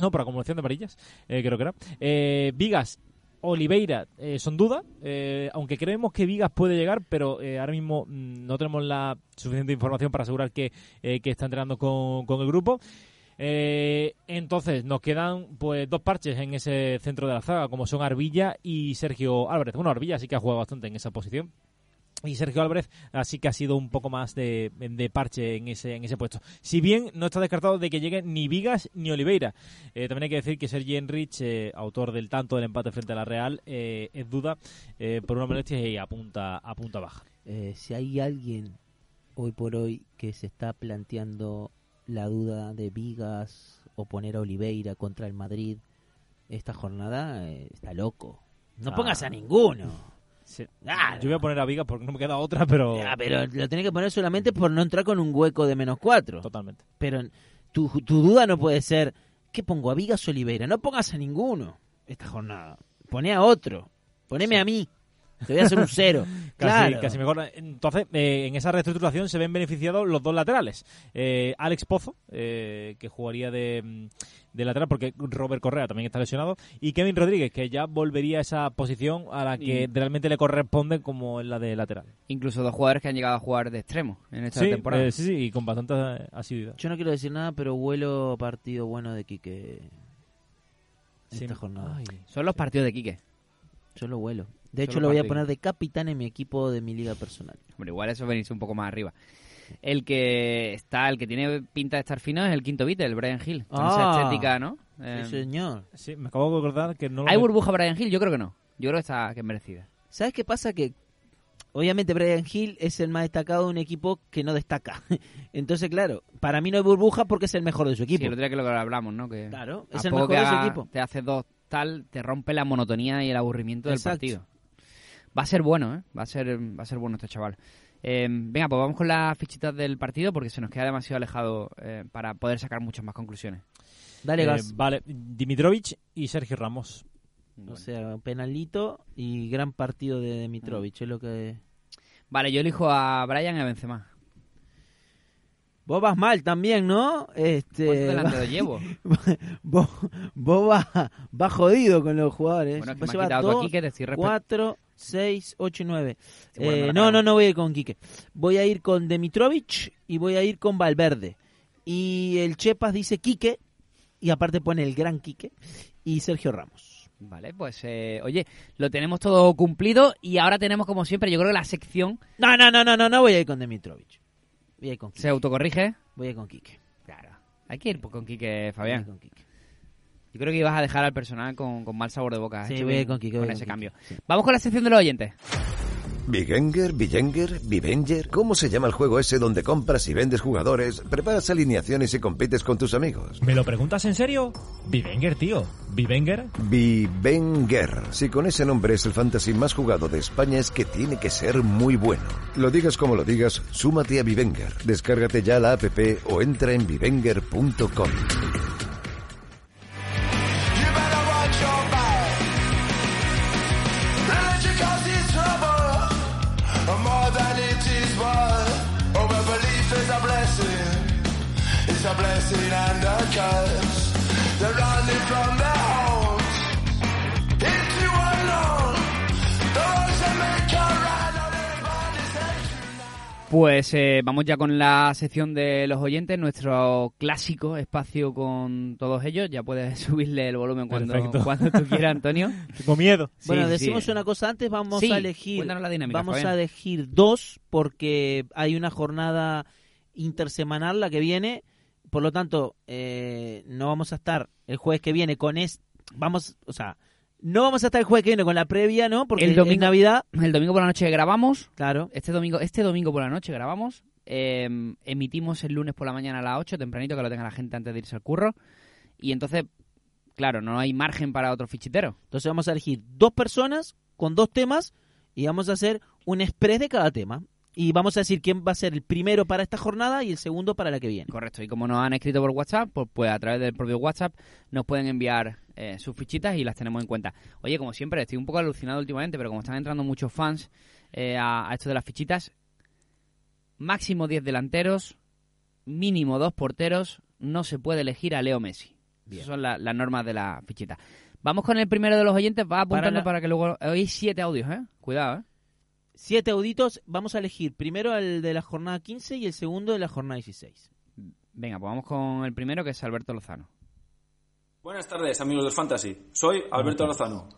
No, por acumulación de amarillas, eh, creo que era. Eh, Vigas, Oliveira, eh, son dudas. eh, aunque creemos que Vigas puede llegar, pero eh, ahora mismo mm, no tenemos la suficiente información para asegurar que, eh, que está entrenando con, con el grupo. Eh, entonces, nos quedan pues dos parches en ese centro de la zaga, como son Arvilla y Sergio Álvarez. Bueno, Arvilla sí que ha jugado bastante en esa posición. Y Sergio Álvarez así que ha sido un poco más de, de parche en ese, en ese puesto. Si bien no está descartado de que llegue ni Vigas ni Oliveira. Eh, también hay que decir que Sergi Enrich, eh, autor del tanto del empate frente a la Real, eh, es duda eh, por una molestia y apunta, apunta baja. Eh, si hay alguien hoy por hoy que se está planteando la duda de Vigas o poner a Oliveira contra el Madrid esta jornada, eh, está loco. No Ah. pongas a ninguno. Claro. Yo voy a poner a Vigas porque no me queda otra, pero... Ya, Ah, pero lo tenés que poner solamente por no entrar con un hueco de menos cuatro. Totalmente. Pero tu, tu duda no puede ser, ¿qué pongo? ¿A Vigas o Oliveira? No pongas a ninguno esta jornada. Poné a otro. Poneme a mí. Te voy a hacer un cero. Casi, claro. casi mejor. Entonces, eh, en esa reestructuración se ven beneficiados los dos laterales. Eh, Alex Pozo, eh, que jugaría de, mm, de lateral porque Robert Correa también está lesionado, y Kevin Rodríguez, que ya volvería a esa posición a la que Y- realmente le corresponde como es la de lateral. Incluso dos jugadores que han llegado a jugar de extremo en esta Sí, temporada. eh, sí, sí, y con bastante eh, asiduidad. Yo no quiero decir nada, pero vuelo partido bueno de Quique Sí. esta jornada. Ay. Son los partidos de Quique. Yo lo vuelo. De hecho, Solo lo voy a partido. poner de capitán en mi equipo de mi liga personal. Hombre, igual eso es venirse un poco más arriba. El que está, el que tiene pinta de estar fino es el quinto beat, el Brian Hill. Con Ah. esa estética, ¿no? Eh, Sí, señor. Sí, me acabo de acordar que no lo ¿Hay met- burbuja Brian Hill? Yo creo que no. Yo creo que está que es merecida. ¿Sabes qué pasa? Que obviamente Brian Hill es el más destacado de un equipo que no destaca. Entonces, claro, para mí no hay burbuja porque es el mejor de Sí, su equipo. el otro día que lo hablamos, ¿no? Que pues. Claro, a es el poco mejor que de su haga- equipo. Te hace dos tal, te rompe la monotonía y el aburrimiento del Exacto. partido. Va a ser bueno, ¿eh? Va a ser, va a ser bueno este chaval. Eh, venga, pues vamos con las fichitas del partido porque se nos queda demasiado alejado eh, para poder sacar muchas más conclusiones. Dale, Eh, gas. Vale, Dimitrovic y Sergio Ramos. Bueno. O sea, penalito y gran partido de Mm. Mitrovic. Es lo que. Vale, yo elijo a Brian y a Benzema. Vos vas mal también, ¿no? ¿Cuánto Este. delantero llevo? Vos, vos vas, vas jodido con los jugadores. Bueno, que Vos me ha llevas quitado tú pues dos, aquí que te estoy respetando. 4, 6, 8 y 9. Qué bueno, me la no, cago. no, no voy a ir con Quique. Voy a ir con Demitrovic y voy a ir con Valverde. Y el Chepas dice Quique, y aparte pone el gran Quique, y Sergio Ramos. Vale, pues eh, oye, lo tenemos todo cumplido y ahora tenemos como siempre, yo creo que la sección No, no, no, no, no, no voy a ir con Demitrovic. Voy a ir con Quique. se autocorrige. Voy a ir con Quique. Claro. Hay que ir con Quique, Voy a ir Fabián. con Quique. Yo creo que ibas a dejar al personal con, con mal sabor de boca. Sí, Estoy voy a ir bien con Quique. voy a ir ese con Quique. cambio. Vamos con la sección de los oyentes. Vigenger, Vigenger, Vivenger, ¿cómo se llama el juego ese donde compras y vendes jugadores, preparas alineaciones y compites con tus amigos? ¿Me lo preguntas en serio? Vivenger, tío. Vivenger. Vivenger. Si con ese nombre es el fantasy más jugado de España es que tiene que ser muy bueno. Lo digas como lo digas, súmate a Vivenger. Descárgate ya la app o entra en vivenger.com. You better watch your back. Religion causes trouble, more than it is worth. Oh, but belief is a blessing. It's a blessing and a curse. They're running from their homes into unknown. Those that make a right on everybody's head. Pues eh, vamos ya con la sección de los oyentes, nuestro clásico espacio con todos ellos. Ya puedes subirle el volumen cuando, Perfecto. cuando tú quieras, Antonio. Tengo miedo. Bueno, Sí, decimos sí. una cosa antes, vamos Sí, a elegir. cuéntanos la dinámica, vamos Fabián. a elegir dos porque hay una jornada intersemanal la que viene. Por lo tanto, eh, no vamos a estar el jueves que viene con es. Vamos, o sea, No vamos a estar el jueves que viene con la previa, ¿no? Porque El domingo- es Navidad. El domingo por la noche grabamos. Claro. Este domingo, este domingo por la noche grabamos. eh, emitimos el lunes por la mañana a las 8, tempranito, que lo tenga la gente antes de irse al curro. Y entonces, claro, no hay margen para otro fichitero. Entonces vamos a elegir dos personas con dos temas y vamos a hacer un express de cada tema. Y vamos a decir quién va a ser el primero para esta jornada y el segundo para la que viene. Correcto. Y como nos han escrito por WhatsApp, pues, pues a través del propio WhatsApp nos pueden enviar eh, sus fichitas y las tenemos en cuenta. Oye, como siempre, estoy un poco alucinado últimamente, pero como están entrando muchos fans eh, a, a esto de las fichitas, máximo 10 delanteros, mínimo 2 porteros, no se puede elegir a Leo Messi. Esas son la- las normas de la fichita. Vamos con el primero de los oyentes, va apuntando para, la- que luego... Oís siete audios, ¿eh? Cuidado, ¿eh? Siete auditos, vamos a elegir primero el de la jornada 15 y el segundo de la jornada 16. Venga, pues vamos con el primero, que es Alberto Lozano. Buenas tardes, amigos del Fantasy. Soy Alberto Lozano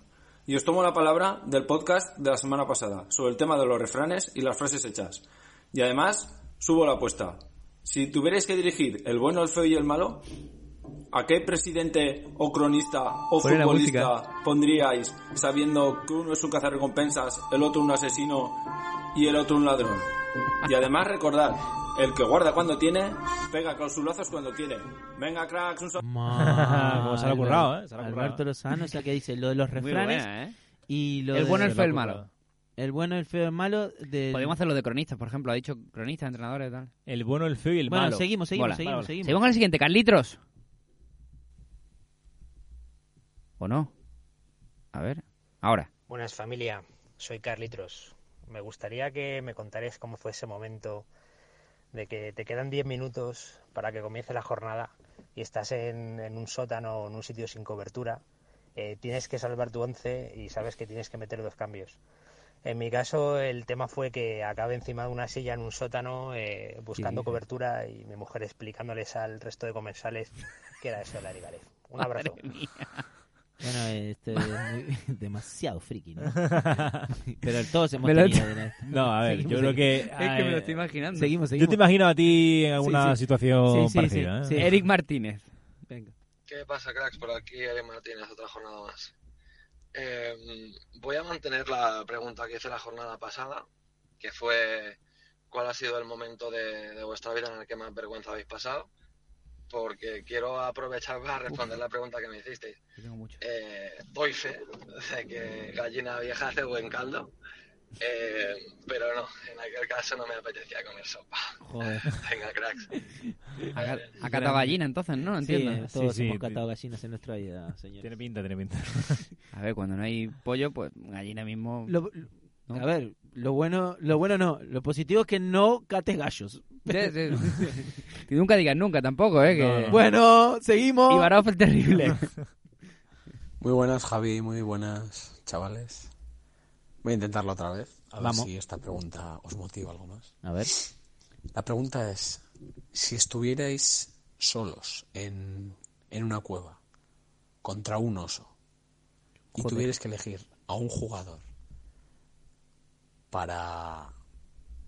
y os tomo la palabra del podcast de la semana pasada sobre el tema de los refranes y las frases hechas. Y además, subo la apuesta. Si tuvierais que dirigir el bueno, el feo y el malo, ¿a qué presidente o cronista o Ponle la futbolista pondríais sabiendo que uno es un cazarrecompensas, el otro un asesino y el otro un ladrón? Y además recordad, el que guarda cuando tiene, pega con sus lazos cuando quiere. Venga, cracks, un saludo. Pues se lo ha currado, ¿eh? Se lo ha currado. Alberto Lozano, o sea que dice lo de los Muy refranes buena, ¿eh? y lo El de- bueno, el Se lo ha feo, el malo. currado. el bueno, el feo, el malo. del- Podemos hacerlo de cronistas, por ejemplo. Ha dicho cronistas, entrenadores y tal. El bueno, el feo y el Bueno, malo. seguimos, seguimos, Mola. seguimos, Vale, vale. seguimos. Seguimos con el siguiente, Carlitos. ¿O no? A ver, ahora. Buenas familia, soy Carlitos. Me gustaría que me contarais cómo fue ese momento de que te quedan 10 minutos para que comience la jornada y estás en, en un sótano o en un sitio sin cobertura. Eh, tienes que salvar tu once y sabes que tienes que meter dos cambios. En mi caso el tema fue que acabé encima de una silla en un sótano eh, buscando dices? cobertura y mi mujer explicándoles al resto de comensales que era eso de la Liga Lef. Un abrazo. Madre mía. Bueno, este es muy- demasiado friki, ¿no? Pero todos hemos Me lo he- tenido de- No, a ver, yo Seguimos, creo que... Es que me lo eh, estoy imaginando. Seguimos, Yo seguimos. te imagino a ti en alguna Sí, sí. situación Sí, sí, parecida, sí, ¿eh? sí. Eric Martínez. Venga. ¿Qué pasa, cracks? Por aquí Ari Martínez, otra jornada más. Eh, voy a mantener la pregunta que hice la jornada pasada, que fue cuál ha sido el momento de, de vuestra vida en el que más vergüenza habéis pasado, porque quiero aprovechar para responder la pregunta que me hicisteis. Yo tengo mucho. Eh, doy fe de que gallina vieja hace buen caldo, eh, pero no, en aquel caso no me apetecía comer sopa. Joder. Venga, cracks. Acá- acá está gallina, entonces, ¿no? Sí, Entiendo. todos Sí, sí, hemos catado gallinas en nuestra vida, señor. Tiene pinta, tiene pinta. A ver, cuando no hay pollo, pues gallina mismo. Lo- lo- ¿No? A ver, lo bueno, lo bueno no, lo positivo es que no cates gallos. Sí, sí. Que nunca digas nunca tampoco, ¿eh? Que... No, Bueno, seguimos. Ibarov el terrible. Muy buenas, Javi, muy buenas, chavales. Voy a intentarlo otra vez, a ver Vamos. si esta pregunta os motiva algo más. A ver, La pregunta es, si estuvierais solos en, en una cueva contra un oso y Joder. tuvierais que elegir a un jugador para,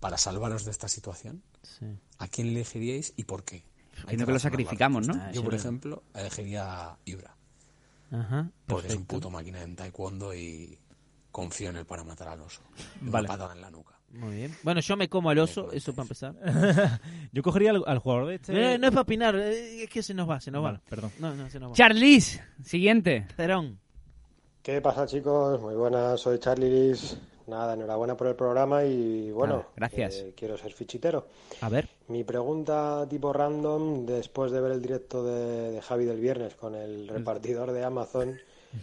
para salvaros de esta situación, sí. ¿a quién elegiríais y por qué? Hay Creo que lo razonar la sacrificamos, ¿no? respuesta. Ah, Yo, yo por creo. ejemplo, elegiría a Ibra. Ajá. Porque es un perfecto. puto máquina en taekwondo y confío en él para matar al oso. Una Vale. patada en la nuca. Muy bien. Bueno, yo me como al oso, eso para empezar. Yo cogería al, al jugador de este... Ah, No, no es para opinar, eh, es que se nos va, se nos Vale, va. perdón. No, no, se nos va. Charlis, siguiente. Cerón. ¿Qué pasa, chicos? Muy buenas, soy Charliris. Nada, enhorabuena por el programa y bueno, Nada, Ah, gracias. eh, quiero ser fichitero. A ver. Mi pregunta tipo random, después de ver el directo de, de Javi del viernes con el repartidor de Amazon,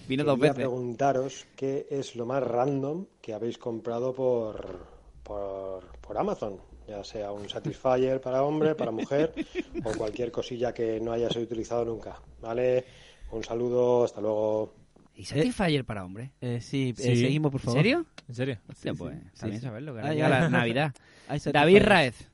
Vino Mm. dos quería veces. preguntaros qué es lo más random que habéis comprado por, por, por Amazon, ya sea un Satisfyer para hombre, para mujer o cualquier cosilla que no hayas utilizado nunca. ¿Vale? Un saludo, hasta luego. ¿Y Satisfyer para hombre? Eh, sí, eh, Sí. seguimos, por ¿En favor. serio? ¿En serio? Hostia, pues sí, también sí. saberlo. Que Ay, ahora llega ay. la Navidad. Ahí se David satisface. Raez.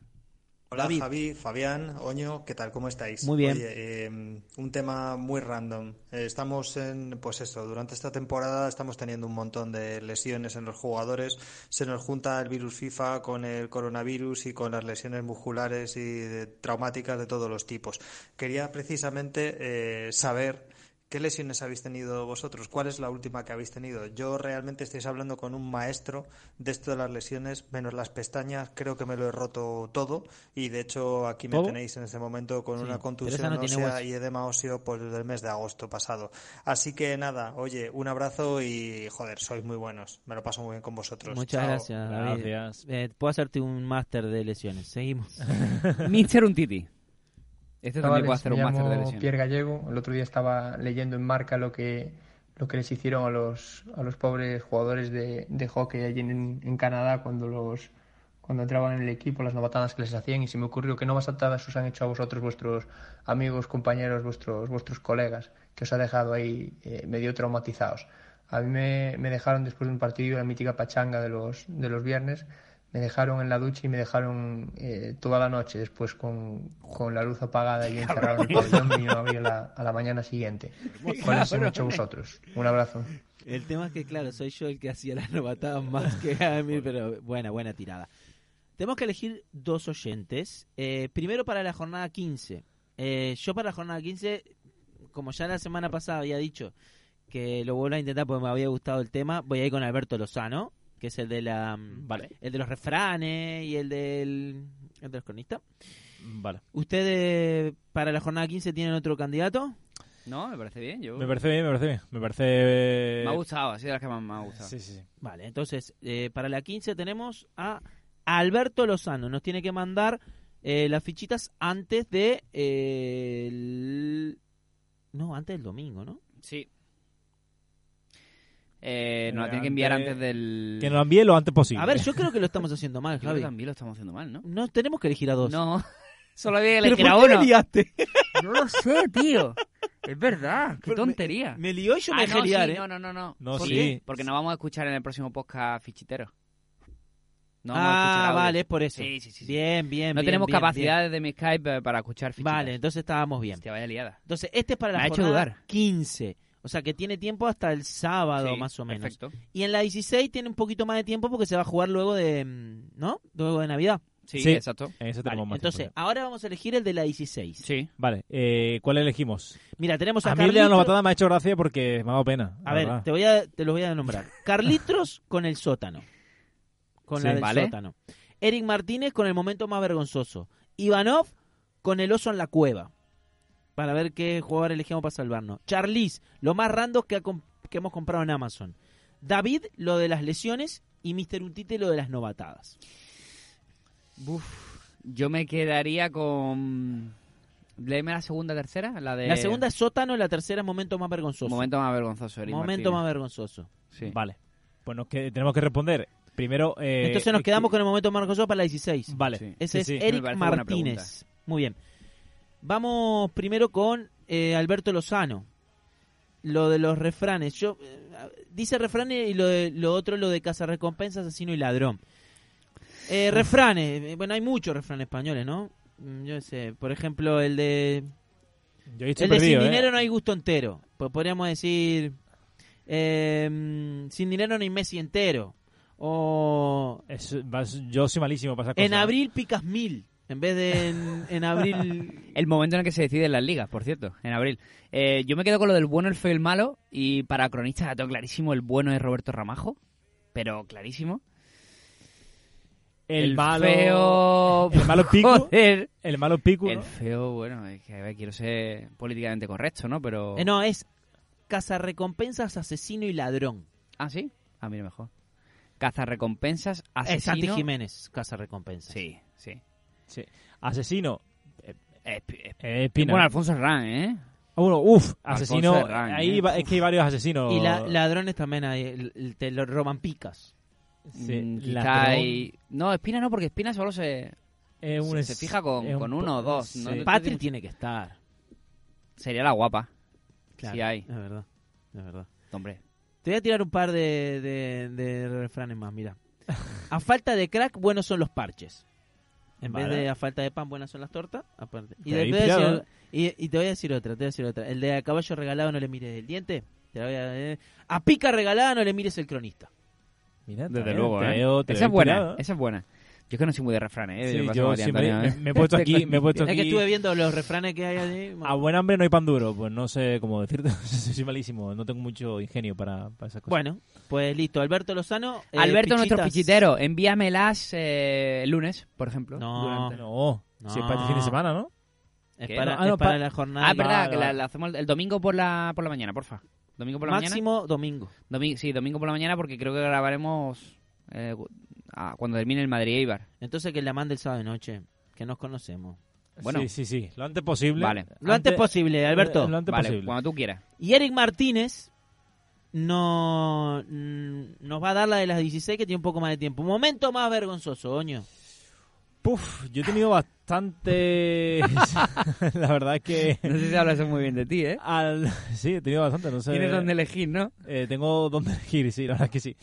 Hola David. Javi, Fabián, Oño, ¿qué tal? ¿Cómo estáis? Muy bien. Oye, eh, un tema muy random. Eh, estamos en, pues eso, durante esta temporada estamos teniendo un montón de lesiones en los jugadores. Se nos junta el virus FIFA con el coronavirus y con las lesiones musculares y de- traumáticas de todos los tipos. Quería precisamente eh, saber ¿Qué lesiones habéis tenido vosotros? ¿Cuál es la última que habéis tenido? Yo realmente estáis hablando con un maestro de esto de las lesiones, menos las pestañas, creo que me lo he roto todo y de hecho aquí me ¿Todo? tenéis en este momento con Sí, una pero contusión esa no tiene ósea hueso. y edema óseo por el mes de agosto pasado. Así que nada, oye, un abrazo y joder, sois muy buenos. Me lo paso muy bien con vosotros. Muchas Chao. gracias, David. Eh, puedo hacerte un máster de lesiones. Seguimos. Mister Untiti. Este Chavales, también puede hacer me un máster llamo de lesiones. Pierre Gallego. El otro día estaba leyendo en Marca lo que lo que les hicieron a los a los pobres jugadores de, de hockey allí en, en Canadá cuando los cuando entraban en el equipo, las novatadas que les hacían y se me ocurrió que no más atadas os han hecho a vosotros vuestros amigos, compañeros, vuestros vuestros colegas que os ha dejado ahí eh, medio traumatizados. A mí me, me dejaron después de un partido, la mítica pachanga de los de los viernes, me dejaron en la ducha y me dejaron eh, toda la noche después con, con la luz apagada y encerrado en el pabellón y no abrí a la, a la mañana siguiente. ¿Cuál es el hecho vosotros? Un abrazo. El tema es que, claro, soy yo el que hacía las novatadas más que a mí, pero buena, buena tirada. Tenemos que elegir dos oyentes. Eh, primero para la jornada 15. Eh, yo para la jornada 15, como ya la semana pasada había dicho que lo vuelvo a intentar porque me había gustado el tema, voy a ir con Alberto Lozano, que es el de la mm, el de los refranes y el del el de los cronistas. Vale. ¿Ustedes para la jornada 15 tienen otro candidato? No, me parece bien. Yo... Me parece bien, me parece bien. Me parece. Me ha gustado, así de las que más me ha gustado. Sí, sí, sí. Vale, entonces, eh, para la 15 tenemos a Alberto Lozano. Nos tiene que mandar eh, las fichitas antes de... eh, el- No, antes del domingo, ¿no? Sí. Eh, nos la Eh, tienen que enviar antes- antes del... Que nos la envíe lo antes posible. A ver, yo creo que lo estamos haciendo mal, Yo creo Javi. que también lo estamos haciendo mal, ¿no? No tenemos que elegir a dos. No, solo había ¿Pero que elegir por a qué me uno. liaste? No lo sé, tío. Es verdad, qué tontería. Me, lió y yo Ah, me dejé no, liar, sí, ¿eh? No, no, no, no. No, ¿Por sí. qué? Porque no vamos a escuchar en el próximo podcast fichitero. No vamos a escuchar ah, audios. vale, es por eso. Sí, sí, sí. sí. Bien, bien, no bien, tenemos bien, capacidades de mi Skype eh, para escuchar fichitas. Vale, entonces estábamos bien. Te vaya liada. Entonces, este es para la Me ha hecho jornada dudar. 15. O sea, que tiene tiempo hasta el sábado, Sí, más o menos. perfecto. Y en la 16 tiene un poquito más de tiempo porque se va a jugar luego de... mm, ¿No? Luego de Navidad. Sí, Sí, exacto. en ese tenemos más Entonces, tiempo. ahora vamos a elegir el de la 16. Sí. Vale, eh, ¿cuál elegimos? Mira, tenemos a A mí el de la Carlitos- novatada me ha hecho gracia porque me ha dado pena. la A ver, verdad. te, voy a, te los voy a nombrar. Carlitos con el sótano. Con Sí, la del vale. sótano. Eric Martínez con el momento más vergonzoso. Ivanov con el oso en la cueva. Para ver qué jugador elegimos para salvarnos. Charlize, lo más random que, ha comp- que hemos comprado en Amazon. David, lo de las lesiones. Y Mr. Untite, lo de las novatadas. Yo me quedaría con... Léeme la segunda, tercera, la de... Eh, La segunda es sótano, la tercera es momento más vergonzoso. Momento más vergonzoso, Eric Momento Martínez. más vergonzoso. Vale. Pues nos que- tenemos que responder. Primero. eh, Entonces nos eh, quedamos con el momento más vergonzoso para la 16. Vale. Sí. Ese Sí, es sí. Me Eric parece buena Martínez. Muy bien. Vamos primero con eh, Alberto Lozano. Lo de los refranes. Yo eh, Dice refranes y lo, de- lo otro lo de casa recompensas, asesino y ladrón. Eh, refranes. Eh, Bueno, hay muchos refranes españoles, ¿no? Mm, Yo sé. Por ejemplo, el de... Yo ahí estoy el de sin perdido, ¿eh? dinero no hay gusto entero. Pues podríamos decir... eh, sin dinero no hay Messi entero. O... es- vas- yo soy malísimo para esas En cosas. abril picas mil. En vez de en, en abril. El momento en el que se deciden las ligas, por cierto, en abril. Eh, yo me quedo con lo del bueno, el feo y el malo. Y para cronistas, la tengo clarísimo. El bueno es Roberto Ramajo, pero clarísimo. El, el malo. feo- El malo pico. Joder. El malo pico. El ¿no? feo, bueno, es que a ver, quiero ser políticamente correcto, ¿no? Pero. Eh, no, es cazarrecompensas, asesino y ladrón. Ah, sí. A mí mejor. Caza recompensas, asesino. Es Santi Jiménez, cazarrecompensas. Sí, sí. Sí. Asesino. Eh, Pina. Bueno, Alfonso Herrán, ¿eh? Ah, bueno, uff, Alfonso asesino. Herrán, ahí ¿eh? va- es que hay varios asesinos. Y la- ladrones también hay, el- el- te lo roban picas. Sí, Mm, quizá ladrón. hay- No, Espina no, porque Espina solo se. Es un se, es- se fija con, es un con po- uno o dos. sí. ¿no? No te- Patri tiene que estar. Sería la guapa. Claro, si hay. Es verdad, es verdad. Hombre. Te voy a tirar un par de, de- de refranes más, mira. A falta de crack, buenos son los parches. En Vale. vez de a falta de pan, buenas son las tortas. aparte. Y, Te de- he te voy a decir- limpiado, ¿eh? y- y te voy a decir otra, te voy a decir otra. El de a caballo regalado no le mires el diente. Te la voy a, eh. a pica regalada no le mires el cronista. Mira, Desde también, luego, te ¿eh? veo- te esa veo es buena, inspirado, ¿eh? esa es buena. Yo es ¿eh? que no soy muy de refranes, ¿eh? Sí, me paso yo variando, siempre- ¿no? me- me he puesto aquí- me he puesto Es que aquí- estuve viendo los refranes que hay Ah, allí. A buen hambre no hay pan duro, pues no sé cómo decirte. Soy malísimo, no tengo mucho ingenio para, para esas cosas. Bueno, pues listo. Alberto Lozano. eh, Alberto, nuestro pichitas. pichitero, envíamelas eh, el lunes, por ejemplo. No, durante- no, oh, si es para el fin de semana, ¿no? Es ¿Qué? para, No, ah, es no, para pa- la jornada. Ah, verdad, que la, la hacemos el- el domingo por la, por la mañana, porfa. Domingo por la mañana. Máximo domingo. Domi- sí, domingo por la mañana porque creo que grabaremos eh, gu- ah, cuando termine el Madrid Eibar. Entonces que la mande el sábado de noche, que nos conocemos. Bueno. Sí, sí, sí. Lo antes posible. Vale. Lo antes posible, Alberto. Lo antes Vale, posible. cuando tú quieras. Y Eric Martínez no, mm, nos va a dar la de las 16 que tiene un poco más de tiempo. Un momento más vergonzoso, Oño. Puf, yo he tenido bastante. la verdad es que. No sé si hablas muy bien de ti, ¿eh? Al... Sí, he tenido bastante, no sé. Tienes dónde elegir, ¿no? Eh, tengo dónde elegir, sí, la verdad es que sí.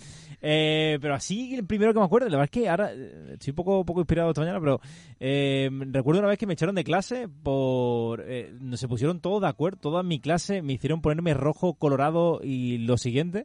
Eh, pero así, el primero que me acuerdo, la verdad es que ahora eh, estoy un poco, poco inspirado esta mañana, pero eh, recuerdo una vez que me echaron de clase por... eh, no se pusieron todos de acuerdo, toda mi clase me hicieron ponerme rojo, colorado y lo siguiente.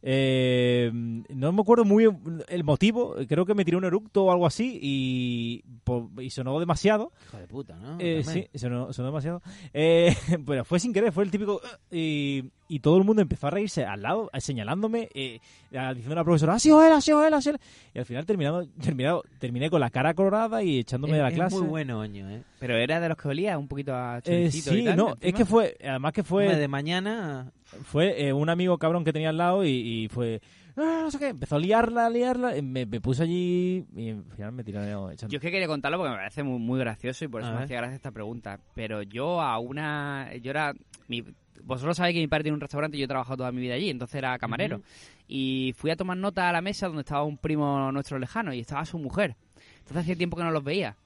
Eh, no me acuerdo muy bien el motivo, creo que me tiré un eructo o algo así y, po- y sonó demasiado. Hijo de puta, ¿no? Eh, Ah, También. sí, sonó, sonó demasiado. Eh, pero fue sin querer, fue el típico... "Ugh", Y, y todo el mundo empezó a reírse al lado, eh, señalándome, eh, a- diciendo a la profesora, "Ah, ha sido él, ha sido él, ha sido él". Y al final terminado, terminado, terminé con la cara colorada y echándome de la es clase. muy bueno, Oño, ¿eh? Pero era de los que olía un poquito a Eh, choricito sí, y tal. no, encima. es que fue, además que fue... Hombre, de mañana... Fue eh, un amigo cabrón que tenía al lado y, y fue... "Ah, no sé qué, empezó a liarla, a liarla, eh, me, me puse allí y al final me tiraron echando. Yo es que quería contarlo porque me parece muy, muy gracioso y por eso A me ver. hacía gracia esta pregunta. Pero yo a una... Yo era... mi- vosotros sabéis que mi padre tiene un restaurante y yo he trabajado toda mi vida allí, entonces era camarero. Ujú. Y fui a tomar nota a la mesa donde estaba un primo nuestro lejano y estaba su mujer. Entonces hacía tiempo que no los veía.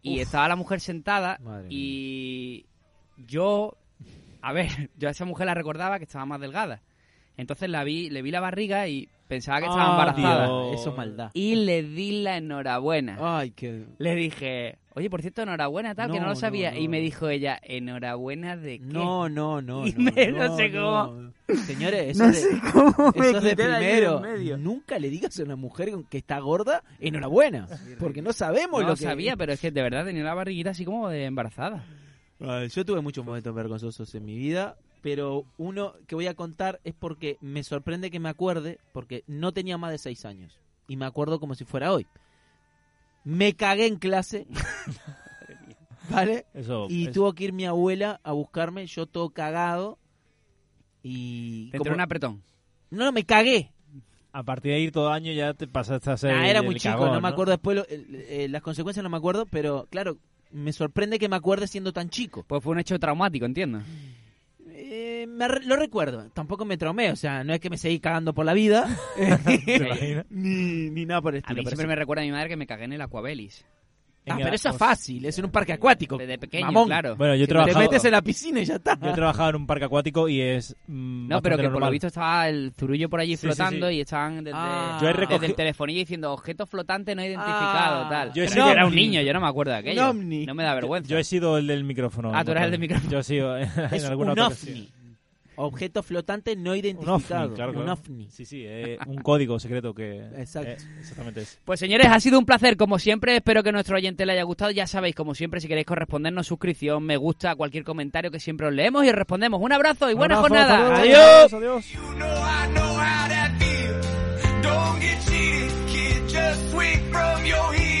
Y Uf. estaba la mujer sentada Madre y yo... A ver, yo a esa mujer la recordaba que estaba más delgada. Entonces la vi, le vi la barriga y pensaba que estaba Ah, embarazada. Dios, Ah. eso es maldad. Y le di la enhorabuena. Ay, qué... Le dije, oye, por cierto, enhorabuena, tal, que no No, lo no, sabía. no, y me no. dijo ella, enhorabuena de qué. No, no, no. Y no, me- no sé no. Señores, eso, No de, sé cómo me eso es de quité de ahí de en primero. medio. Nunca le digas a una mujer que está gorda, enhorabuena. Porque no sabemos No lo lo que... sabía, pero es que de verdad tenía la barriguita así como de embarazada. Ay, Yo tuve muchos momentos vergonzosos en mi vida, pero uno que voy a contar es porque me sorprende que me acuerde, porque no tenía más de seis años. Y me acuerdo como si fuera hoy. Me cagué en clase. ¿Vale? Eso- y eso- tuvo que ir mi abuela a buscarme, yo todo cagado. Y. Te entró un apretón. No, no, me cagué. A partir de ir todo año ya te pasaste a ser... Ah, era el muy chico, cagón, no me acuerdo después. lo- eh, eh, las consecuencias no me acuerdo, pero claro, me sorprende que me acuerde siendo tan chico. Pues fue un hecho traumático, entiendo. Eh, me re- lo recuerdo. Tampoco me traumé, o sea, no es que me seguí cagando por la vida. ni, ni nada por el A estilo. mí pero siempre sí. me recuerda a mi madre que me cagué en el Aquabelis. Ah, en pero el eso es acuos- fácil, es en un parque acuático. De pequeño, mamón. claro. Bueno, yo he Que te trabajado- metes en la piscina y ya está. Yo he trabajado en un parque acuático y es. Ah. mm, No, pero que por lo visto estaba el zurullo por allí Sí, sí, flotando sí. y estaban desde, Ah. Yo he recogido- desde el telefonillo diciendo objeto flotante no identificado, Ah. tal. Yo he Pero sido- yo era un niño, yo no me acuerdo de aquello. Un ovni. No me da vergüenza. Yo he sido el del micrófono. Ah, tú eras el del micrófono. Yo he sido en Es alguna un otra ovni. Objeto flotante no Un ovni, identificado. claro, Un claro. ovni. Sí, sí, eh, un código secreto que. Exacto. eh, exactamente es. Pues señores, ha sido un placer, como siempre, espero que a nuestro oyente le haya gustado. Ya sabéis, como siempre, si queréis correspondernos, suscripción, me gusta, cualquier comentario que siempre os leemos y os respondemos. Un abrazo y Un buena abrazo, jornada. hasta luego, Adiós. Adiós. Don't get cheated, kid. Just swing from your heat.